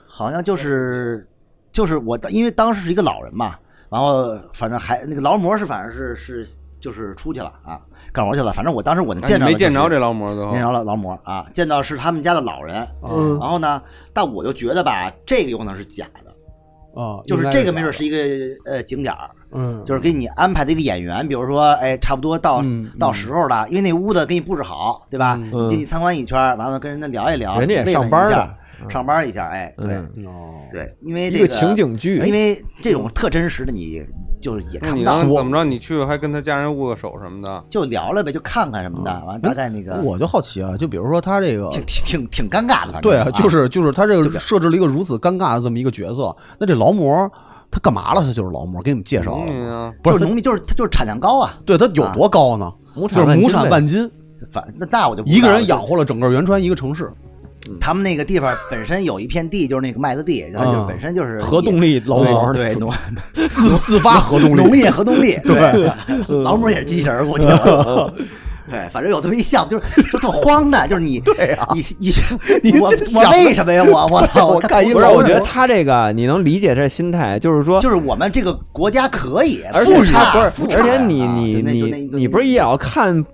S7: 好像就是就是我当，因为当时是一个老人嘛，然后反正还那个劳模是反正是是就是出去了啊，干活去了。反正我当时我能见着、
S8: 啊没见着这，劳模最后
S7: 没见。着劳劳模啊，见到是他们家的老人。
S6: 嗯
S7: 然后呢，但我就觉得吧，这个有可能是假的，
S6: 啊，
S7: 嗯就是
S6: 应该
S7: 这个没准
S6: 假
S7: 是一个呃景点儿，
S6: 的，嗯，
S7: 就是给你安排的一个演员，比如说，哎，差不多到、
S6: 嗯
S7: 到时候了，因为那屋子给你布置好，对吧？
S5: 嗯
S7: 你进去参观一圈儿，完了跟人家聊一聊，
S5: 人家也
S7: 慰问
S5: 上班
S7: 一
S5: 儿
S7: 下
S5: 的，
S7: 上班儿一下，哎，对。
S5: 嗯，
S6: 哦，
S7: 对，因为这
S5: 一个情景剧，
S7: 因为这种特真实的你就是也
S8: 那
S7: 看
S8: 你
S7: 不到，
S8: 能怎么着？你去还跟他家人握个手什么的？
S7: 就聊聊呗，就看看什么的，完了大概那个
S6: 嗯我就好奇啊，就比如说他这个。
S7: 挺挺挺挺尴尬的，反正
S6: 对啊，就是是就是他这个设置了一个如此尴尬的这么一个角色，那这劳模他干嘛了？他就是劳模，给你们介绍
S8: 农民
S6: 了，
S8: 啊，
S6: 不
S7: 嗯就是是农民，就是他就是产量高啊，
S6: 对他有多高呢？
S5: 亩
S6: 就是亩产万斤，
S7: 反那那我就不
S6: 一个
S7: 知道
S6: 人
S7: 了
S6: 养活了整个元川一个城市。
S7: 就是他们那个地方本身有一片地，就是那个麦子地，它就
S6: 嗯
S7: 本身就是
S5: 核动力劳
S7: 对
S5: 模，
S7: 对农
S6: 自自发合同
S7: 农
S6: 力，嗯
S7: 业核动 力，对，劳模也是机器人儿，估计。对，反正有这么一项目，就是就特荒诞，就是你，对呀，你你
S6: 啊你
S7: 我
S6: 这
S7: 我
S6: 想的
S7: 为什么呀？我 我操！我
S6: 干一
S5: 不是，
S6: 劳模
S5: 我觉得他这个你能理解这心态，就是 说，
S7: 就是我们这个国家可以，
S5: 而且
S7: 富裕
S5: 他
S7: 啊
S5: 不
S7: 富
S5: 是，
S7: 差
S5: 而且
S7: 啊
S5: 你你
S7: 就那就那
S5: 你你不是也要看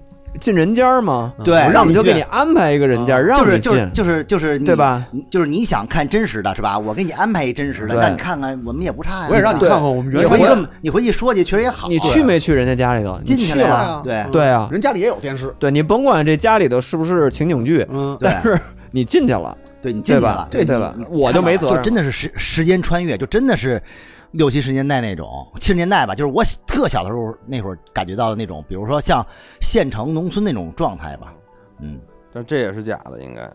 S5: 进人家吗？
S7: 对
S5: 我让
S7: 让
S5: 你
S7: 你
S5: 就给
S6: 进
S5: 你安排一个人家，让
S7: 嗯就
S5: 你
S7: 是
S5: 进
S7: 就是就是就是你
S5: 对吧？
S7: 就是你想看真实的是吧？我给你安排一真实的，
S5: 对
S7: 让你看看，我们也不差呀。
S6: 我也让你
S7: 是
S6: 看
S7: 吧
S6: 看我们
S7: 你
S6: 元
S7: 回
S6: 川
S7: 去跟你回去说去，确实也好。
S5: 你去没去人家家里头？你
S7: 进去
S5: 去
S7: 了
S5: 了，
S7: 呀？对
S5: 对啊，
S6: 人家里也有电视，
S5: 对你甭管这家里头是不是情景剧，
S6: 嗯
S5: 但是你进去了，
S7: 对，你进去了，
S5: 对吧对
S7: 你
S5: 吧
S7: 你
S5: 我
S7: 看
S5: 就
S7: 到
S5: 没
S7: 了
S5: 责
S7: 就
S5: 任
S7: 真的是时时间穿越，就真的是。六七十年代那种，七十年代吧，就是我特小的时候那会儿感觉到的那种，比如说像县城、农村那种状态吧，嗯，
S8: 但这也是假的，应该。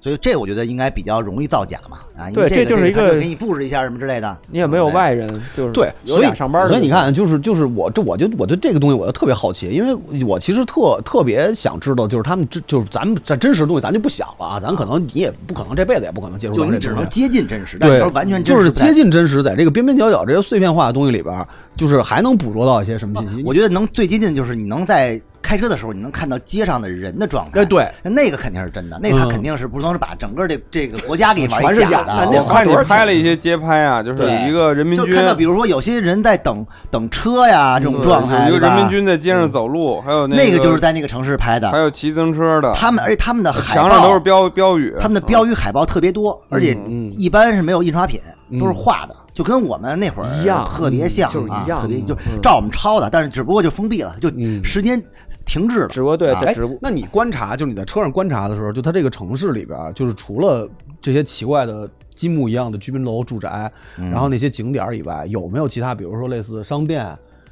S7: 所以这我觉得应该比较容易造假嘛，啊，因
S5: 对
S7: 为
S5: 这就
S7: 个
S5: 是一个
S7: 他就给你布置一下什么之类的，
S5: 你也没有
S7: 对
S5: 外人，就是
S6: 对，
S5: 有
S6: 所
S5: 俩
S6: 以
S5: 上班的，
S6: 所以你，看，就是就是我这我就我对这个东西我就特别好奇，因为我其实特特别想知道，就是他们这就是咱们这真实的东西，咱就不想了啊，咱可能你也不可能这辈子也不可能接触
S7: 就
S6: 到
S7: 你
S6: 这
S7: 只
S6: 种
S7: 能
S6: 东西。
S7: 接近真实，但你
S6: 对，
S7: 要是完全真
S6: 就
S7: 实
S6: 是
S7: 不太
S6: 接近真实，在这个边边角角这些碎片化的东西里边儿，就是还能捕捉到一些什么信息。
S7: 我觉得能最接近的就是你能在开车的时候，你能看到街上的人的状态。
S6: 哎对，
S7: 那个肯定是真的，那个他
S6: 嗯
S7: 肯定是不能是把整个这这个国家给玩
S6: 全
S7: 一
S6: 是
S7: 假
S6: 假的
S7: 的。
S6: 那
S8: 我
S7: 看
S8: 看你拍了一些街拍啊，就是有一个人民
S7: 就
S8: 军，嗯
S7: 看到，比如说有些人在等等车呀这种状态，
S8: 有一个
S7: 对吧嗯
S8: 人民军在街上走路，还有
S7: 那
S8: 个
S7: 个就是在那个城市拍
S8: 还
S7: 的。
S8: 有骑自行车的，
S7: 他们而且他们的海
S8: 墙上都是
S7: 报，
S8: 标标语，
S7: 他们的标语海报特别多，
S5: 嗯
S7: 而且一般是没有印刷品，都是画的。就跟我们那会儿
S5: 一样嗯
S7: 特别像
S5: 就是
S7: 啊，
S5: 一样嗯
S7: 特别就是照我们抄的，但是只不过就封闭了，就时间停滞了。
S5: 直播对
S7: 啊，
S5: 对
S6: 哎
S5: 直播，
S6: 那你观察，就是你在车上观察的时候，就它这个城市里边儿，就是除了这些奇怪的积木一样的居民楼、住宅，
S5: 嗯
S6: 然后那些景点儿以外，有没有其他，比如说类似商店、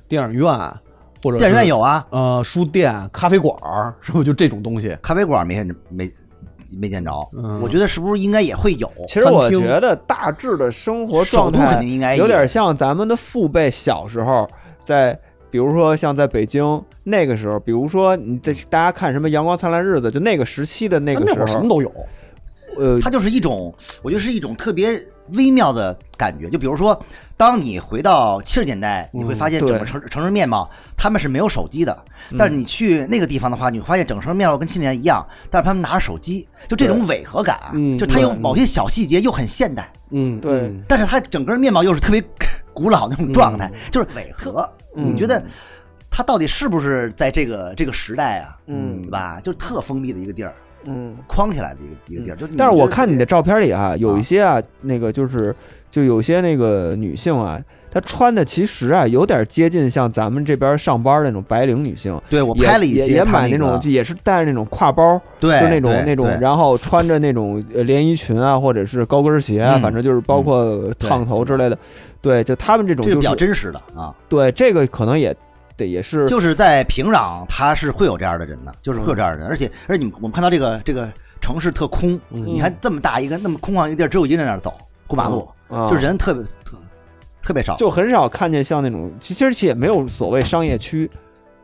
S6: 电影院，或者
S7: 电影院
S6: 是
S7: 有啊，
S6: 呃书店、咖啡馆儿，是不是就这种东西？
S7: 咖啡馆没见着没没见着
S6: 嗯，
S7: 我觉得是不是应该也会有？
S5: 其实我
S6: 餐厅
S5: 觉得大致的生活状
S7: 首都
S5: 态
S7: 肯定应该
S5: 有点
S7: 也
S5: 像咱们的父辈小时候在，比如说像在北京那个时候，比如说你在大家看什么《阳光灿烂日子》，就那个时期的
S7: 啊
S5: 那
S6: 那
S5: 个
S6: 那会儿
S5: 时
S6: 什么
S5: 候，
S6: 都有，
S5: 呃，
S7: 它就是一种，我觉得是一种特别微妙的感觉。就比如说，当你回到七十年代，你会发现
S5: 嗯对嗯
S7: 整个城城市面貌，他们是没有手机的。但是你去那个地方的话，你会发现整个城市面貌跟七十年代一样，但是他们拿着手机，就这种违和感啊
S5: 嗯，
S7: 就它有
S5: 对
S7: 某些小细节又很现代，
S5: 嗯，对，
S7: 但是它整个面貌又是特别 古老那种状态，
S5: 嗯
S7: 就是违和。你觉得它到底是不是在这个这个时代啊？
S5: 嗯
S7: 对吧？就是特封闭的一个地儿，
S5: 嗯。
S7: 框起来的一个一个地儿。就是
S5: 但是我看
S7: 觉
S5: 你
S7: 得
S5: 的照片里啊，有一些啊，那个就是就有些那个女性啊，她穿的其实啊有点接近像咱们这边上班那种白领女性。
S7: 对我
S5: 也
S7: 拍了一
S5: 也
S7: 些
S5: 也
S7: 他
S5: 买那
S7: 个
S5: 种，就也是带着那种挎包，
S7: 对，
S5: 就那种
S7: 哎对
S5: 那种
S7: 对，
S5: 然后穿着那种呃连衣裙啊，或者是高跟鞋啊，
S7: 嗯
S5: 反正就是包括烫头之类的。对，就他们这种
S7: 这个
S5: 就
S7: 比较
S5: 是
S7: 真实的啊，
S5: 对这个可能也得也是
S7: 就是在平壤，他是会有这样的人的，就是会有这样的
S5: 嗯
S7: 人，而且而且你们我们看到这个这个城市特空，你看这么大一个那么空旷一个地儿，只有一个人在那儿走过马路，
S5: 啊
S7: 就人特别特特别少，
S5: 就很少看见像那种，其实也没有所谓商业区，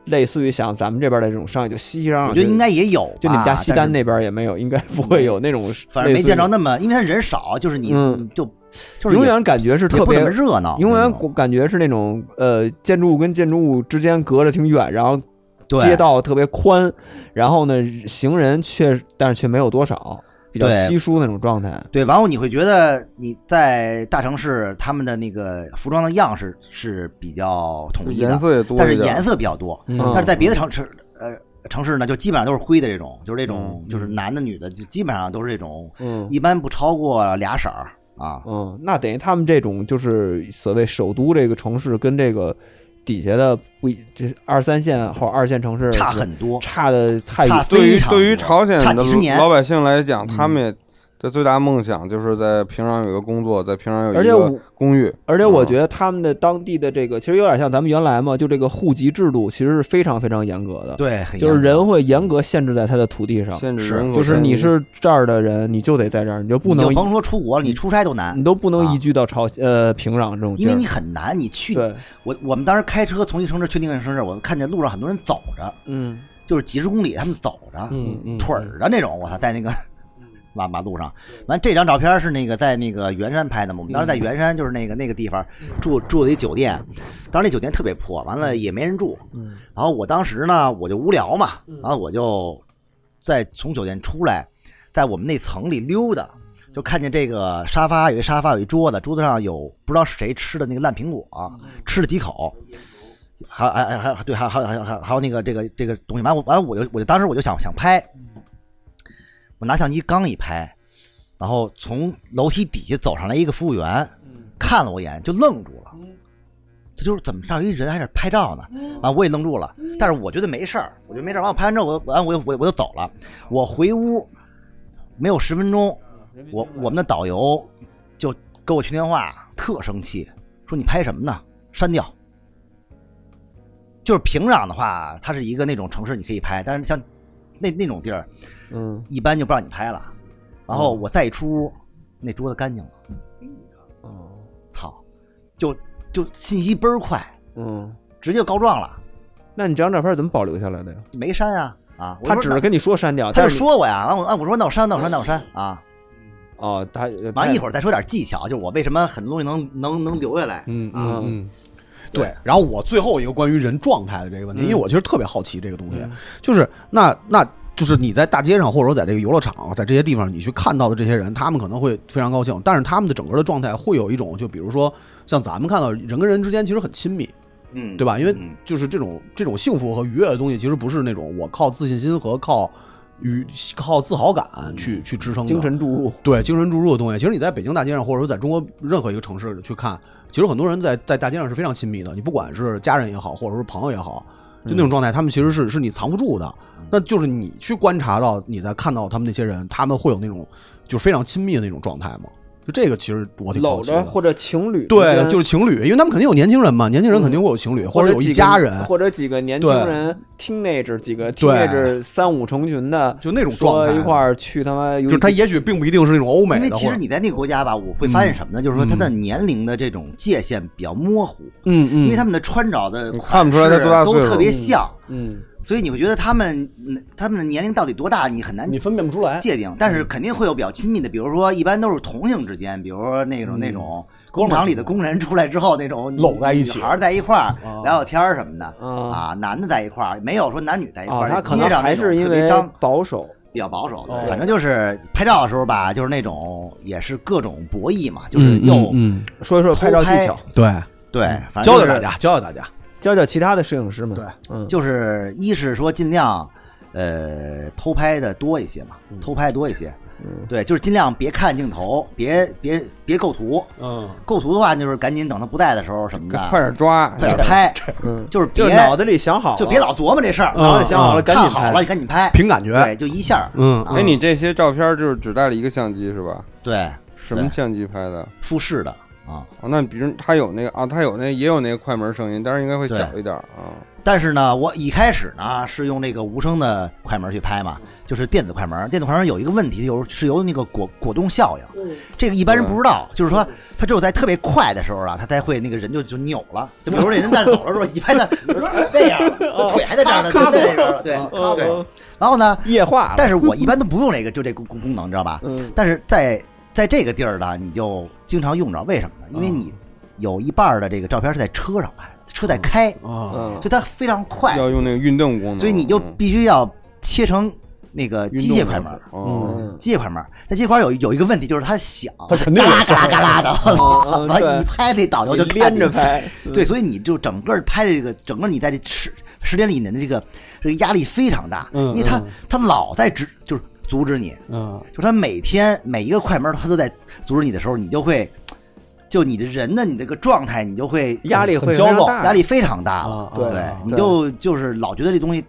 S5: 类似于像咱们这边的这种商业，就熙熙攘攘。
S7: 我觉得应该也有吧，
S5: 就你们家西单
S7: 但是
S5: 那边也没有，应该不会有那种，
S7: 反正没见着
S5: 类
S7: 那么，因为他人少，就是你
S5: 嗯
S7: 就就
S5: 似于
S7: 是
S5: 永
S7: 也
S5: 远感觉是
S7: 也
S5: 特
S7: 不
S5: 别
S7: 怎么，热闹，嗯
S5: 永
S7: 那
S5: 远
S7: 种
S5: 感觉是那种呃建筑物跟建筑物之间隔着挺远，然后
S7: 对
S5: 街道特别宽，然后呢行人却但是却没有多少，比较
S7: 对
S5: 稀疏那种状态。
S7: 对，然后你会觉得你在大城市他们的那个服装的样式是比较统一
S8: 嗯颜
S7: 的，
S8: 色也多
S7: 但是
S8: 一点
S7: 颜色比较多，
S5: 嗯
S7: 但是在别的城市呃城市呢，就基本上都是灰的这种，就是这种、
S8: 嗯
S7: 就是男的女的，就基本上都是这种，
S5: 嗯
S7: 一般不超过俩色儿啊。
S5: 嗯，那等于他们这种就是所谓首都这个城市跟这个底下的不一，就是二三线或者二线城市
S7: 差很多，
S5: 差的太
S7: 差
S8: 对
S7: 非
S8: 于
S7: 常
S8: 对于
S7: 多
S8: 朝鲜
S7: 差
S8: 的
S7: 几十年嗯
S8: 老，百姓来讲，他们也的最大梦想就是在平壤有一个工作，在平壤有
S5: 而
S8: 一
S5: 且
S8: 个
S5: 我
S8: 公寓。
S5: 而且我觉得他们的当地的这个，其实有点像咱们原来嘛，就这个户籍制度其实是非常非常严格的，
S7: 对，很
S5: 就是
S7: 严格
S5: 人会严格限制在他的土地上，
S8: 限制
S7: 是
S8: 人口
S5: 就是
S8: 迁移
S5: 你是这儿的人，你就得在这儿，你就不能
S7: 你就甭说出
S8: 嗯
S7: 国了，你出差都难
S5: 你，都不
S7: 啊
S5: 能移居到朝呃平壤这种地
S7: 因
S5: 儿，
S7: 为你很难，你去
S5: 对，
S7: 我我们当时开车从一个城市去另一个城市，我看见路上很多人走着，
S5: 嗯
S7: 就是几十公里他们走着，
S5: 嗯嗯
S7: 腿儿的那种，我操，在那个马马路上。完这张照片是那个在那个圆山拍的嘛，我们当
S5: 嗯
S7: 时在圆山就是那个那个地方住住的一酒店，当时那酒店特别破，完
S5: 嗯
S7: 了也没人住。然后我当时呢我就无聊嘛，然后我就在从酒店出来，在我们那层里溜达。就看见这个沙发有一沙发有一桌子，桌子上有不知道是谁吃的那个烂苹果、啊吃了几口，还还还还对，还还还还还有那个这个这个东西，完我完我就我就当时我就想想拍，我拿相机刚一拍，然后从楼梯底下走上来一个服务员，看了我一眼就愣住了，他就是怎么上一人还在拍照呢？啊，我也愣住了，但是我觉得没事儿，我觉得没事儿。完我拍完之后，我完我就我就我就走了，我回屋没有十分钟，我我们的导游就给我群电话，特生气，说你拍什么呢？删掉。就是平壤的话，它是一个那种城市，你可以拍，但是像那那种地儿，
S5: 嗯
S7: 一般就不让你拍了。然后我再一出屋，那桌子干净了。操，就就信息倍儿快，
S5: 嗯，
S7: 直接就告状了，
S5: 那你这张照片怎么保留下来的呀？
S7: 没删啊啊！我
S5: 他
S7: 说
S5: 只
S7: 那
S5: 是跟你说删掉，
S7: 他就
S5: 但是你
S7: 说我呀，完我啊我说那我删那我删那我删啊！
S5: 哦，他呃
S7: 完
S5: 他
S7: 一会儿再说点技巧，就是我为什么很多东西能能能留下来。
S9: 嗯
S5: 啊
S9: 嗯嗯，
S6: 对，然后我最后一个关于人状态的这个问
S7: 嗯
S6: 题，因为我其实特别好奇这个东西，就是那那就是你在大街上或者说在这个游乐场，啊在这些地方你去看到的这些人，他们可能会非常高兴，但是他们的整个的状态会有一种，就比如说像咱们看到人跟人之间其实很亲密，
S7: 嗯，
S6: 对吧？因为
S7: 嗯
S6: 就是这种这种幸福和愉悦的东西，其实不是那种我靠自信心和靠与靠自豪感
S7: 嗯
S6: 去去支撑的
S5: 精神注入，
S6: 对精神注入的东西，其实你在北京大街上，或者说在中国任何一个城市去看，其实很多人在在大街上是非常亲密的。你不管是家人也好，或者是朋友也好，就
S9: 嗯
S6: 那种状态，他们其实是是你藏不住的。那就是你去观察到，你在看到他们那些人，他们会有那种就是非常亲密的那种状态吗？就这个，其实我挺好
S5: 搂
S6: 奇的
S5: 着。或者情侣之
S6: 对，
S5: 间
S6: 就是情侣，因为他们肯定有年轻人嘛，年轻人肯
S7: 嗯
S6: 定会有情侣，或者有
S5: 几
S6: 一
S5: 个
S6: 家人，
S5: 或者几个年轻人 teenager 几个
S6: 对
S5: teenager 三五成群的，
S6: 就那种状
S5: 说
S6: 态
S5: 一块儿去他妈，
S6: 就
S5: 就是
S6: 他也许并不一定是那种欧美
S7: 因为
S6: 的，
S7: 其
S6: 或
S7: 实
S6: 者
S7: 你在那个国家吧，我会发现什么呢？就是说他的年龄的这种界限比较模糊，
S5: 嗯
S7: 因为他们的穿着的
S8: 你看不出来他多大
S7: 款式
S8: 岁数
S7: 都特别像，
S5: 嗯
S7: 所以你会觉得他们嗯他们的年龄到底多大，你很难
S6: 你分辨不出来。
S7: 界定，但是肯定会有比较亲密的，比如说一般都是同性之间，比如说那种那种工厂里的工人出来之后那种
S6: 搂在一起
S7: 女孩儿在一块儿聊聊天儿什么的
S5: 嗯
S7: 啊，男的在一块儿，没有说男女在一块
S5: 啊，
S7: 儿。
S5: 他可能
S7: 街上那
S5: 还
S7: 种
S5: 是因
S7: 特别
S5: 为
S7: 张
S5: 保守，
S7: 比较保守的
S6: 哦，
S7: 反正就是拍照的时候吧，就是那种也是各种博弈嘛，就是又
S9: 嗯，
S5: 说一说拍照技巧
S7: 偷，
S6: 对，
S7: 对，反正
S6: 教教
S7: 就是
S6: 大家，教教大家。
S5: 教教其他的摄影师们。
S6: 对，
S5: 嗯，
S7: 就是一是说尽量呃偷拍的多一些嘛，偷拍多一些。对，就是尽量别看镜头，别别别构图。
S6: 嗯，
S7: 构图的话，就是赶紧等他不在的时候什么的，
S8: 快点抓，
S7: 快点拍，
S5: 嗯
S7: 就是
S5: 就
S7: 别
S5: 脑子里想好了，
S7: 就别老琢磨这事儿，
S5: 脑子里想好了，赶
S7: 看
S5: 紧
S7: 好
S5: 拍
S7: 了赶紧拍，
S6: 凭感觉。
S7: 对，就一下儿，
S9: 嗯
S7: 啊
S8: 哎，你这些照片就是只带了一个相机是吧？
S7: 对
S8: 什么相机拍的？
S7: 复试的啊。
S8: 哦，那比如他有那个啊，他有那也有那个快门声音，但是应该会小一点啊。
S7: 但是呢，我一开始呢是用那个无声的快门去拍嘛，就是电子快门。电子快门有一个问题，就是是由那个果果冻效应，这个一般人不知
S5: 嗯
S7: 道，就是说它只有在特别快的时候啊，它才会那个人就就扭了。就比如说这人在走的时候，一拍他，比如说这样，腿还在这儿呢，就在这边了，对对。然后呢，
S5: 液化
S8: 啊
S5: 了。
S7: 但是我一般都不用这个，就这功功能，你知道吧？
S5: 嗯
S7: 但是在在这个地儿呢，你就经常用着，为什么呢？因为你有一半儿的这个照片是在车上拍的，车在开，
S5: 嗯
S7: 就它非常快，
S8: 要用那个运动功能，
S7: 所以你就
S8: 嗯
S7: 必须要切成那个
S8: 运
S7: 机
S8: 动
S7: 械快
S8: 模
S7: 门嗯
S8: 式，哦，
S5: 嗯
S7: 机械快门。但机械快门有有一个问题，就是它响，
S6: 它肯定
S7: 嘎
S6: 有
S7: 啦嘎啦
S6: 声
S7: 嘎啦的，
S5: 嗯
S7: 完了
S5: 哦对
S7: 你拍那导游就
S5: 就
S7: 看
S5: 连
S7: 你
S5: 着，拍，
S7: 对，所以你就整个拍这个，整个你在这时时间里面的这个这个压力非常大，
S6: 嗯
S7: 因为它
S6: 嗯
S7: 它老在指就是阻止你，
S6: 嗯，
S7: 就是他每天每一个快门，他都在阻止你的时候，你就会，就你的人的你这个状态，你就会
S5: 压力
S6: 很
S5: 会非
S6: 焦
S5: 常
S6: 躁
S5: 大，
S7: 压力非常大了
S6: 啊。
S5: 对
S7: 对
S5: 啊，
S7: 你
S5: 对
S7: 就就是老觉得这东西，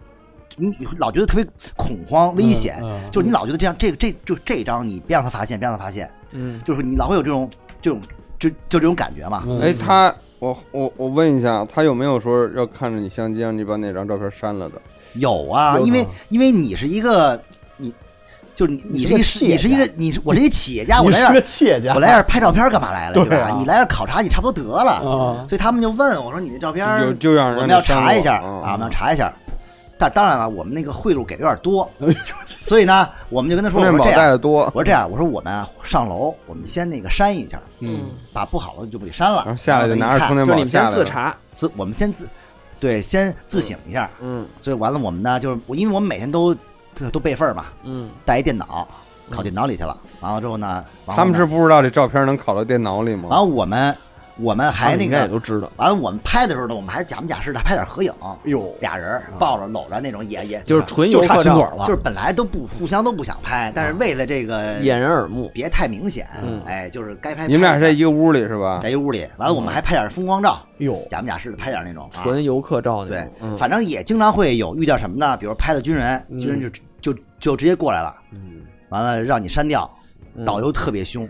S7: 你老觉得特别恐慌、危险
S6: 嗯嗯，
S7: 就是你老觉得这样，这这就这张你别让他发现，别让他发现，
S5: 嗯，
S7: 就是你老会有这种这种就就这种感觉嘛。
S6: 嗯
S8: 哎，
S7: 嗯
S8: 他我我我问一下，啊他有没有说要看着你相机，让你把哪张照片删了的？
S7: 有啊，因为因为你是一个你。就是你，你
S6: 你
S7: 是一
S6: 是个企业
S7: 你是一个，你是我是一企业家，我
S6: 你
S7: 来这
S6: 是
S7: 儿
S6: 个企业家，
S7: 我来这儿拍照片干嘛来了？
S6: 对啊
S7: 吧？你来这儿考察你差不多得了
S6: 啊。
S7: 所以他们就问我说：“你那照片儿
S8: 有就让
S7: 我
S8: 人
S7: 们要查一下
S8: 让你删了嗯
S7: 啊，我们要查一下。”但当然了，我们那个贿赂给的有点多，
S6: 哎
S7: 所以呢，我们就跟他说：“
S8: 充
S7: 我
S8: 电
S7: 说
S8: 宝
S7: 这
S8: 带
S7: 样，
S8: 的多
S7: 我，说这样，我说我们啊上楼，我们先那个删一下，嗯，把不好的就不给删了，
S8: 然后下来就
S7: 然
S8: 拿着充
S7: 后给你
S8: 电宝
S7: 看
S5: 就是啊你
S8: 下
S5: 们先
S8: 来
S5: 自
S8: 了。
S5: 查，
S7: 自我们先自对先自省一下。
S5: 嗯
S7: 所以完了，我们呢就是我因为我们每天都都都备份儿嘛，
S5: 嗯，
S7: 带一电脑拷电脑里去了。完了之后呢，完了
S8: 他们
S7: 呢
S8: 是不知道这照片能拷到电脑里吗？
S7: 完了我们我们还那
S5: 应该也
S7: 个
S5: 都知道，
S7: 完了，我们拍的时候呢，我们还假模假式的拍点合影，
S6: 哟
S7: 俩人儿抱着搂着那种，也也
S5: 就是纯游
S6: 就差
S5: 客
S6: 亲
S5: 照
S6: 嘴儿了
S7: 就是本来都不互相都不想拍，但是为了这个
S5: 掩人耳目。
S7: 别太明显，哎，就是该拍。
S8: 你们俩是
S7: 拍
S8: 在一个屋里是吧
S5: 哎
S7: 在？一屋里，完了我们还拍点风光照，
S6: 哟，
S7: 假模假式的拍点那种啊
S5: 纯游客照那
S7: 对
S5: 种，，嗯
S7: 反正也经常会有遇到什么呢？比如拍的军人，军人就就就直接过来了，
S5: 嗯
S7: 完了让你删掉，导游特别凶。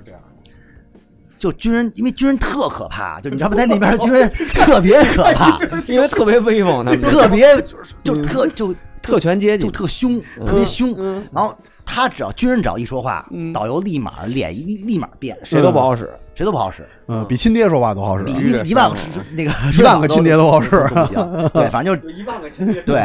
S7: 就军人，因为军人特可 怕，就你知道吗？在那边的军人 特别可怕，
S5: 因为特别威风，他 们
S7: 特别就特就
S5: 特权阶级
S7: 就，特凶，
S5: 嗯
S7: 特别凶。然后他只要军人只要一说话，导游立马脸一立立马变，
S5: 嗯谁都不好使。
S7: 谁都不好使，
S6: 嗯，比亲爹说话都好使
S7: 比。一一万个那个
S6: 一万个亲爹都好使
S7: 不行。对，反正就一万个亲爹。对，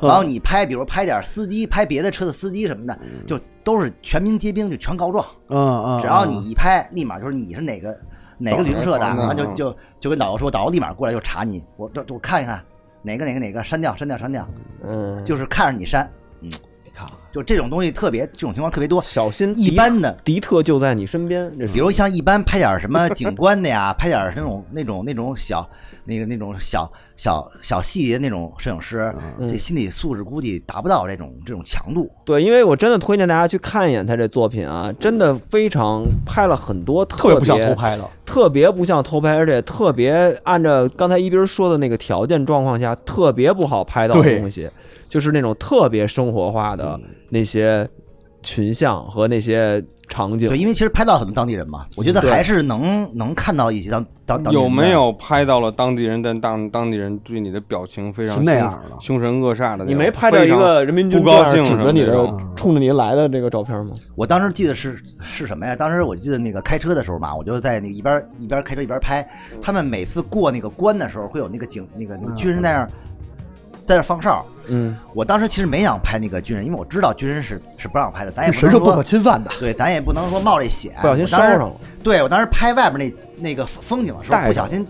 S7: 然后你拍，比如拍点司机，拍别的车的司机什么的，就都是全民皆兵，就全告状。
S6: 嗯嗯，
S7: 只要你一拍，立马就是你是哪个哪个旅行社的，
S8: 嗯
S7: 然后就
S8: 嗯
S7: 就就跟导游说，导游立马过来就查你，我这我看一看哪个哪个哪个删掉删掉删掉，
S5: 嗯，
S7: 就是看着你删，嗯，
S6: 你看，
S7: 就这种东西特别这种情况特别多。
S5: 小心
S7: 一
S5: 敌
S7: 般的
S5: 敌特就在你身边，这种
S7: 比如像一般拍点什么景观的呀，拍点那种那种那种小那个那种小小小细节那种摄影师，这心理素质估计达不到这种这种强度。
S5: 对，因为我真的推荐大家去看一眼他这作品啊，真的非常拍了很多
S6: 特别不像偷，拍的，
S5: 特别不像偷拍，而且特别按照刚才一斌说的那个条件状况下，特别不好拍到的
S6: 对
S5: 东西，就是那种特别生活化的
S7: 嗯
S5: 那些群像和那些场景
S7: 对，。因为其实拍到很多当地人嘛，我觉得
S5: 对
S7: 还是能能看到一些当当当地人
S8: 有
S7: 的
S8: 没？有拍到了当地人，但当当地人对你的表情非常
S6: 是那样的
S8: 凶神恶煞的那种？
S5: 你没拍到一个人民军
S8: 不高
S5: 这
S8: 兴
S5: 样指着你
S8: 什
S5: 的
S8: 么那
S6: 嗯
S8: 种、
S5: 冲着你来的这个照片吗？
S7: 我当时记得是是什么呀？当时我记得那个开车的时候嘛，我就在那个一边一边开车一边拍。他们每次过那个关的时候，会有那个警那个那个军人在那儿。在那放哨。
S5: 嗯，
S7: 我当时其实没想拍那个军人，因为我知道军人是是不让拍的，咱也不
S6: 神
S7: 能
S6: 圣哎不
S7: 说
S6: 可侵犯的。
S7: 对，咱也不能说冒这险，
S5: 不小心
S7: 我当时
S5: 烧上了。
S7: 对我当时拍外边那那个风景的时候，
S5: 带上
S7: 不小心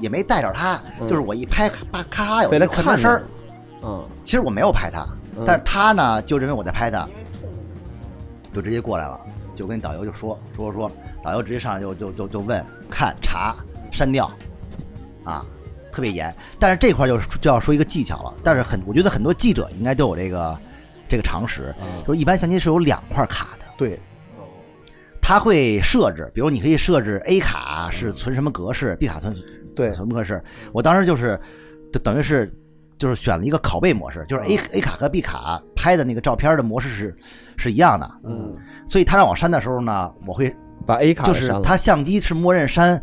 S7: 也没带着它，就是我一拍，啪咔嚓有
S5: 被
S7: 一
S5: 他
S7: 个快门
S5: 看
S7: 声
S5: 着
S7: 儿
S5: 了。。嗯，
S7: 其实我没有拍他
S5: 嗯，
S7: 但是他呢就认为我在拍他，就直接过来了，就跟导游就说说说，导游直接上来就就就就问看查删掉，啊，特别严。但是这块儿就是就要说一个技巧了，但是很我觉得很多记者应该都有这个这个常识，就是一般相机是有两块卡的，
S6: 嗯对，
S7: 它会设置，比如你可以设置 A 卡是存什么格式，B 卡存
S6: 对
S7: 存什么格式。我当时就是，就等于是就是选了一个拷贝模式，就是 A、A
S5: 嗯
S7: 卡和 B 卡拍的那个照片的模式是是一样的。嗯，所以他让我删的时候呢，我会
S5: 把 A 卡
S7: 就
S5: 给
S7: 是
S5: 删了。
S7: 他相机是默认删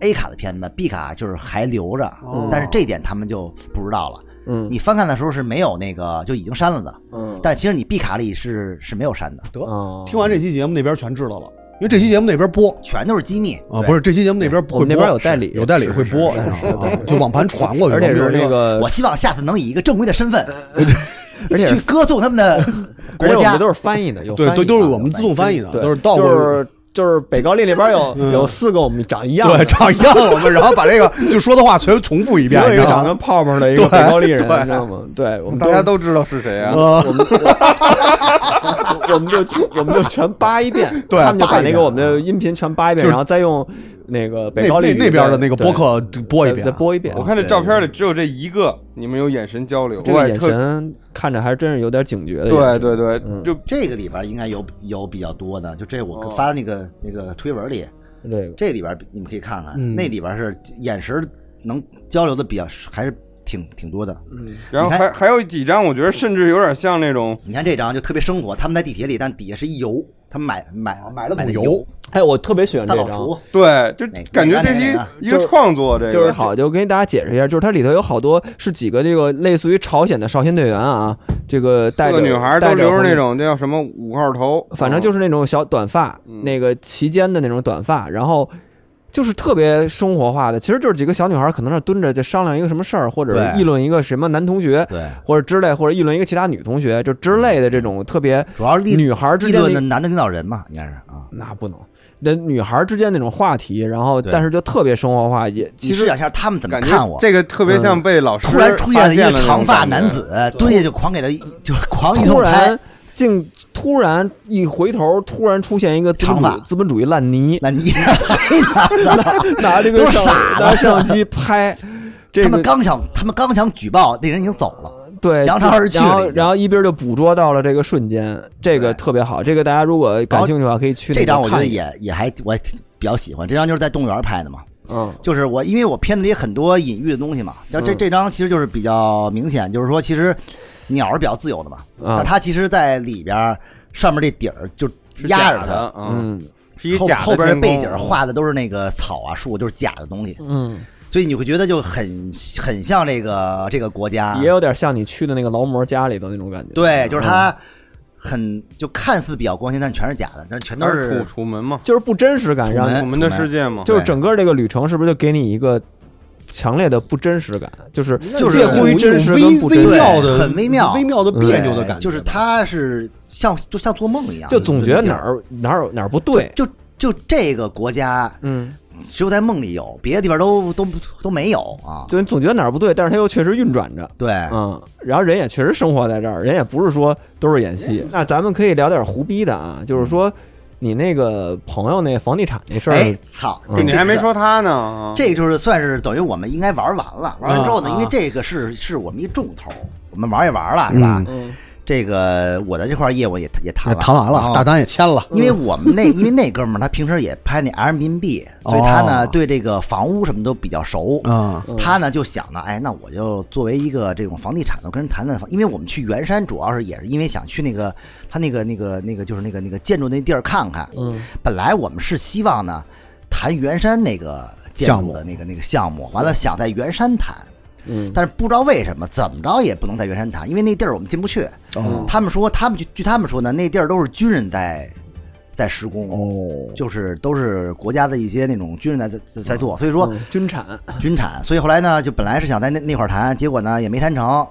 S7: A 卡的片子，B 卡就是还留着，但是这点他们就不知道了。
S5: 哦嗯
S7: 你翻看的时候是没有那个就已经删了的，
S5: 嗯，
S7: 但其实你 B 卡里是是没有删的，
S6: 得
S5: 哦
S6: 听完这期节目那边全知道了，因为这期节目那边播
S7: 全都是机密
S6: 啊，
S7: 对
S6: 不是这期节目那边
S5: 我
S6: 会播，
S5: 们那边有代理
S6: 有代理会播，
S5: 是是
S6: 你
S5: 是
S6: 知道吗就网盘传过去，
S5: 而且
S6: 我
S5: 是
S6: 们有
S5: 那
S6: 一个
S5: 个
S7: 我，希望下次能以一个正规的身份
S5: 呃而且
S7: 去
S5: 是
S7: 歌颂他们 的
S5: 而且
S7: 国
S5: 我
S7: 家
S5: 们都。是翻译的，有
S6: 对，
S5: 翻
S6: 都
S5: 译
S6: 都是
S5: 的
S6: 我们自动翻译的，
S5: 对，
S6: 都是倒过
S5: 就
S6: 去
S5: 是就是北高丽里边有有四个我们长一样
S6: 对
S5: 的，
S6: 长一样的我们，然后把这个就说的话全重复一遍，
S5: 有
S6: 你
S5: 一
S6: 知
S5: 个
S6: 道
S5: 长
S6: 吗
S5: 跟泡泡的一个北高丽人，
S6: 对
S5: 你知道吗？对，我们
S8: 大家都知道是谁啊？
S6: 呃，
S5: 我我们就全我们就全扒一遍，
S6: 对
S5: 他们就
S6: 扒
S5: 把
S6: 一
S5: 那
S6: 遍
S5: 个我们的音频全扒一遍，
S6: 就是
S5: 然后再用那个北
S6: 那
S5: 高丽
S6: 那
S5: 语
S6: 那边的
S5: 再
S6: 那个播客播一
S5: 再
S6: 遍啊
S5: 再，播一遍。
S8: 我看这照片里只有这一个，你们有眼神交流，
S5: 这个
S8: 我也
S5: 眼
S8: 特
S5: 神看着还真是有点警觉的，
S8: 对对对，
S5: 嗯
S8: 就
S7: 这个里边应该有有比较多的，就这我
S5: 哦
S7: 发的那个、那个推文里，
S5: 这个
S7: 这里边你们可以看看，
S6: 嗯
S7: 那里边是眼神能交流的比较还是挺挺多的。
S8: 然后
S7: 你看
S8: 还还有几张，我觉得甚至有点像那种
S7: 你看这张就特别生活，他们在地铁里，但底下是一油，他们买买买了
S6: 桶
S7: 的
S6: 油
S7: 油，
S5: 哎，我特别喜欢
S7: 大
S5: 这
S7: 老
S5: 张，
S7: 厨
S8: 对，就
S7: 哪
S8: 感觉这是
S7: 哪个
S8: 一一个创作，这个
S5: 就是好，就跟大家解释一下，就是它里头有好多是几个这个类似于朝鲜的少先队员啊，这个带
S8: 四
S5: 着
S8: 个女孩
S5: 带
S8: 都留着
S5: 红
S8: 那种叫什么五号头，
S5: 反
S7: 哦
S5: 正就是是那种小短发，
S8: 嗯
S5: 那个齐肩的那种短发，然后就是特别生活化的，其实就是几个小女孩可能是蹲着在商量一个什么事儿，或者是
S7: 对
S5: 议论一个什么男同学，
S7: 对，
S5: 或者之类，或者议论一个其他女同学，就之类的这种特别
S7: 主要是立
S5: 女孩之
S7: 议
S5: 间
S7: 论的
S5: 那
S7: 男的领导人嘛，应该是啊。
S5: 那不能。那女孩之间那种话题，然后
S7: 对
S5: 但是就特别生活化，也
S7: 你
S5: 其
S7: 试
S5: 实
S7: 想一下他们怎么
S8: 感
S7: 看
S8: 觉
S7: 我。嗯
S8: 这个特别像被老师
S7: 突然出现了一个长发
S8: 发现
S7: 男
S8: 的那种感觉，
S7: 子，蹲下就狂给他一，就是狂一通
S5: 突
S7: 拍
S5: 然，竟突然一回头，突然出现一个资本
S7: 长
S5: 主
S7: 发
S5: 义资本主义烂泥，
S7: 那你太难了。
S5: 拿这个
S7: 都
S5: 相
S7: 傻了
S5: 拿相机拍， 这
S7: 他
S5: 个
S7: 们刚想，他们刚想举报，那人已经走了。
S5: 对，
S7: 扬长而去了
S5: 然后
S7: 已经
S5: 然后一边就捕捉到了这个瞬间，这个
S7: 对哦
S5: 特别好。这个大家如果感兴趣的话，可以去那
S7: 这
S5: 个
S7: 张我觉得
S5: 看一眼，
S7: 也也还我还挺比较喜欢，这张就是在动物园拍的嘛，
S5: 嗯，
S7: 就是我因为我片子里有很多隐喻的东西嘛，像这
S5: 嗯
S7: 这张其实就是比较明显，就是说其实鸟是比较自由的嘛，
S5: 啊
S7: 但它其实在里边儿上面这底儿就压着
S8: 是假
S7: 它
S8: 的，，嗯，
S5: 嗯
S8: 是一
S7: 后
S8: 假的
S7: 后边的
S8: 天空
S7: 背景画的都是那个草啊树，就是假的东西，
S5: 嗯，
S7: 所以你会觉得就很很像这个这个国家，
S5: 也有点像你去的那个劳模家里的那种感觉。
S7: 啊对，就是
S5: 嗯，
S7: 它很就看似比较光鲜，但全是假的，但全都
S8: 那是
S7: 是
S8: 楚楚门嘛，
S5: 就是不真实感，
S7: 楚
S5: 让
S7: 门
S5: 你
S8: 楚门的世界嘛，
S5: 就是整个这个旅程是不是就给你一个强烈的不真实感？就是
S7: 就是
S5: 介乎于真实
S6: 微
S5: 跟不真
S6: 微
S5: 实，
S6: 妙的、
S7: 很微妙
S6: 呃微妙的
S7: 对
S6: 别扭的感觉，
S7: 就是它是像就像做梦一样，
S5: 就总觉得哪
S7: 儿
S5: 儿哪儿有哪儿不对。
S7: 就就这个国家
S5: 嗯，
S7: 只有在梦里有，别的地方都都都没有啊。
S5: 就你总觉得哪儿不对，但是它又确实运转着。
S7: 对，
S5: 嗯，然后人也确实生活在这儿，人也不是说都是演戏。那咱们可以聊点胡逼的啊，就是说你那个朋友那房地产那事儿，
S7: 哎，操，
S5: 嗯
S7: 这
S8: 你还没。说他呢，啊
S7: 这个就是算是等于我们应该玩完了，
S6: 嗯
S7: 玩完之后呢，
S5: 啊
S7: 因为这个是是我们一重头，我们玩也玩
S6: 嗯
S7: 了，是吧？这个我的这块业务也也谈
S6: 哎
S7: 了，
S6: 谈完
S7: 然后
S6: 了，大单也签了，
S7: 因为我们那， 因为那哥们儿他平时也拍那 Airbnb，所以他呢
S6: 哦
S7: 对这个房屋什么都比较熟。
S6: 啊，
S7: 他呢就想呢，哎，那我就作为一个这种房地产的，我跟人谈谈房，因为我们去圆山主要是也是因为想去那个他那个那个那个就是那个那个建筑那地儿看看。
S5: 嗯，
S7: 本来我们是希望呢谈圆山那个建筑的那个那个项目，完了想在圆山谈，
S5: 嗯，
S7: 但是不知道为什么怎么着也不能在圆山谈，因为那地儿我们进不去。
S6: 哦
S7: 他们说，他们据据他们说呢，那地儿都是军人在在施工，
S6: 哦，
S7: 就是都是国家的一些那种军人在在在做，所以说
S5: 嗯军产，
S7: 军产。所以后来呢，就本来是想在那那块儿谈，结果呢也没谈成。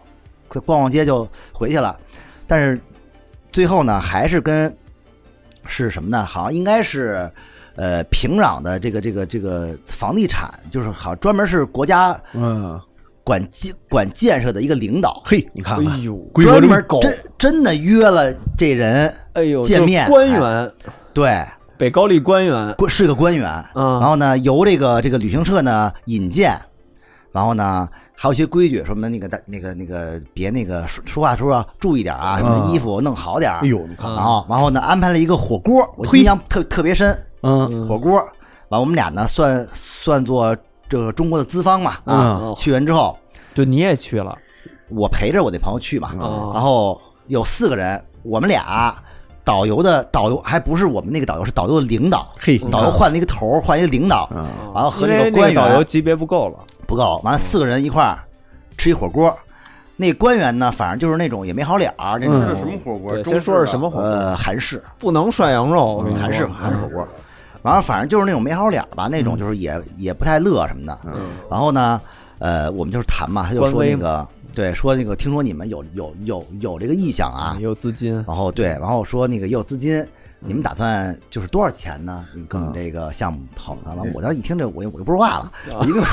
S7: 逛逛街就回去了。但是最后呢，还是跟是什么呢？好像应该是呃平壤的这个这个这个呃房地产，就是好像专门是国家
S6: 嗯，
S7: 管建管建设的一个领导，
S6: 嘿，你看看，
S5: 哎呦，
S6: 规模
S7: 专
S6: 这
S7: 门
S6: 么高，
S7: 真真的约了这人，
S5: 哎呦，
S7: 见面哎
S5: 就是官员，
S7: 对，
S5: 北高丽官员，
S7: 官是个官员，
S5: 嗯
S7: 然后呢，由这个这个旅行社呢引荐，然后呢，还有一些规矩，什么那个大那个那个别那个说说话的时候要注意点啊，什么衣服弄好点儿
S6: 嗯哎，呦，你看，
S7: 然后然后呢安排了一个火锅，我印象特特别深，
S6: 嗯，
S7: 火锅，完我们俩呢算算作这个中国的资方嘛啊
S5: 嗯，
S7: 去完之后
S5: 就你也去了，
S7: 我陪着我那朋友去嘛，
S6: 嗯
S5: 哦
S7: 嗯然后有四个人，我们俩导游的导游还不是我们那个导游，是导游的领导，
S6: 嘿，
S7: 导游换了一个头儿，换一个领导，
S6: 嗯
S7: 嗯完了和
S5: 因
S7: 那
S5: 为
S7: 个
S5: 那
S7: 官
S5: 个导游
S7: 员
S5: 级别不够了，
S7: 不够，完了四个人一块儿吃一火锅。那官员呢，反正就是那种也没好脸儿，那
S5: 嗯
S8: 吃的啊
S7: 种
S8: 什么火
S7: 嗯
S8: 锅？
S5: 对，
S8: 中
S5: 先说
S8: 式
S5: 说
S8: 的
S5: 什么火锅，
S7: 呃嗯韩式，
S5: 不能涮羊肉，我跟你说
S7: 韩式韩式火锅。然后反正就是那种没好脸儿吧，那种
S5: 嗯
S7: 就是也也不太乐什么的。然后呢，呃，我们就是谈嘛，他就
S5: 官
S7: 说
S5: 微
S7: 那个对，说那个听说你们有有有有这个意向啊，
S5: 也有资金，
S7: 然后对，
S6: 嗯
S7: 然后说那个也有资金，你们打算就是多少钱呢？
S6: 嗯
S7: 你跟我们这个项目讨论啊完，我当时一听这我就我就不说话了，因 为因
S6: 啊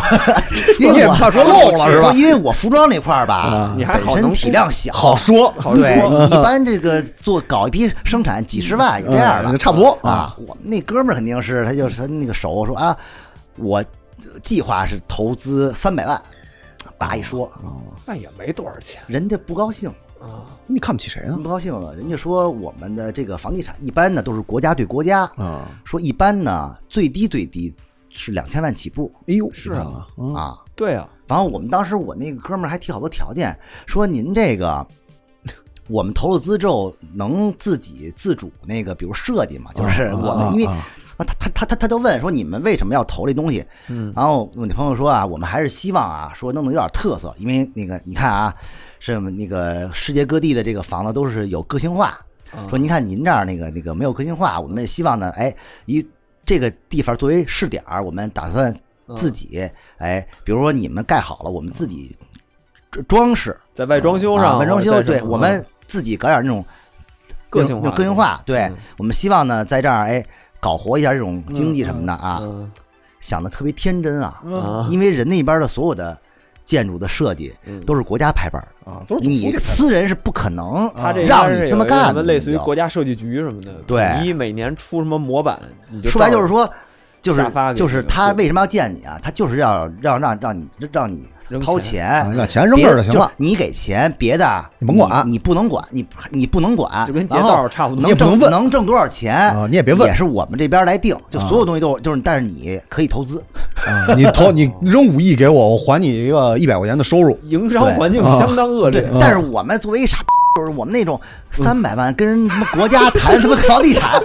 S6: 你
S7: 为
S6: 也
S7: 我
S6: 怕说漏了是吧啊
S7: 因为我服装那块儿吧，
S5: 你还好
S7: 嗯本身
S5: 能
S7: 体量小，
S6: 好说，啊好
S7: 对，你一般这个做搞一批生产几十万也这样了，
S6: 嗯差不多
S7: 啊。我们那哥们儿肯定是他就是他那个熟说啊，我计划是投资三百万，叭一说，
S6: 哦
S5: 那也没多少钱，
S7: 人家不高兴。
S6: 你看不起谁呢？
S7: 不高兴了，人家说我们的这个房地产一般呢都是国家对国家，
S6: 啊，
S7: 说一般呢最低最低是两千万起步
S6: 哎呦，是啊，嗯
S7: 啊。
S5: 对啊，
S7: 然后我们当时我那个哥们儿还提好多条件，说您这个。我们投了资之后，能自己自主那个，比如设计嘛，就是我
S6: 啊
S7: 们因为
S6: 啊
S7: 啊，他他他他他就问说你们为什么要投这东西？嗯，然后我那朋友说啊，我们还是希望啊，说弄得有点特色，因为那个你看啊，是那个世界各地的这个房子都是有个性化。
S6: 啊
S7: 说您看您这儿那个那个没有个性化，我们也希望呢，哎，一这个地方作为试点儿，我们打算
S5: 嗯
S7: 自己哎，比如说你们盖好了，我们自己装装饰，
S5: 在外装修
S7: 啊
S5: 上，
S7: 文装
S5: 或
S7: 修，
S5: 者在
S7: 对
S5: 什么
S7: 我们自己搞点那种
S5: 个性化
S7: 那种个性化。对、
S5: 嗯
S7: 我们希望呢，在这儿哎，搞活一下这种经济什么的啊，
S5: 嗯
S7: 想的特别天真啊，
S5: 啊
S7: 因为人那边的所有的建筑的设计
S5: 嗯
S7: 都是国家拍板的，
S6: 啊，都是总
S7: 你
S6: 部这块
S7: 私人是不可能
S5: 嗯他这
S7: 让
S5: 应该
S7: 你
S5: 是
S7: 这么
S5: 有一个
S7: 干
S5: 什么
S7: 的，
S5: 类似于
S7: 你就
S5: 国家设计局什么的，
S7: 对
S5: 统一每年出什么模板，你就
S7: 说白
S5: 照
S7: 就
S5: 着
S7: 是说。就是
S5: 下发给
S7: 就是
S5: 你的
S7: 他
S5: 对
S7: 为什么要见你啊？他就是要让让让你让你
S5: 扔
S7: 掏
S5: 钱
S7: 钱
S6: 啊，你把钱扔这儿就行了。
S7: 别。你给钱，别的
S6: 你甭管
S7: 你你不能管，你你不能管，
S5: 就跟劫
S7: 然后
S5: 道差不多
S6: 你也不
S7: 能
S6: 能
S7: 挣
S6: 问
S7: 能挣多少钱
S6: 啊你也别问
S7: 也是我们这边来定，就
S6: 啊
S7: 所有东西都就是，但是你可以投资，
S6: 啊你投你扔五亿给我，我还你一个一百块钱的收入。
S5: 营商
S7: 对啊
S5: 环境相当恶劣啊
S6: 啊
S7: 对。但是我们作为一傻逼，就是我们那种三百万跟人他妈国家谈什么房地产。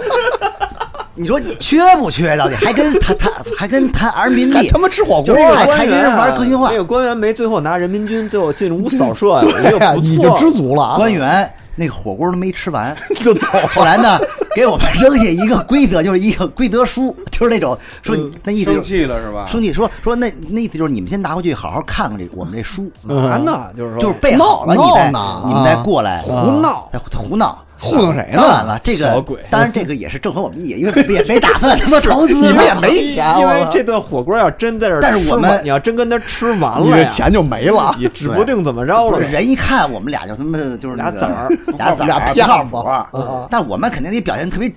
S7: 你说你缺不缺？到底还跟人谈谈，还跟人谈人民
S6: 还
S7: 币？
S6: 他妈吃火
S5: 就
S6: 锅
S5: 是
S7: 是那
S5: 那
S7: 个
S5: 个官
S7: 官
S5: 员
S7: 员
S5: 啊
S7: 啊
S5: 那个官员没最后拿人民军最后进 屋扫射呀，也有
S6: 呀，
S5: 不
S6: 哎你
S5: 错
S6: 就。知足了啊。
S7: 官员那个火锅都没吃完
S6: 就走了
S7: 后来呢，给我们扔下一个规则，就是一个规则书， 就是那种说你那意思、
S8: 生
S7: 就是。
S8: 气了是吧？
S7: 生气说说那那意思就是你们先拿回去好好看看这我们这书，
S5: 嘛呢？嗯就是
S7: 嗯
S5: 说，
S7: 就是备好了你
S6: 闹
S7: 再
S6: 呢
S7: 你们再过来啊
S5: 胡闹，
S7: 再再胡闹
S6: 糊弄谁呢
S7: 当然了，这个
S5: 小鬼
S7: 当然这个也是正合我们意，因为我们也没打算他 妈投资，
S6: 你们也
S7: 我
S6: 没钱
S5: 因为
S6: 我
S5: 这顿火锅要真在这儿吃完，
S7: 但是我们
S5: 你要真跟他吃完
S6: 你
S5: 了
S6: 这
S5: 呀
S6: 钱就没了。
S5: 也指不定怎么着
S7: 不
S5: 了哎
S7: 是。人一看我们俩就他妈就是那
S5: 俩
S7: 个
S5: 子儿
S7: 俩子儿啊
S6: 俩啊
S7: 不
S6: 骗
S7: 靠
S6: 子
S7: 谱但我们肯定得表现特别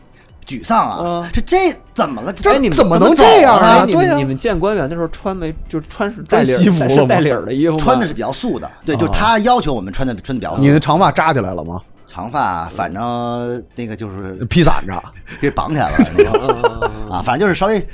S7: 沮丧啊，这这怎么了？
S5: 哎你们
S7: 怎
S6: 怎么能嗯
S7: 走
S6: 这样
S7: 了
S6: 啊
S5: 哎你
S6: 对呀
S5: 们你们见官员的时候穿没就穿是带领
S6: 穿西服了吗
S5: 是带领的衣服吗，
S7: 穿的是比较素的，对，
S6: 啊
S7: 就是他要求我们穿的穿的比较素
S6: 你。的长发扎起来了吗？
S7: 长发反正那个 就是
S6: 披散着。
S7: 给绑起来了你知道吗，啊，反正就是稍微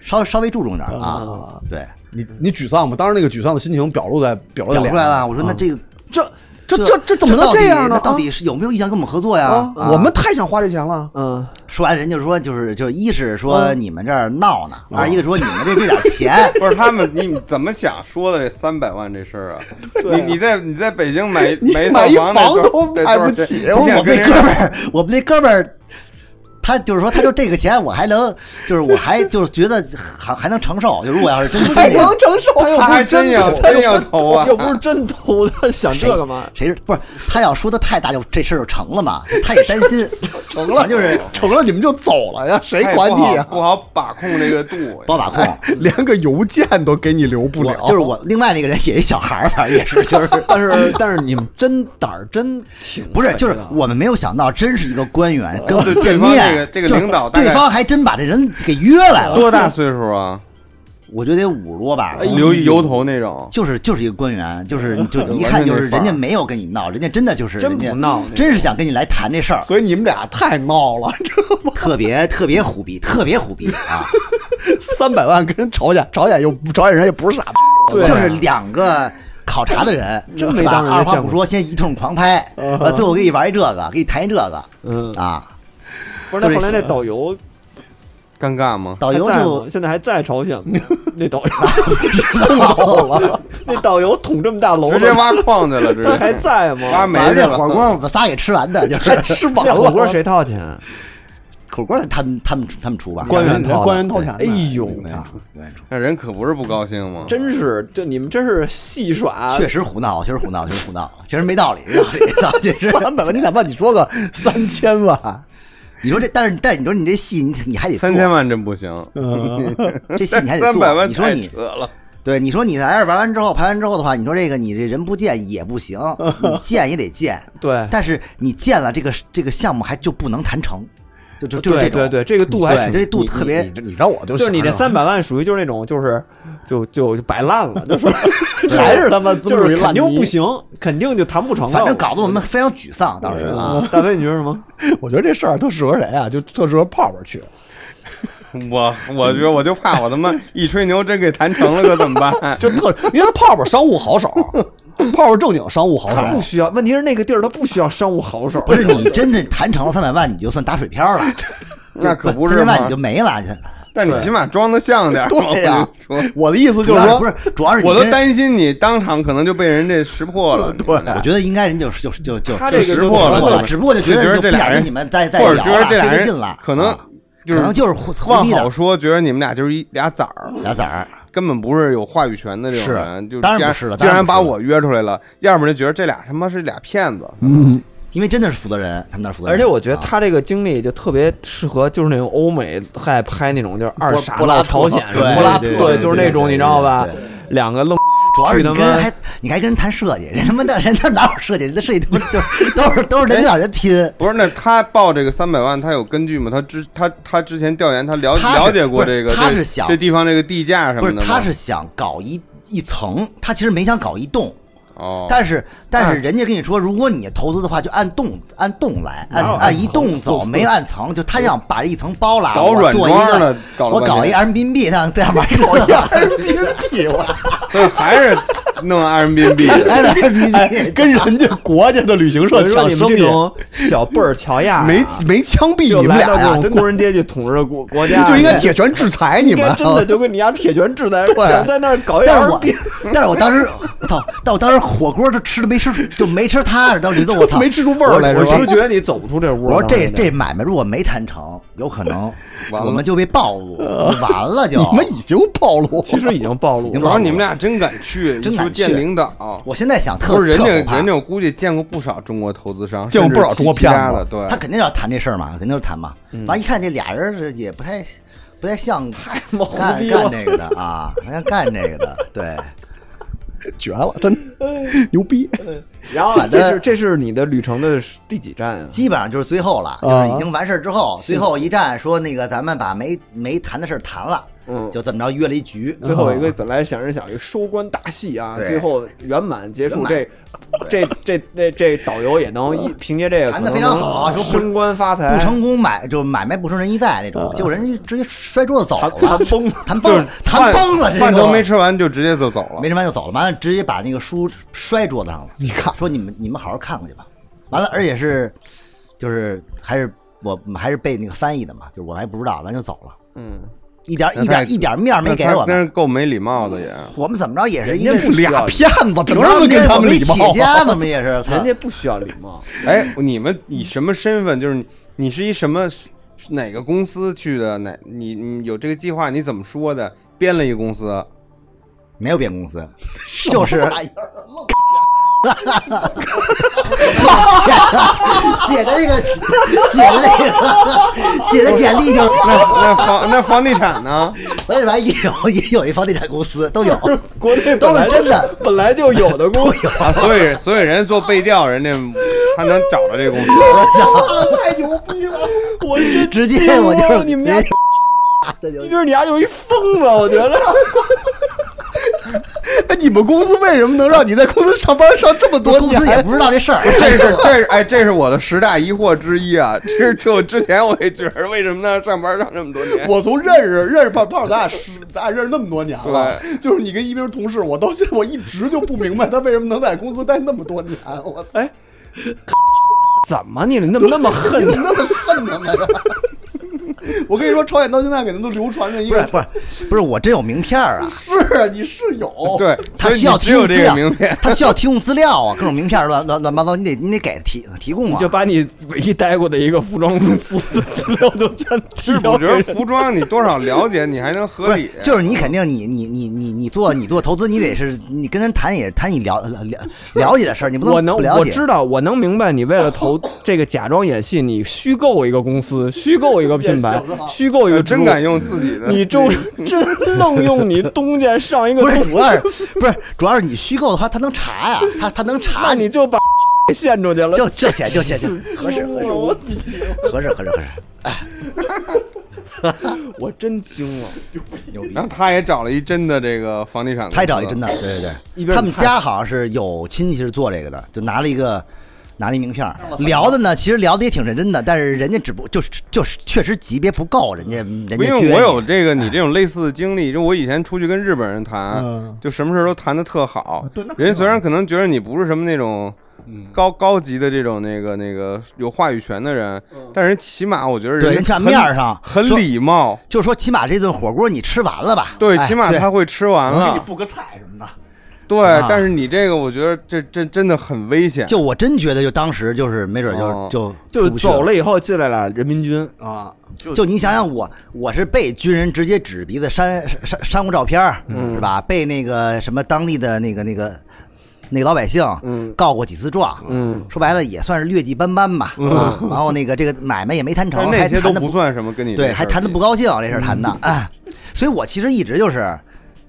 S7: 稍稍微注重点儿啊，对，
S6: 你你沮丧吗？当时那个沮丧的心情表露在表露在
S7: 表
S6: 脸
S7: 出来
S6: 上
S7: 了。我说那这个
S6: 这啊这这这怎么能
S7: 到底
S6: 这样呢？
S7: 那到
S6: 啊
S7: 底是有没有意向跟我们合作呀？
S6: 啊，
S7: 啊
S6: 我们太想花这钱了。
S5: 嗯，
S7: 说完，人就说就是就是，一是
S6: 啊
S7: 说你们这儿闹呢，二一个说你们这这点钱
S8: 不是他们，你怎么想说的这三百万这事儿啊？你你在你在北京买买
S6: 买
S8: 一套
S6: 一
S8: 房那
S6: 房
S8: 多
S6: 都
S8: 对
S6: 买
S8: 多少
S6: 不起
S8: 钱
S7: 不
S8: 你
S7: 是
S8: 想跟人
S7: 我们那哥们儿，我们那哥们儿，他就是说，他就这个钱，我还能，就是我还就是觉得还还能承受。就如果要是真
S9: 还
S7: 真
S9: 能
S7: 的，
S9: 承受？
S8: 他还真要真要投啊
S9: 又不是真投的，想这干 嘛？
S7: 谁是不是他要说的太大，就这事儿就成了嘛？他也担心，成了就是
S9: 成了你们就走了呀？谁管你
S8: 他也
S9: 啊？
S8: 不好不好把控这个度，
S7: 不好把控。
S6: 连个邮件都给你留不
S7: 我
S6: 了，
S7: 就是我另外那个人也一小孩儿，反正也 是就是。
S5: 但是但是你们真胆儿真挺
S7: 不是，就是
S5: 狠的
S7: 我们没有想到，真是一个官员跟我们
S8: 哦对
S7: 见
S8: 方
S7: 面，
S8: 这个这个
S7: 就是
S8: 领导大概
S7: 对方还真把这人给约来了。
S8: 多大？岁数啊？
S7: 我觉得得五十多吧。
S8: 留一油头那种，
S7: 就是就是一个官员，就是 你就你一
S8: 完
S7: 看
S8: 全
S7: 就是
S8: 那范
S7: 人
S8: 儿
S7: 家没有跟你闹，人家真的就是
S5: 真
S7: 人家
S5: 不闹那
S7: 真是想跟你来谈这事儿，
S6: 所以你们俩太闹 了，
S7: 特别特别虎逼，特别虎逼啊！
S6: 三百万跟人吵架，吵架又吵架人也不是傻逼，
S5: 对啊
S7: 就是两个考察的人，
S5: 真
S7: 是
S5: 没
S7: 吧
S5: 当人
S7: 二话
S5: 见
S7: 不
S5: 过
S7: 说，先一通狂拍，呃，最后给你玩一这个，给你谈一这个，
S5: 嗯
S7: 啊，
S5: 不是那
S7: 就是
S5: 后来那导游
S8: 尴尬吗？
S7: 导游
S5: 还在
S7: 就
S5: 吗现在还在朝鲜吗？那导游 送走了，那导游捅这么大娄
S8: 直接
S5: 子，
S8: 挖矿去了，直接
S5: 他还在
S8: 挖
S5: 吗？
S8: 煤
S7: 把
S8: 去
S7: 这
S8: 了。
S7: 火锅我们仨给吃完的，就是
S5: 吃完了，那火锅谁掏钱？
S7: 火锅他们他们他们出吧，
S5: 官员掏的，
S6: 官员掏钱的
S5: 哎呦，
S7: 啊对出
S8: 那人可不是不高兴吗？
S5: 真是这你们真是戏耍，
S8: 啊
S7: 确实胡闹，确实胡闹，确实胡闹，其实没道理，没道理没道 理，就是
S6: 三百万你哪怕你说个三千万，
S7: 你说这，但是但你说你这戏你你还得做
S8: 三千万真不行，
S7: 这戏你还 得
S8: 三百
S7: 做，
S8: 万
S7: 你说
S8: 太
S7: 你
S8: 扯了。
S7: 对，你说你在这玩完之后，排完之后的话，你说这个你这人不见也 不行，你见也得见，
S5: 对
S7: 但是你见了这个这个项目还就不能谈成，就就就是这
S5: 对
S7: 种
S5: 对对，这个度还
S7: 对
S5: 挺
S7: 这度
S6: 你
S7: 特别
S6: 你你你让我就
S5: 就是你这
S6: 想着
S5: 三百万属于就是那种就是就就就摆烂了，就是
S6: 还是他妈
S5: 就
S6: 资助于
S5: 是
S6: 烂
S5: 肯
S6: 泥
S5: 定不行，肯定就谈不成了。
S7: 反正搞得我们非常沮丧，当时啊，
S5: 啊， 大飞你觉得什么？
S6: 我觉得这事儿特适合谁啊？就特适合泡泡去。
S8: 我我觉得我就怕我他妈一吹牛真给谈成了，可怎么 办？
S6: 就特，因为泡泡商务好手，啊泡泡正经商务好
S5: 他不
S6: 手，
S5: 需要，问题是那个地儿他不需要商务好手，
S7: 不是 你真的谈成了三百万，你就算打水漂了，
S8: 那可不
S7: 三
S8: 是
S7: 百万你
S8: 嘛
S7: 就。没了，你
S8: 但你起码装的像点儿嘛。
S6: 对呀
S8: 我跟你
S6: 我的意思
S7: 主
S6: 就是说，
S7: 要不是主要是你
S8: 说，我都
S7: 跟。
S8: 担心你当场可能就被人这识破 了。你知道
S7: 我
S8: 吗
S7: 觉得应该人就是就是就就
S5: 他
S8: 就
S5: 这个
S8: 识
S5: 就
S8: 破
S7: 不
S8: 了，
S7: 错了
S8: 就
S7: 只不过就觉
S8: 觉
S7: 得就
S8: 这
S7: 不
S8: 俩
S7: 想
S8: 人
S7: 跟你们再再
S8: 或者
S7: 聊
S8: 觉得
S7: 了
S8: 这俩
S7: 费这
S8: 人
S7: 劲了
S8: 可能
S7: 啊
S8: 就
S7: 可能就是胡胡
S8: 往
S7: 逼
S8: 好
S7: 的
S8: 说，觉得你们俩就是一俩崽儿，
S7: 俩崽儿。
S8: 根本不是有话语权的这种人，
S7: 是
S8: 就
S7: 当然
S8: 既
S7: 不是了
S8: 既
S7: 当然
S8: 然
S7: 不是
S8: 把
S7: 了
S8: 我约出来了，要么就觉得这俩他妈是俩骗子，
S7: 嗯因为真的是负责人，他们那儿负责人。
S5: 而且我觉得
S7: 啊
S5: 他这个经历就特别适合，就是那种欧美爱拍那种就是二傻
S6: 柏拉
S5: 闹
S6: 图
S5: 朝鲜什
S7: 对
S5: 么的，柏拉
S7: 对
S5: 图
S7: 对
S5: 就是
S7: 对
S5: 那种
S7: 对
S5: 你知道吧
S7: 对对？
S5: 两 个愣
S7: 主要是
S5: 去
S7: 你
S5: 他
S7: 跟人
S5: 妈
S7: 还你还跟人谈设计，人他妈的人他哪有设计？人的设计他妈就是 都是都是人家让人拼。
S8: 不是，那他报这个三百万，他有根据吗？他之他他之前调研，他了
S7: 他是
S8: 了解过这个，
S7: 不是他
S8: 这
S7: 是想
S8: 这地方这个地价什
S7: 不
S8: 么
S7: 是，
S8: 的吗，
S7: 他是想搞一一层，他其实没想搞一栋。
S8: 哦，
S7: 但是但是人家跟你说，如果你投资的话，就按栋按栋来，按按一栋走，没按层。就他想把这一层包了，
S8: 搞
S7: 我
S8: 软
S7: 做一
S8: 装
S7: 个
S8: 呢搞了
S7: 我
S8: 半
S7: 搞一
S8: 天
S7: Airbnb，那这样玩一个
S8: 所以还是弄 RMB
S7: 哎 Airbnb，
S6: 跟人家国家的旅行社
S5: 你说
S6: 抢
S5: 你们
S6: 生
S5: 这
S6: 意，
S5: 种小贝尔乔亚啊
S6: 没没枪毙
S5: 就
S6: 你们
S5: 来
S6: 俩
S5: 到
S6: 呀
S5: 这，种
S6: 真的
S5: 工人阶级统治的国国 家，
S6: 就应该
S5: 应
S6: 铁拳制裁你
S5: 该
S6: 们。
S5: 真的就跟你啊家铁拳制裁，想在那儿搞一
S7: 啊但是
S5: 二
S7: 我，但是我当时，操！但我当时火锅就吃的没吃，就没吃它，然后觉 得 我操，
S6: 没吃出味儿来
S5: 我
S6: 是吧
S5: 是觉得你走不出这屋了。
S7: 我说这这买卖如果没谈成，有可能
S8: 完了
S7: 我们就被暴露，完了就。
S6: 呃你们已经暴露，
S5: 其实已经暴露
S8: 主
S5: 了，
S8: 要你们 俩真敢去，
S7: 真
S8: 一
S7: 敢
S8: 说
S7: 去
S8: 见领导，
S7: 我现在想特
S8: 不是人
S7: 特
S8: 家
S7: 怕
S8: 人家我估计见过不少中国投资商，
S6: 见过不少
S8: 甚至
S6: 中国
S8: 其他
S6: 骗子
S8: 的，对
S7: 他，肯定要谈这事儿嘛，肯定是谈嘛。
S6: 嗯
S7: 完一看这俩人是也不太不太像太
S5: 妈胡
S7: 干
S5: 逼了
S7: 干这个的啊，好像干这个的，对。
S6: 绝了，真牛逼！
S5: 然后
S7: 反正
S5: 这是这是你的旅程的第几站啊？
S7: 基本上就是最后了，就是已经完事儿之后，最后一站说那个咱们把没没谈的事儿谈了，就这么着约了一局，
S5: 最后一个本来想着想一收官大戏啊，
S7: 对
S5: 最后圆满结束这
S7: 圆
S5: 这这这这导游也能一凭借这个
S7: 谈得非
S5: 可能
S7: 常好啊
S5: 能
S7: 说不
S5: 升官发财，
S7: 不成功买就买卖不成仁义在那种，结果人家直接摔桌子走了，
S8: 就
S7: 谈
S5: 谈崩
S7: 崩
S8: 是
S7: 了，谈
S8: 饭
S7: 崩了，这
S8: 饭
S7: 个
S8: 都没，吃完就直接就走了
S7: 没。吃完就走了，完了直接把那个书摔桌子上了。你看，说你们你们好好看看去吧。完了，而且是就是还是我还是被那个翻译的嘛，就是我还不知道，完就走了，
S5: 嗯，
S7: 一点
S8: 那
S7: 一
S8: 他
S7: 点一点面儿没
S8: 那
S7: 给
S8: 他
S7: 我
S8: 跟
S7: 们，
S8: 人够没礼貌的也，
S7: 我们怎么着也是一个
S5: 人家不需要
S6: 俩骗子
S7: 怎
S6: 凭
S7: 么
S6: 什
S7: 着
S6: 么跟他
S7: 我
S6: 们
S7: 们
S6: 礼貌
S7: 企？业家怎么也是，操
S5: 人家不需要礼貌，
S8: 哎，你们以什么身份？就是你你是一什么是哪个公司去的？哪你你有这个计划？你怎么说的？编了一个公司，
S7: 没有变公司，就是写的那个写的那个写的简历就，
S8: 那那房那房地产呢？
S7: 我也反也有也有一房地产公司都有，
S5: 国内本
S7: 都
S5: 来
S7: 是真的
S5: 本来就有的公司，
S8: 啊，所以所以人家做背调，人家他能找着这个公司。
S5: 太牛逼了！ 我真
S7: 直接我就是
S5: 哦你们 家
S7: 这就
S5: 一是你丫就是一疯子，啊我觉得。
S6: 哎，你们公司为什么能让你在公司上班上这么多
S7: 公
S6: 年
S7: 司？也不知道这事儿，
S8: 这是这是哎，这是我的十大疑惑之一啊！这是这我之前我也觉得，为什么呢？上班上这么多年，
S6: 我从认识认识胖胖，咱俩十咱俩认识那么多年了， 就是你跟一鸣同事，我到现在我一直就不明白他为什么能在公司待那么多年。我操，哎，
S5: 怎么你那么那么恨
S6: 你？那么恨他们呀？我跟你说，朝鲜到现在可能都流传着一
S7: 不是
S6: 个
S7: 不是不是我真有名片儿啊，
S6: 是你是有
S8: 对，
S7: 他
S8: 所以
S7: 需要
S8: 你只
S7: 提供
S8: 有
S7: 资
S8: 这个
S7: 料
S8: 名片，，
S7: 他需要提供资料啊，各种名片儿乱乱乱八糟，你得你得给提提供啊
S5: 就。把你唯一待过的一个服装公司的资料都全提
S8: 是
S5: 交
S8: 我觉
S5: 给
S8: 得
S5: 人。
S8: 服装你多少了解，你还能合
S7: 不
S8: 理啊
S7: 是。，就是你肯定你你你你你做你做投资，你得是你跟人谈也是谈你了了了了解的事儿，你不能
S5: 我能
S7: 不了
S5: 我
S7: 解。
S5: 知道，我能明白你为了投这个假装演戏，你虚构一个公司，虚构一个 品牌，
S6: 啊
S5: 虚构一个
S8: 呃
S5: 植
S8: 真
S5: 入
S8: 敢用嗯自己的，
S5: 你就真愣用你东家上一个
S7: 不是
S5: 东，
S7: 主要是不是主要是你虚构的话，他能查呀、他他能查
S5: 那你就把献出去了。
S7: 就就写就写就合适合适
S5: 我
S7: 合适合适合适，
S5: 我真惊了，
S7: 牛逼
S8: 然！后他也找了一真的这个房地产公司，
S7: 他也找一真的，对对
S5: 一
S7: 对，
S5: 边
S7: 他们家好像是有亲戚是做这个的，就拿了一个拿了一名片儿聊的呢，其实聊的也挺认真的，但是人家只不就是就是确实级别不够，人家人家
S6: 哎
S8: 因
S7: 撅
S8: 为
S7: 你
S8: 我有这个你这种类似的经历，就我以前出去跟日本人谈，
S6: 嗯
S5: 嗯
S8: 就什么事儿都谈的特好。
S7: 啊
S8: 人家虽然可能觉得你不是什么那种高高级的这种那个那个有话语权的人，
S7: 嗯
S8: 但是起码我觉得
S7: 对人家
S8: 家
S7: 面儿上
S8: 很
S7: 说
S8: 礼貌，
S7: 就说起码这顿火锅你吃完了吧？
S8: 对，
S7: 哎
S8: 起码他会吃完
S7: 我
S8: 了。
S7: 布个菜什么的。
S8: 对
S7: 啊，
S8: 但是你这个我觉得这这真的很危险。
S7: 就我真觉得，就当时就是没准
S8: 哦
S7: 就就
S5: 就
S7: 出不去了
S5: 走了以后进来了人民军啊，
S7: 就你想想我，我是被军人直接指鼻子扇扇扇过照片儿，
S8: 嗯
S7: 是吧？被那个什么当地的那个那个那老百姓告过几次状，
S5: 嗯，
S7: 说白了也算是劣迹斑斑吧。啊，然后那个这个买卖也没谈
S8: 嗯但
S7: 成，
S8: 那
S7: 还
S8: 些
S7: 谈
S8: 都
S7: 的
S8: 不算什么，跟你
S7: 对，还谈的
S8: 的
S7: 不高兴，
S8: 嗯
S7: 这事儿谈的，哎，所以我其实一直就是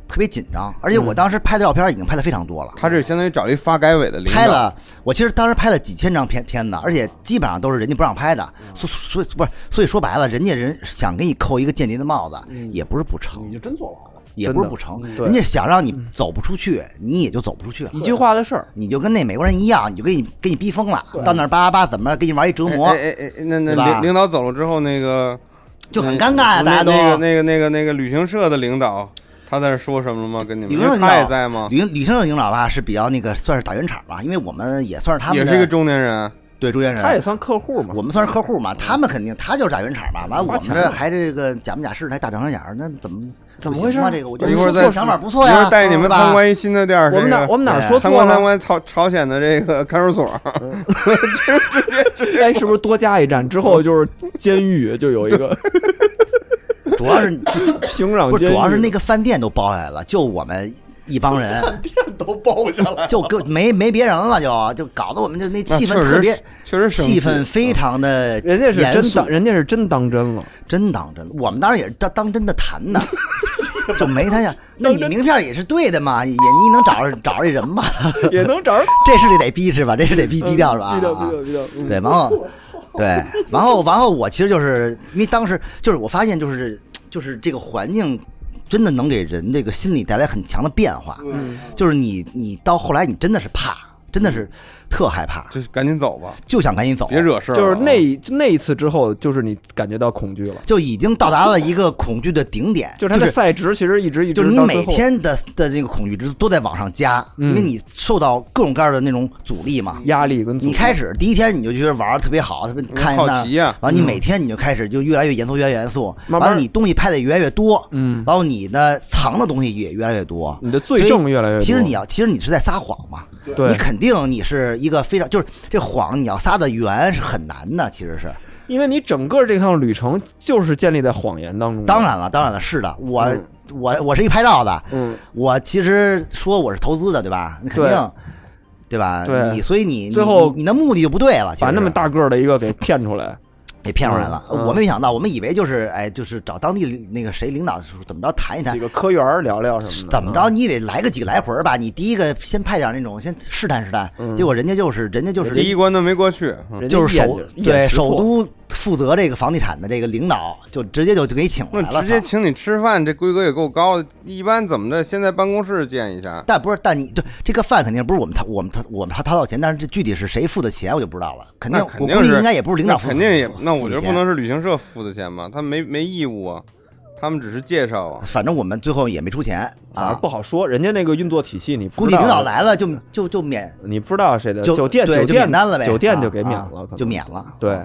S7: 特别紧张，而且
S8: 嗯
S7: 我当时拍的照片已经拍的非常多了。
S8: 他这相当于找了一发改委的领导，
S7: 拍了，我其实当时拍了几千张片片子，而且基本上都是人家不让拍的，
S8: 嗯
S7: 所所以不是，所以说白了，人家人想给你扣一个间谍的帽子，
S8: 嗯
S7: 也不是不成，
S6: 你就真坐牢了。
S7: 也不是不成，
S5: 对
S7: 人家想让你走不出去，你也就走不出去了
S5: 一。句话的事儿。
S7: 你就跟那美国人一样，你就给你给你逼疯了，到那儿叭叭叭怎么着，给你玩一折磨
S8: 哎，哎哎哎，那那
S7: 对吧
S8: 领领导走了之后，那个
S7: 就很尴尬呀，啊大
S8: 那
S7: 家都。
S8: 那个那个那个那个旅行社的领导，他在那说什么了吗？跟你们，
S7: 旅
S8: 因
S7: 行社
S8: 为
S7: 领导
S8: 他也在吗？
S7: 旅行旅行社领导吧是比较那个算是打圆场吧，因为我们也算是他们
S8: 也
S7: 的
S8: 是一个中年人，
S7: 对中间人，
S5: 他也算客户嘛，
S7: 我们算是客户嘛，他们肯定他就是打圆场吧，完了我
S5: 花
S7: 们
S5: 钱
S7: 这
S5: 了
S7: 还这个假模假式，还打长长眼儿，那怎么
S5: 怎么
S7: 不行
S5: 回事
S7: 啊
S5: 儿
S7: 这个我觉
S8: 我
S7: 得
S8: 一会儿
S7: 这
S8: 再
S7: 想法不错呀，
S8: 一会儿带你们参观一新的店儿。
S5: 我们哪
S8: 这个
S5: 我们哪
S7: 对
S5: 说
S8: 参
S5: 错
S8: 观参
S5: 了？
S8: 观朝朝鲜的这个看守所，
S5: 哎，是不是多加一站之后就是监狱，就有一 个
S7: 是吧，主 要是
S5: 平壤
S7: 不是
S5: 监狱？
S7: 主要是那个饭店都包下来了，就我们一帮 人
S6: 都包下来，
S7: 就跟没没别人了，就就搞得我们就那气
S8: 那
S7: 氛
S8: 确实
S7: 特别，
S8: 确实生
S7: 气
S8: 气嗯
S7: 氛非常的
S5: 人家是
S7: 严
S5: 真
S7: 肃
S5: 当，人家是真当真了。
S7: 真当真，我们当然也是当当真的谈的。就没他呀，那你名片儿也是对的嘛，也你能找着找着这人嘛，
S5: 也能 找人
S7: 这是得得逼是吧？这是得逼逼掉是吧？
S5: 逼掉
S7: 啊
S5: 逼掉逼掉。嗯
S7: 对，然后，对，然后，然后我其实就是因为当时就是我发现就是就是这个环境真的能给人这个心理带来很强的变化，
S5: 嗯
S7: 就是你你到后来你真的是怕，真的是特害怕，
S8: 就是赶紧走吧，
S7: 就想赶紧走，
S8: 别惹事儿了啊。
S5: 就是那一那一次之后，就是你感觉到恐惧了，
S7: 就已经到达了一个恐惧的顶点，
S5: 就是是它的赛值其实一直一
S7: 就
S5: 直
S7: 是你
S5: 到最
S7: 每
S5: 后嗯
S7: 天的的这个恐惧值都在往上加，因为你受到各种各样的那种阻力嘛，
S5: 压力嗯跟
S7: 你开始第一天你就觉得玩儿特别好，特别看
S8: 好
S7: 那
S8: 奇呀
S7: 完了你每天你就开始就越来越严肃，越来越严肃，
S5: 嗯慢慢
S7: 完了你东西拍的越来越多，嗯，然后你的藏的东西也越来越多，
S5: 你的罪证越来越
S7: 所以
S5: 多
S7: 其实你要，其实你是在撒谎嘛，
S5: 对
S7: 你肯定你是一个非常就是这谎你要撒的圆是很难的，其实是
S5: 因为你整个这趟旅程就是建立在谎言当中的。
S7: 当然了，当然了，是的，我、我我是一拍照的，
S5: 嗯，
S7: 我其实说我是投资的，对吧？你肯
S5: 对
S7: 定，对吧？
S5: 对
S7: 你所以你
S5: 最后
S7: 你你的目的就不对了，其
S5: 把
S7: 实
S5: 那么大个儿的一个给骗出来，
S7: 给骗出来了。
S5: 嗯嗯
S7: 我没想到，我们以为就是哎，就是找当地那个谁领导怎么着谈一谈
S9: 几，个科员儿聊聊什么的，
S7: 怎么
S5: 啊
S7: 着你得来个几个来回儿吧。你第一个先派点那种先试探试探，结果人家就是人家就是
S8: 第一关都没过去，嗯
S5: 人家
S7: 就是
S5: 一眼
S7: 首
S5: 一眼
S7: 对
S5: 识破
S7: 首都负责这个房地产的这个领导，就直接就给请来了。
S8: 嗯那直接
S7: 操
S8: 请你吃饭，这规格也够高的。一般怎么着，先在办公室见一下。
S7: 但不是，但你对这个饭肯定不是我们掏，我们掏，我们掏掏到钱，但是这具体是谁付的钱，我就不知道了。肯定，
S8: 那肯定
S7: 我估计
S8: 是
S7: 应该也不是领导
S8: 那
S7: 付，
S8: 肯定也
S7: 付，
S8: 那我觉得不。能
S7: 付的
S8: 是旅行社付的钱吧？他没没义务啊，他们只是介绍啊
S7: 钱。反正我们最后也没出钱
S5: 反
S7: 啊
S5: 正，不好说。人家那个运作体系，你不
S7: 估
S5: 知
S7: 计
S5: 道
S7: 领导，来了就就就免
S5: 你不知道谁的
S7: 就
S5: 酒店
S7: 对
S5: 酒
S7: 就
S5: 店
S7: 免单了呗，
S5: 酒店就
S7: 啊
S5: 给免
S7: 啊
S5: 了，可能
S7: 就免了。
S5: 对。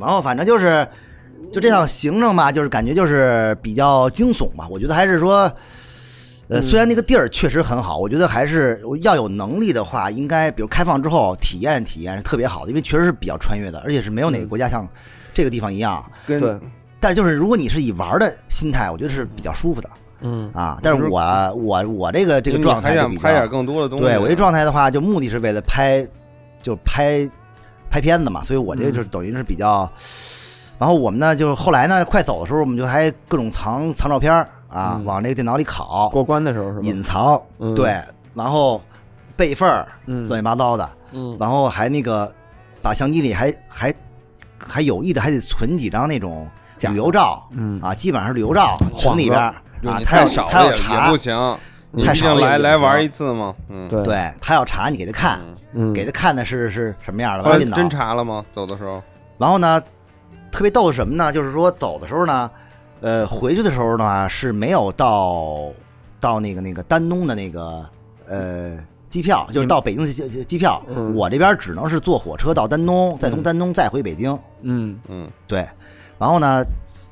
S7: 然后反正就是，就这趟行程吧，就是感觉就是比较惊悚吧。我觉得还是说，
S8: 嗯
S7: 呃，虽然那个地儿确实很好，我觉得还是呃要有能力的话，应该比如开放之后体验体验是特别好的，因为确实是比较穿越的，而且是没有哪个国家像
S8: 嗯
S7: 这个地方一样。
S8: 跟
S5: 对
S7: 但是就是如果你是以玩儿的心态，我觉得是比较舒服的。嗯啊，但是我我我这个这个
S8: 你
S7: 状态
S8: 还
S7: 就
S8: 想
S7: 比较
S8: 拍点更多的东西啊。
S7: 对我这状态的话，就目的是为了拍，就拍拍片子嘛，所以我这个就是
S8: 嗯
S7: 等于是比较。然后我们呢，就是后来呢，快走的时候，我们就还各种藏藏照片儿啊，
S8: 嗯
S7: 往那个电脑里拷、
S5: 过关的时候是吧？
S7: 隐藏，
S5: 嗯
S7: 对，然后备份儿，
S5: 嗯
S7: 乱七八糟的，
S5: 嗯
S7: 然后还那个把相机里还还还有意的还得存几张那种
S5: 假的
S7: 旅游照，
S5: 嗯
S7: 啊，基本上是旅游照
S5: 晃
S7: 存里
S5: 着
S7: 边儿
S8: 嗯就
S7: 啊
S8: 你，
S7: 他
S8: 太
S7: 要
S8: 少
S7: 他
S8: 了
S7: 要
S8: 也
S7: 查
S8: 也不，行，你
S7: 太
S8: 毕
S7: 少
S8: 竟
S7: 了也
S8: 来来
S7: 不行
S8: 玩一次嘛，嗯，
S5: 对，
S7: 对啊他要查你给他看，
S8: 嗯
S5: 嗯
S7: 给他看的是是什么样的
S8: 后来
S7: 玩电脑。
S8: 啊真查了吗？走的时候，
S7: 然后呢，特别逗是什么呢？就是说走的时候呢，呃，回去的时候呢是没有到到那个那个丹东的那个呃机票，就是到北京的机机机票。
S5: 嗯
S7: 我这边只能是坐火车到丹东，再从丹东再回北京。
S5: 嗯
S8: 嗯，
S7: 对，然后呢。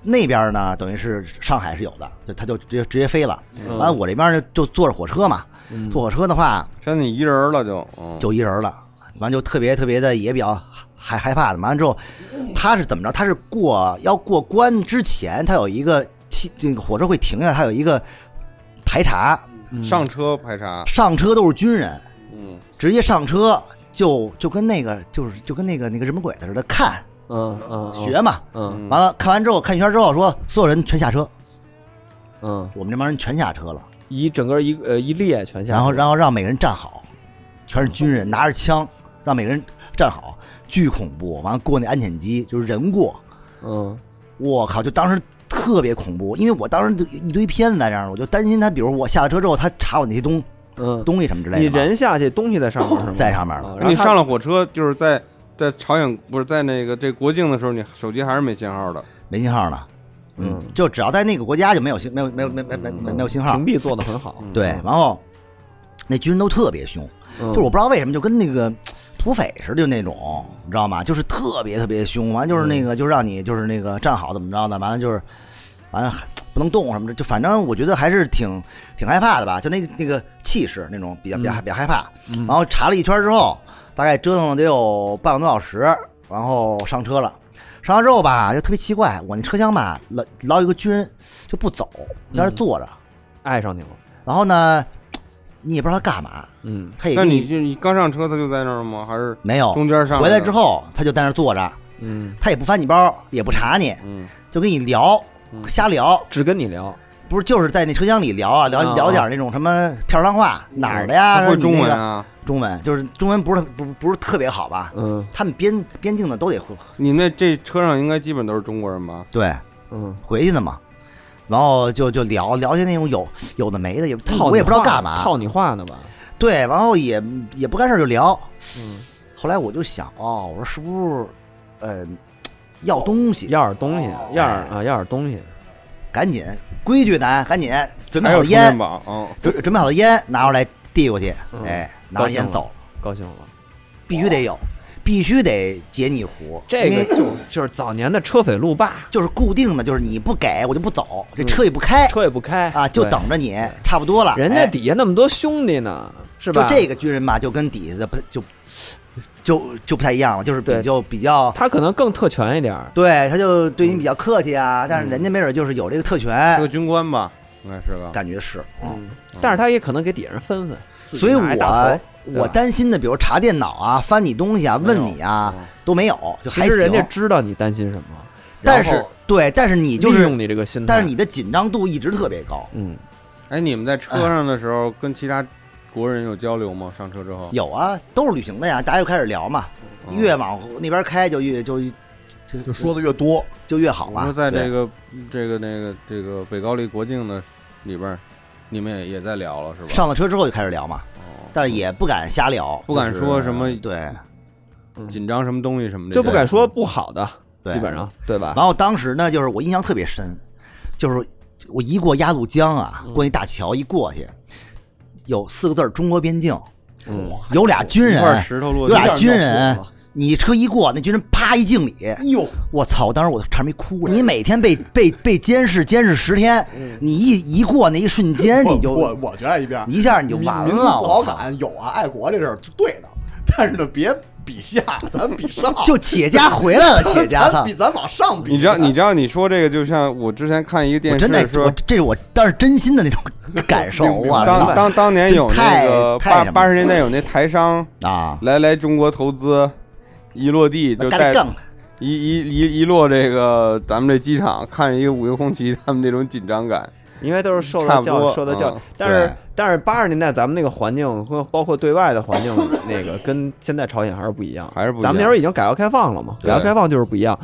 S7: 那边呢，等于是上海是有的，就他就直接直接飞了。
S5: 嗯
S7: 完、了我这边就就坐着火车嘛，坐火车的话，
S8: 像你一人儿了就，嗯，
S7: 就一人了，完就特别特别的也比较害害怕的。完了之后，他是怎么着？他是过要过关之前，他有一个汽这个火车会停下来，啊他有一个排查，
S8: 上车排查，
S7: 上车都是军人，
S8: 嗯，
S7: 直接上车就就跟那个就是就跟那个那个日本鬼子似的看
S5: 嗯嗯
S7: 学嘛。
S5: 嗯
S7: 完了看完之后看一圈之后说，所有人全下车，
S5: 嗯，
S7: 我们这帮人全下车了，
S5: 一整个一呃一列全下来，
S7: 然后然后让每个人站好，全是军人拿着枪，让每个人站好，巨恐怖。完了过那安检机就是人过。
S5: 嗯
S7: 我靠，就当时特别恐怖，因为我当时就一堆片子在这儿，我就担心他，比如我下了车之后，他查我那些东
S5: 嗯，
S7: 东西什么之类的。
S5: 你人下去，东西在上面是吗？
S7: 在上面了
S5: 啊
S8: 你上
S5: 了，
S8: 了火车就是在在朝鲜不是在那个这国境的时候，你手机还是没信号的，
S7: 没信号了，嗯，
S5: 嗯
S7: 就只要在那个国家就没有信，没有没有没有没有没有没有没有信号
S5: 屏。蔽做的很好，
S7: 对，然后那军人都特别凶，
S5: 嗯
S7: 就是我不知道为什么就跟那个土匪似的，就那种你知道吗？就是特别特别凶，完了就是
S8: 嗯
S7: 那个就让你就是那个站好怎么着的，完了就是完了还不能动什么的，就反正我觉得还是挺挺害怕的吧，就那那个气势那种比较比较
S8: 嗯
S7: 比较害怕。然后查了一圈之后，大概折腾了得有半个多小时，然后上车了。上车之后吧，就特别奇怪，我那车厢吧，老老有一个军人就不走，在那
S8: 嗯
S7: 儿坐着。
S5: 爱上你了，
S7: 然后呢，你也不知道他干嘛，
S5: 嗯
S7: 他也
S8: 那
S7: 跟
S8: 你就你刚上车，他就在那儿吗？还是
S7: 没有
S8: 中间上
S7: 哦回来
S8: 来
S7: 之后，他就在那儿坐着，
S5: 嗯，
S7: 他也不翻你包，也不查你，
S8: 嗯，
S7: 就跟你聊，
S5: 嗯
S7: 瞎聊，
S5: 只跟你聊，
S7: 不是就是在那车厢里聊啊，聊
S5: 啊
S7: 聊点那种什么片儿上话，哪儿的呀？
S8: 他
S7: 说
S8: 会
S7: 你
S8: 中文
S7: 那个，
S8: 啊？
S7: 中文就是中文不是不不是特别好吧？
S5: 嗯
S7: 他们边边境的都得会，
S8: 你们那这车上应该基本都是中国人吧？
S7: 对，
S5: 嗯，
S7: 回去的嘛。然后就就聊聊些那种有有的没的，也他
S5: 套你
S7: 我也不知道
S5: 话
S7: 干嘛，
S5: 套你话呢吧？
S7: 对，然后也也不干事儿就聊。
S5: 嗯
S7: 后来我就想，哦，我说是不是，呃，要东西，
S5: 要点东西，
S7: 哦
S5: 要点
S7: 哎
S5: 啊，要点东西，
S7: 赶紧规矩咱赶紧准备
S8: 还
S7: 好
S8: 有充电
S7: 烟，
S8: 宝，嗯，
S7: 准准备好的烟拿出来递过去，
S5: 嗯
S7: 哎，拿
S5: 高
S7: 着
S5: 兴
S7: 烟
S5: 了
S7: 走，
S5: 高兴了。
S7: 必须得有，必须得解你壶，
S5: 这
S7: 因
S5: 个
S7: 为
S5: 就就是早年的车匪路霸，
S7: 就是固定的，就是你不给我就不走，这车也不开
S5: 车也不开
S7: 啊，就
S5: 嗯对
S7: 等着你差不多了，
S5: 人
S7: 哎
S5: 家底下那么多兄弟呢，是
S7: 就
S5: 吧？
S7: 这个军人吧，就跟底下的不就就就不太一样了，就是比
S5: 对
S7: 较比较，
S5: 他可能更特权一点儿。
S7: 对，他就对你比较客气啊，但是人家没准就是有这个特
S8: 是
S7: 权
S8: 个，军官吧，应该是个。
S7: 感觉是，嗯，
S5: 但是他也可能给底下人分分，自己
S7: 所以
S5: 拿一大
S7: 我
S5: 头
S7: 我担心的，比如查电脑啊、翻你东西啊、问你啊，
S8: 嗯
S7: 都没有，就
S5: 其
S7: 还
S5: 实人家
S7: 行。
S5: 知道你担心什么，
S7: 但
S5: 然
S7: 是
S5: 后
S7: 对，但是你就
S5: 利
S7: 是，
S5: 用你这个心态，
S7: 但是你的紧张度一直特别高。
S5: 嗯，
S8: 哎，你们在车上的时候跟其他国人有交流吗？上车之后，
S7: 有啊，都是旅行的呀，大家就开始聊嘛，
S8: 嗯
S7: 越往那边开就越就就
S6: 就说的越多，
S7: 就越好
S8: 我说
S7: 嘛。
S8: 在
S7: 对
S8: 这个这个那个这个北高丽国境的里边儿，你们也也在聊了是吧？
S7: 上了车之后就开始聊嘛，
S8: 哦
S7: 但是也不敢瞎聊，
S8: 不敢说什么
S7: 对。
S8: 紧张什么东西什么的，
S5: 就不敢
S8: 嗯
S5: 说不好的，
S7: 对
S5: 基本上对吧？
S7: 然后当时呢，就是我印象特别深，就是我一过鸭绿江啊，
S8: 嗯
S7: 过那大桥一过去，有四个字儿“中国边境”，有俩军
S8: 嗯一块
S7: 人，
S8: 石头落
S7: 有
S8: 地
S7: 俩军
S6: 一下
S7: 人
S6: 就过去，
S7: 你车一过，那军人啪一敬礼，
S6: 哎呦，
S7: 我操！当时我差点没哭了。你每天被被被监视监视十天，
S8: 嗯
S7: 你一一过那一瞬间，
S6: 我
S7: 你
S6: 我
S7: 就
S6: 我觉得一边
S7: 一下你就完
S6: 民民族
S7: 了，
S6: 自豪
S7: 我操！
S6: 感有啊，爱国这事儿是对的，但是呢，别比下，咱 比上，
S7: 就企业家回来了，企 业家
S6: 咱
S7: 他
S6: 比。咱往上比。
S8: 你知道，你知道，你说这个就像我之前看一个
S7: 我
S8: 电
S7: 真的
S8: 视，
S7: 我
S8: 说，
S7: 这是我当时真心的那种 感受，
S8: 当
S7: 我操
S8: 当当年有那个
S7: 这太
S8: 八
S7: 太什么
S8: 八十年代有那台商
S7: 啊！
S8: 来来中国投资，一落地就
S7: 嘎
S8: 带
S7: 达杠，
S8: 一一一一落这个咱们这机场，看着一个五星红旗，他们那种紧张感，
S5: 因为都是受
S8: 差
S5: 到
S8: 不
S5: 教
S8: 多
S5: 育，受到教育
S8: 嗯。
S5: 但
S7: 对
S5: 是但是八十年代咱们那个环境和包括对外的环境，那个跟现在朝鲜还是不一样，
S8: 还是不一样
S5: 咱们那时候已经改革开放了嘛，
S8: 对
S5: 改革开放就是不一样。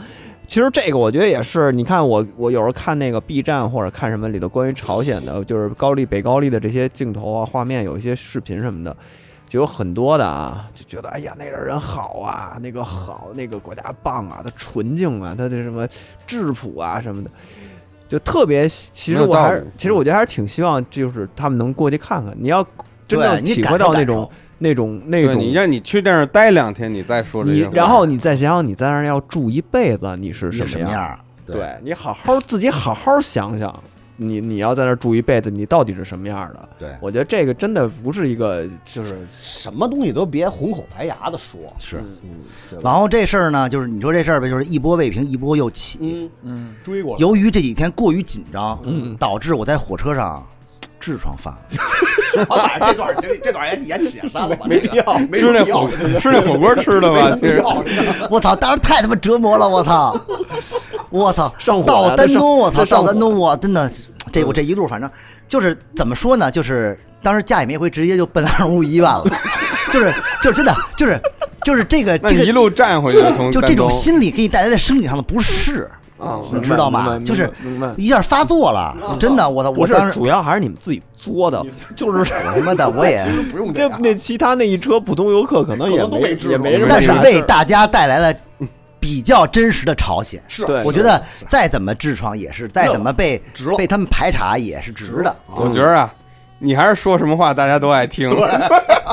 S5: 其实这个我觉得也是，你看我我有时候看那个 B 站或者看什么里头关于朝鲜的，就是高丽北高丽的这些镜头啊、画面，有一些视频什么的，就有很多的啊，就觉得哎呀那个人好啊，那个好，那个国家棒啊，他纯净啊，他的什么质朴啊什么的，就特别。其
S8: 没
S5: 实
S8: 有
S5: 我
S8: 道
S5: 还是
S8: 理
S5: 其实我觉得还是挺希望就是他们能过去看看。你要真
S7: 对
S5: 正
S7: 你
S5: 体
S7: 感
S5: 会
S7: 受
S5: 到那
S7: 感
S5: 种
S7: 受
S5: 那种那
S8: 对
S5: 种
S8: 你让你去那儿待两天，你再说这
S5: 你
S8: 些话，
S5: 然后你再想想你在那儿要住一辈子，你是
S7: 是
S5: 什
S7: 什
S5: 么
S7: 么
S5: 样？
S7: 样儿？
S5: 对你好好自己好好想想，你你要在那儿住一辈子，你到底是什么样的？
S7: 对
S5: 我觉得这个真的不是一个就是
S6: 什么东西都别红口白牙的说，
S7: 是
S6: 嗯，对吧
S7: 然后这事儿呢，就是你说这事儿呗，就是一波未平，一波又起。
S6: 嗯嗯，追过来，嗯
S7: 由于这几天过于紧张，导致我在火车上 嘖痔疮犯了。
S6: 老板这段经历，这段也你也写删 了吧， 没必要，没
S8: 吃那
S6: 必要
S8: 火， 吃那火锅吃的 吧，其
S6: 没必
S8: 实
S6: 要这个
S7: 我操，当时太他妈折磨了，我操，我操，
S5: 上火了
S7: 到丹东，我操，
S5: 这上
S7: 到
S5: 火
S7: 丹东，我真的，这我这一路反正就是怎么说呢，就是当时家里没回，直接就奔二五医院了， 就是就是真的就是就是这个
S8: 那
S7: 这
S8: 你一
S7: 个
S8: 路站回去，从
S7: 就这
S8: 丹
S7: 种
S8: 东
S7: 心理给你带来的生理上的不适。
S5: 啊
S7: 你知道吗？就是一下发作了，真的，我操！
S5: 哦不
S7: 我
S5: 是
S7: 当时
S5: 主要还是你们自己作的，就是
S7: 他 妈的，我也，
S6: 不用这
S5: 这
S6: 样
S5: 那其他那一车普通游客可能
S6: 可
S5: 也
S6: 能都
S5: 没
S6: 没治
S5: 也
S6: 过
S5: 没什么
S7: 但是
S5: 啥事
S7: 为
S5: 儿
S7: 大家带来了比较真实的朝鲜。
S6: 是
S5: 对
S7: 我觉得再怎么痔疮也是，再怎么被
S6: 值了
S7: 被他们排查也是值的，
S8: 我觉得啊，你还是说什么话大家都爱 听，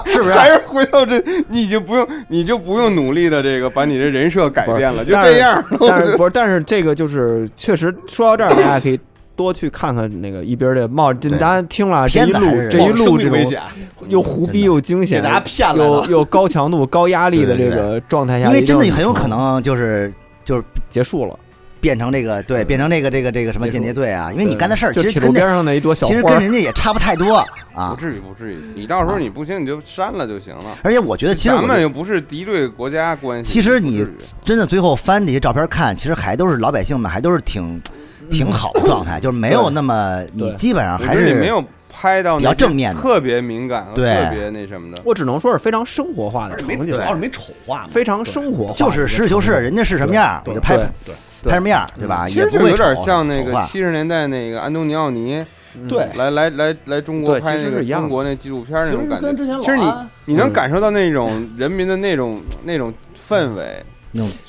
S7: 是不是？
S8: 还是啊回到这，你就不用，你就不用努力的这个把你这人设改变了，就
S5: 但是
S8: 这样。
S5: 但 是不是？但是这个就是确实说到这儿，大家可以多去看看那个一边儿的冒，这
S7: 对
S5: 大家听了啊这
S7: 片
S5: 一
S7: 子还
S5: 路
S7: 是
S5: 这一路
S6: 生
S5: 这
S6: 命
S5: 种
S6: 危险，
S5: 又胡逼又惊险，
S6: 给大家骗来
S5: 又
S6: 了
S5: 又高强度、高压力的这
S7: 对对对
S5: 个状态下，
S7: 因为
S5: 一定
S7: 真的
S5: 是
S7: 很有可能就是就是
S5: 结束了。
S7: 变成这个对，变成这个这个这个什么
S5: 结束
S7: 间谍罪啊，因为你
S5: 对
S7: 干的事儿
S5: 就
S7: 其实
S5: 铁路
S7: 跟
S5: 边
S7: 那
S5: 上那一朵小
S7: 其实
S5: 花
S7: 跟
S5: 儿，
S7: 人家也差不太多
S8: 不
S7: 啊。
S8: 至于，不至于。你到时候你不行，你就删了就行了。
S7: 而且我觉得，其实
S8: 咱
S7: 我
S8: 们又不是敌对国家关系。
S7: 其实
S8: 不
S7: 你
S8: 至于
S7: 真的最后翻这些照片看，其实还都是老百姓们，还都是挺挺好的状 态，就是没有那么你
S5: 对
S7: 基本上
S8: 嗯我
S7: 啊还
S8: 觉得
S7: 是
S8: 你没有拍到
S7: 比较
S8: 那些
S7: 正面的
S8: 特别敏感和
S7: 对
S8: 特别那什么的。
S5: 我只能说是非常生活化的场
S6: 没主
S5: 景，
S6: 要是没丑化嘛，
S5: 非常生活化，
S7: 就是实事求是，人家是什么样儿我就拍
S5: 对
S6: 对
S7: 拍什么样儿，对吧？
S8: 其
S7: 也
S8: 实
S7: 不
S8: 就
S7: 会
S8: 有点
S7: 丑啊
S8: 像那
S7: 丑
S8: 个
S7: 化
S8: 七十年代那个安东尼奥尼
S6: 对，
S8: 来来来来中国
S5: 对
S8: 拍
S5: 其
S8: 那
S5: 实
S8: 个
S5: 是一样的
S8: 中国那纪录片那种感
S6: 其实跟之前老
S8: 觉。其实你
S6: 安
S8: 你能感受到那种人民的那种那种氛围。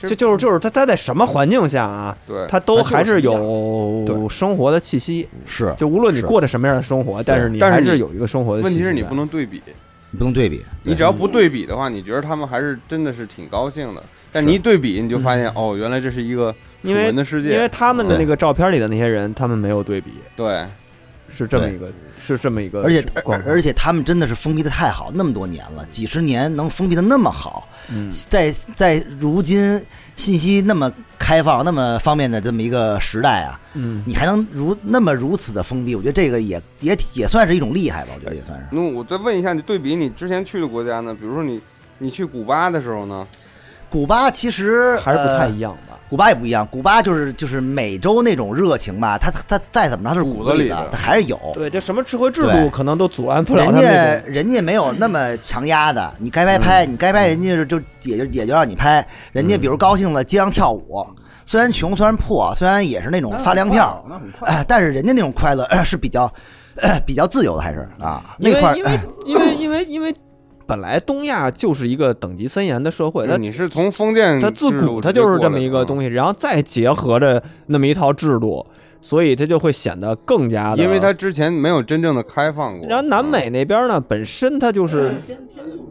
S5: 这就是就是他他在什么环境下啊，
S8: 对，
S5: 他都还是
S6: 它
S5: 有生活的气息。
S7: 是
S5: 就无论你过着什么样的生活，但是你
S8: 但是
S5: 还
S8: 你
S5: 是有一个生活的气
S8: 问
S5: 息
S8: 题
S5: 在。
S8: 是你不能对比。
S7: 你不能对比，
S8: 你只要不对比的话，你觉得他们还是真的是挺高兴的。但你一对比，你就发现、哦，原来这是一个楚
S5: 因为
S8: 门的世界。
S5: 因为他们的
S8: 对
S5: 那个照片里的那些人，他们没有对比，
S8: 对，
S5: 是这么一个，是这么一个
S7: 而且而
S5: 广，
S7: 而且他们真的是封闭的太好，那么多年了，几十年能封闭的那么好，
S5: 嗯
S7: 在在如今信息那么开放、那么方便的这么一个时代啊，
S5: 嗯，
S7: 你还能如那么如此的封闭，我觉得这个也也也算是一种厉害吧，我觉得也算是。
S8: 那我再问一下，你对比你之前去的国家呢？比如说你你去古巴的时候呢？
S7: 古巴其实
S5: 还是不太
S7: 呃
S5: 一样吧。
S7: 古巴也不一样，古巴就是就是美洲那种热情吧，它它它再怎么着它是
S8: 骨
S7: 骨
S8: 子
S7: 子
S8: 里
S7: 里
S8: 的
S7: 的，它还是有。
S5: 对，这什么社会制
S7: 哦对
S5: 度可能都阻拦不了
S7: 人
S5: 他们那
S7: 家
S5: 种。嗯
S7: 人家没有那么强压的，你该拍拍，你该拍，人家就就也就也就让你拍。人
S5: 嗯
S7: 家比如高兴了，街上跳舞，虽然穷，虽然破，虽然也是那种发粮票，
S9: 那很快乐。
S7: 哎，但是人家那种快乐 呃是比较呃比较自由的，还是啊
S5: 因
S7: 那
S5: 为
S7: 块儿
S5: 因为因为因为因为本来东亚就是一个等级森严的社会，它
S8: 你是从封建
S5: 它自
S8: 嗯制度
S5: 古它就是这么一个
S8: 西，
S5: 东西，然后再结合着那么一套制度，所以它就会显得更加的。
S8: 因为它之前没有真正的开放过。
S5: 然后南美那边呢，本身它就是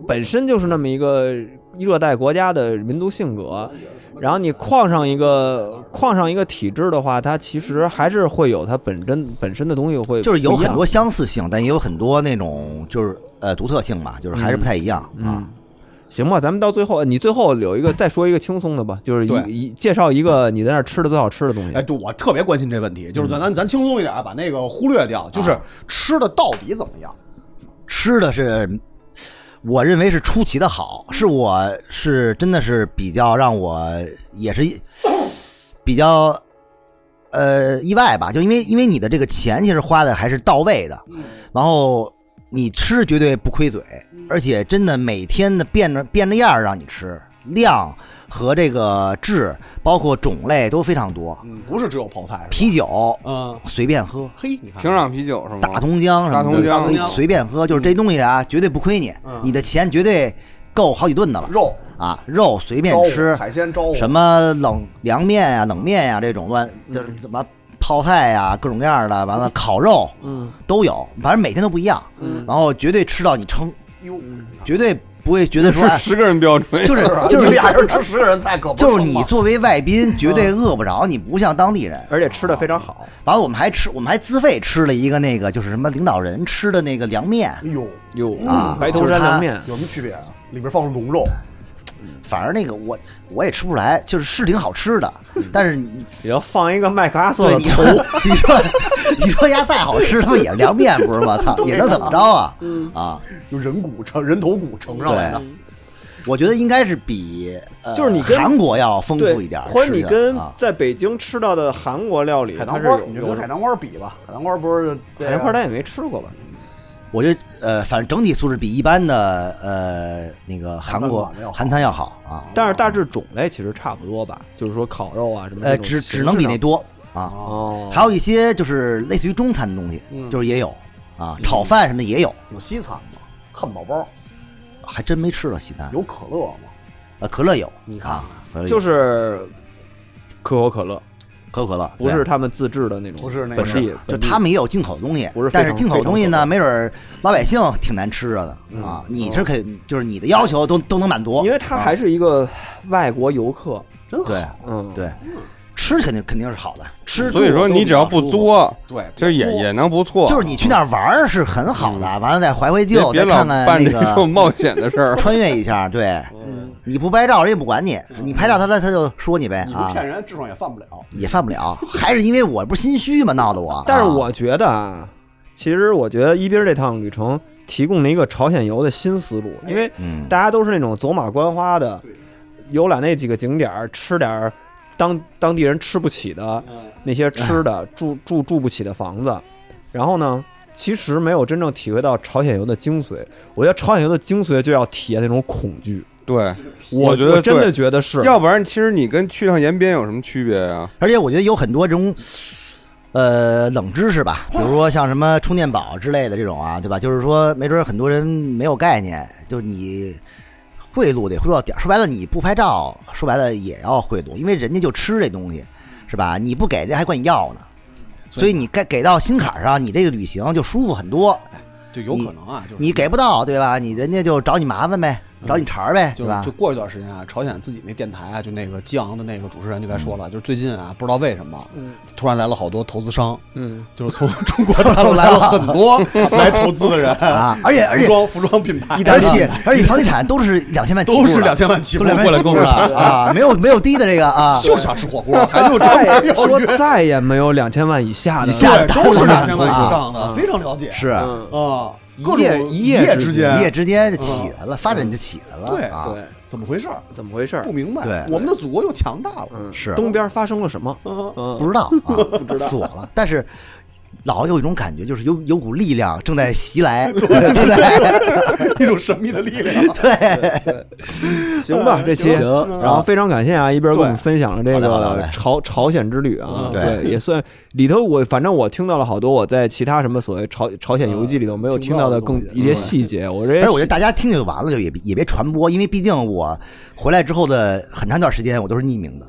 S5: 本身就是那么一个热带国家的民族性格，然后你框上一个框上一个体制的话，它其实还是会有它本身本身的东西会
S7: 就是有
S5: 不一
S7: 很
S5: 样
S7: 多相似性，但也有很多那种就是呃独特性嘛，就是还是不太一样
S5: 嗯
S7: 啊。
S5: 行吧，咱们到最后，你最后有一个再说一个轻松的吧，就是
S6: 对
S5: 一一介绍一个你在那儿吃的最好吃的东西。
S6: 哎，对我特别关心这问题，就是
S8: 嗯
S6: 咱咱咱轻松一点啊，把那个忽略掉，就是
S8: 啊
S6: 吃的到底怎么样？
S7: 吃的是，我认为是出奇的好，是我是真的是比较让我也是比较呃意外吧，就因为因为你的这个钱其实花的还是到位的，然后你吃绝对不亏嘴，而且真的每天的变着变着样儿让你吃，量和这个质，包括种类都非常多，
S6: 嗯，不是只有泡菜，是吧
S7: 啤酒
S6: 嗯，
S7: 随便喝，
S6: 嘿，你看
S8: 平壤啤酒是吗？
S7: 大同江什么
S8: 嗯大
S7: 的，
S8: 同江
S7: 可以随便喝，就是这东西啊，绝对不亏你，你的钱绝对够好几顿的了。
S6: 肉
S7: 啊，肉随便
S6: 招呼
S7: 吃，
S6: 海鲜招呼
S7: 什么冷凉面呀、冷面呀、这种乱，就是什么泡菜呀、各种各样的，完了烤肉，嗯，都有，反正每天都不一样，然后绝对吃到你撑，
S6: 哟，
S7: 绝对不会觉得 说，
S8: 是
S7: 哎，
S8: 十个人标准，
S7: 就是
S6: 就
S7: 就是是
S6: 俩人吃十个人菜，可不
S7: 就是
S6: 撑
S7: 你
S6: 吗
S7: 作为外宾绝对饿不着，你不像当地人，
S5: 而且吃的非常好，
S7: 完了我们还吃，我们还自费吃了一个那个就是什么领导人吃的那个凉面，
S6: 哟，
S5: 哟嗯
S7: 啊
S5: 白头山凉面，
S6: 哎有什么区别啊？里边放龙肉，
S7: 反正那个我我也吃不出来，就是是挺好吃的，
S9: 嗯
S7: 但是你
S5: 也要放一个麦克阿瑟
S7: 对
S5: 的
S7: 你
S5: 头
S7: 说，你说 你说鸭再好吃，他们也是凉面 不是吗？操，也能怎么着啊？
S9: 嗯
S7: 啊，
S6: 就人骨盛人头骨盛上来的
S7: 对。我觉得应该是比呃
S5: 就是你跟
S7: 韩国要丰富
S5: 对
S7: 一点，
S5: 或者你
S7: 吃的
S5: 跟
S7: 啊
S5: 在北京吃到的韩国料理，
S9: 海
S5: 它
S9: 棠
S5: 是
S9: 花
S5: 有，
S9: 你就
S5: 有啊
S9: 跟海棠花比吧，海棠花不是
S6: 啊
S5: 海南块儿咱也没吃过吧？
S7: 我觉得呃，反正整体素质比一般的呃那个韩国
S9: 韩餐馆要好
S7: 韩餐要好啊，
S5: 但是大致种类其实差不多吧，就是说烤肉啊什么这
S7: 呃，
S5: 种
S7: 只
S5: 形
S7: 只能比
S5: 式
S7: 那
S5: 上
S7: 多啊。
S5: 哦，
S7: 还有一些就是类似于中餐的东西，
S9: 嗯
S7: 就是也有啊，炒饭什么的也有，
S6: 有西餐吗？汉堡包
S7: 还真没吃到西餐。
S6: 有可乐吗？
S7: 呃，可乐有，
S6: 你看
S7: 啊，可乐有
S5: 就是可口可乐，
S7: 可口可乐，
S5: 不
S7: 对
S5: 是他们自制的那种，
S6: 不是那
S5: 本
S6: 个
S5: 地，
S7: 就
S5: 本地
S7: 他们也有进口的东西
S5: 不是，非常嗯
S7: 但
S5: 哦
S7: 是进口的东西呢，没准儿老百姓挺难吃着的啊。你是肯，就是你的要求都都能满足，
S5: 因为他还
S7: 啊
S5: 是一个外国游客，
S6: 真
S7: 对
S6: 好。
S5: 嗯，
S7: 对，吃肯定肯定是好的，吃
S8: 所以说你只要不
S7: 住都比较舒服，
S8: 作，
S6: 对，
S8: 就也也能不错。
S7: 就是你去那儿玩儿是很好的，
S5: 嗯
S7: 完了再怀怀
S8: 别
S7: 旧，
S8: 别
S7: 再
S8: 老
S7: 看看
S8: 办
S7: 那
S8: 这种
S7: 个。
S8: 冒险的事儿
S7: 穿越一下，对，
S5: 嗯
S7: 你不拍照人也不管你，你拍照他他他就说你呗
S6: 你不
S7: 啊，
S6: 骗人，智商也犯不了。
S7: 也犯不了，还是因为我不是心虚嘛，闹得我，
S5: 但是
S7: 啊
S5: 我觉得啊，其实我觉得一斌这趟旅程提供了一个朝鲜游的新思路，因为
S7: 嗯
S5: 大家都是那种走马观花的，游览那几个景点儿，吃点儿当当地人吃不起的那些吃的，住住住不起的房子，然后呢。其实没有真正体会到朝鲜游的精髓，我觉得朝鲜游的精髓就要体验那种恐惧。
S8: 对，
S5: 我
S8: 觉得
S5: 真的
S8: 对
S5: 觉得是，
S8: 要不然其实你跟去趟延边有什么区别 呀？
S7: 而且我觉得有很多这种，呃，冷知识吧，比如说像什么充电宝之类的这种啊，对吧？就是说，没准很多人没有概念，就是你贿赂得贿赂到点儿。说白了，你不拍照，说白了也要贿赂，因为人家就吃这东西，是吧？你不给，人家还管你要呢。所以你该给到心坎儿上，你这个旅行就舒服很多。
S6: 就有可能啊，就是
S7: 你给不到，对吧？你人家就找你麻烦呗。找你茬儿呗，
S6: 嗯就
S7: 对
S6: 是
S7: 吧
S6: 就？过一段时间啊，朝鲜自己那电台啊，就那个激昂的那个主持人就该说
S7: 嗯
S6: 了，就是最近啊，不知道为什么，突然来了好多投资商，
S5: 嗯，
S6: 就是从 中国大陆来了很多来投资的人
S7: 啊而且而且
S6: 服装服装品牌，
S7: 而且而且房地产都是两千万起步
S6: 都
S7: 的，
S6: 是两千万起
S7: 都
S6: 步
S7: 两千
S6: 过来
S7: 万
S6: 购
S7: 起步
S6: 买
S7: 的，啊，没有没有低的这个啊，
S6: 就是想吃火锅，还哎 就专
S5: 再
S6: 门
S5: 哎说
S6: 要约
S5: 再也没有两千万以下的
S7: 以下
S5: 了，
S7: 的
S6: 对，都是两千万以上的，非常了解，
S7: 是啊
S6: 啊，
S5: 一
S6: 各
S5: 夜
S6: 种
S5: 一夜
S6: 夜
S5: 之
S6: 之
S7: 一
S6: 间，
S7: 夜之间就起来了，发展就起来了，
S6: 对
S7: 啊，
S6: 对，怎么回事儿？
S5: 怎么回事？
S6: 不明白，
S7: 对
S6: 我们的祖国又强大了，
S7: 是
S5: 东边发生了什么？
S7: 不知道啊，不知道锁了，但是。老有一种感觉，就是有有股力量正在袭来，对对
S6: 一种神秘的力量。啊
S7: 对，
S5: 行吧，这期，然后非常感谢啊，一边跟我们
S6: 对
S5: 分享了这
S7: 嗯好嘞好嘞好
S5: 个
S7: 嘞
S5: 朝朝鲜之旅
S7: 嗯
S5: 啊，
S7: 对
S5: 也算里头我反正我听到了好多我在其他什么所谓朝朝鲜游记里头没有听到的
S7: 嗯
S6: 听
S5: 更
S6: 不到的东西
S5: 一些细节，我这
S7: 而且哎我觉得大家听就完了，就也别也别传播，因为毕竟我回来之后的很长一段时间，我都是匿名的。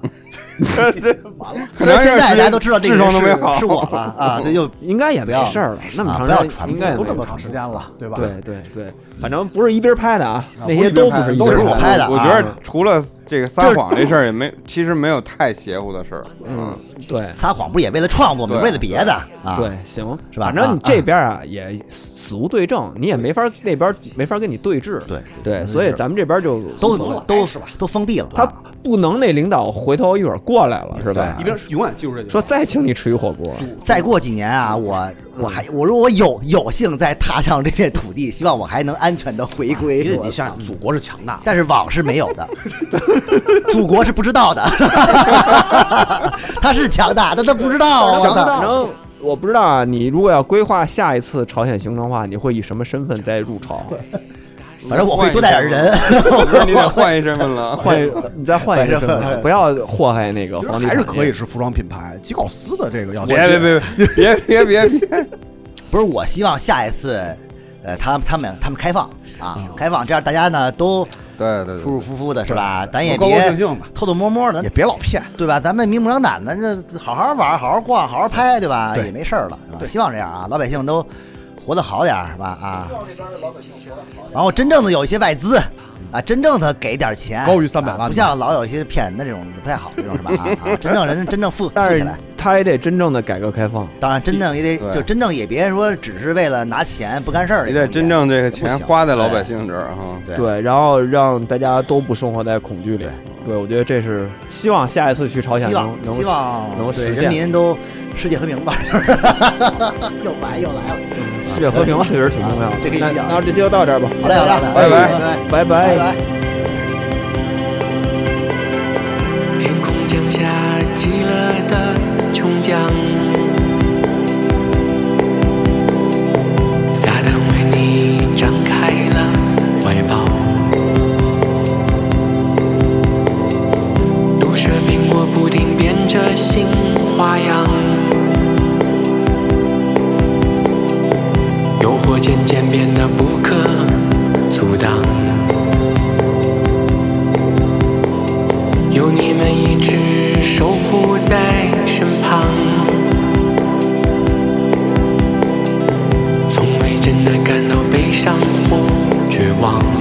S7: 这
S8: 可
S7: 完了，
S8: 能
S7: 现在大家都知道这个
S8: 智商
S7: 人
S8: 都没
S7: 是
S8: 好
S7: 是我了啊，这就
S5: 应该也没事儿了，那么
S7: 啊
S5: 长
S7: 不要
S5: 时间
S7: 传
S5: 应该也
S7: 播，
S5: 没
S7: 这么
S5: 有
S7: 长时间了，对吧？
S5: 对对对，反正不是一边拍的啊，那些
S8: 不
S5: 都不是一
S7: 都
S5: 边
S7: 是我拍的啊
S8: 我觉得除了这个撒谎这事儿，也没其实没有太邪乎的事儿。嗯，
S5: 对。
S7: 撒谎不是也为了创作吗？
S8: 对
S7: 为了别的啊？
S5: 对，行
S7: 是吧
S5: 反正你
S7: 啊
S5: 这边啊也死死无对证，你也没法那边没法跟你对峙。
S7: 对
S5: 对，所以咱们这边就
S7: 啊都
S5: 无所谓
S7: 都是吧？都封闭了啊，
S5: 他不能那领导回头一会儿过来了是吧
S6: 一？边永远记住这句话
S5: 啊说再请你吃一火锅，
S7: 再过几年啊，
S6: 嗯
S7: 我我还我如果有有幸再踏上这片土地，希 望我还能安全的回归。
S6: 啊你
S7: 我
S6: 你想想，祖国是强大的，
S7: 但是网是没有的， 祖国是不知道的， 他是强大，但他不知道啊。
S5: 想
S7: 我操
S5: 反正我不知道啊，你如果要规划下一次朝鲜行程的话，你会以什么身份再入朝？
S7: 反正我会多带点人，
S8: 我觉得你得换一身份 了。
S5: 换一你再换一个身份，不要祸害那个
S6: 其实
S5: 皇帝。
S6: 还是可以。是服装品牌，吉考斯的这个要求。
S8: 别别别别别别别！
S7: 不是我希望下一次，呃，他他们他们开放啊，
S6: 嗯
S7: 开放，这样大家呢都
S8: 对对
S7: 舒舒
S8: 对，
S7: 服服的是吧？咱也
S6: 嗯高高
S7: 别
S6: 兴兴吧
S7: 偷偷摸摸的
S6: 也，别老骗。
S7: 对吧？咱们明目张胆的，这好好玩，好好逛，好好拍，对吧？也没事儿了，是吧希望这样啊，老百姓都活得好点儿，是吧？啊，然后真正的有一些外资啊，真正的给点钱，
S6: 高于300万的
S7: 啊不像老有一些骗人的这种不太好，这种是吧？啊，啊真正人真正富富
S5: 但
S7: 起
S5: 是
S7: 来。
S5: 他也得真正的改革开放，
S7: 当然，真正也得
S8: 对
S7: 就真正也别说只是为了拿钱不干事儿，
S8: 你得真正这个钱
S7: 不行
S8: 花在老百姓这儿哈。
S7: 对
S5: 对，然后让大家都不生活在恐惧里。对，我觉得这是希望下一次去朝鲜
S7: 希
S5: 能
S7: 望
S5: 能
S7: 希望
S5: 能
S7: 对
S5: 实
S7: 人
S5: 现
S7: 民都世界和平吧，就是 又来又来了，
S5: 世界和平，这人挺重要的。
S7: 这个
S5: 那
S7: 一定要
S5: 那这期就到这儿吧，
S7: 好嘞好嘞好嘞，
S8: 拜拜
S7: 拜拜。拜
S5: 拜拜。
S7: 拜
S10: 天空降下极乐的琼浆，撒旦为你张开了怀抱，毒蛇苹果不停变着新花样，诱惑渐渐变得不可阻挡。有你们一直守护在身旁，从未真的感到悲伤或绝望。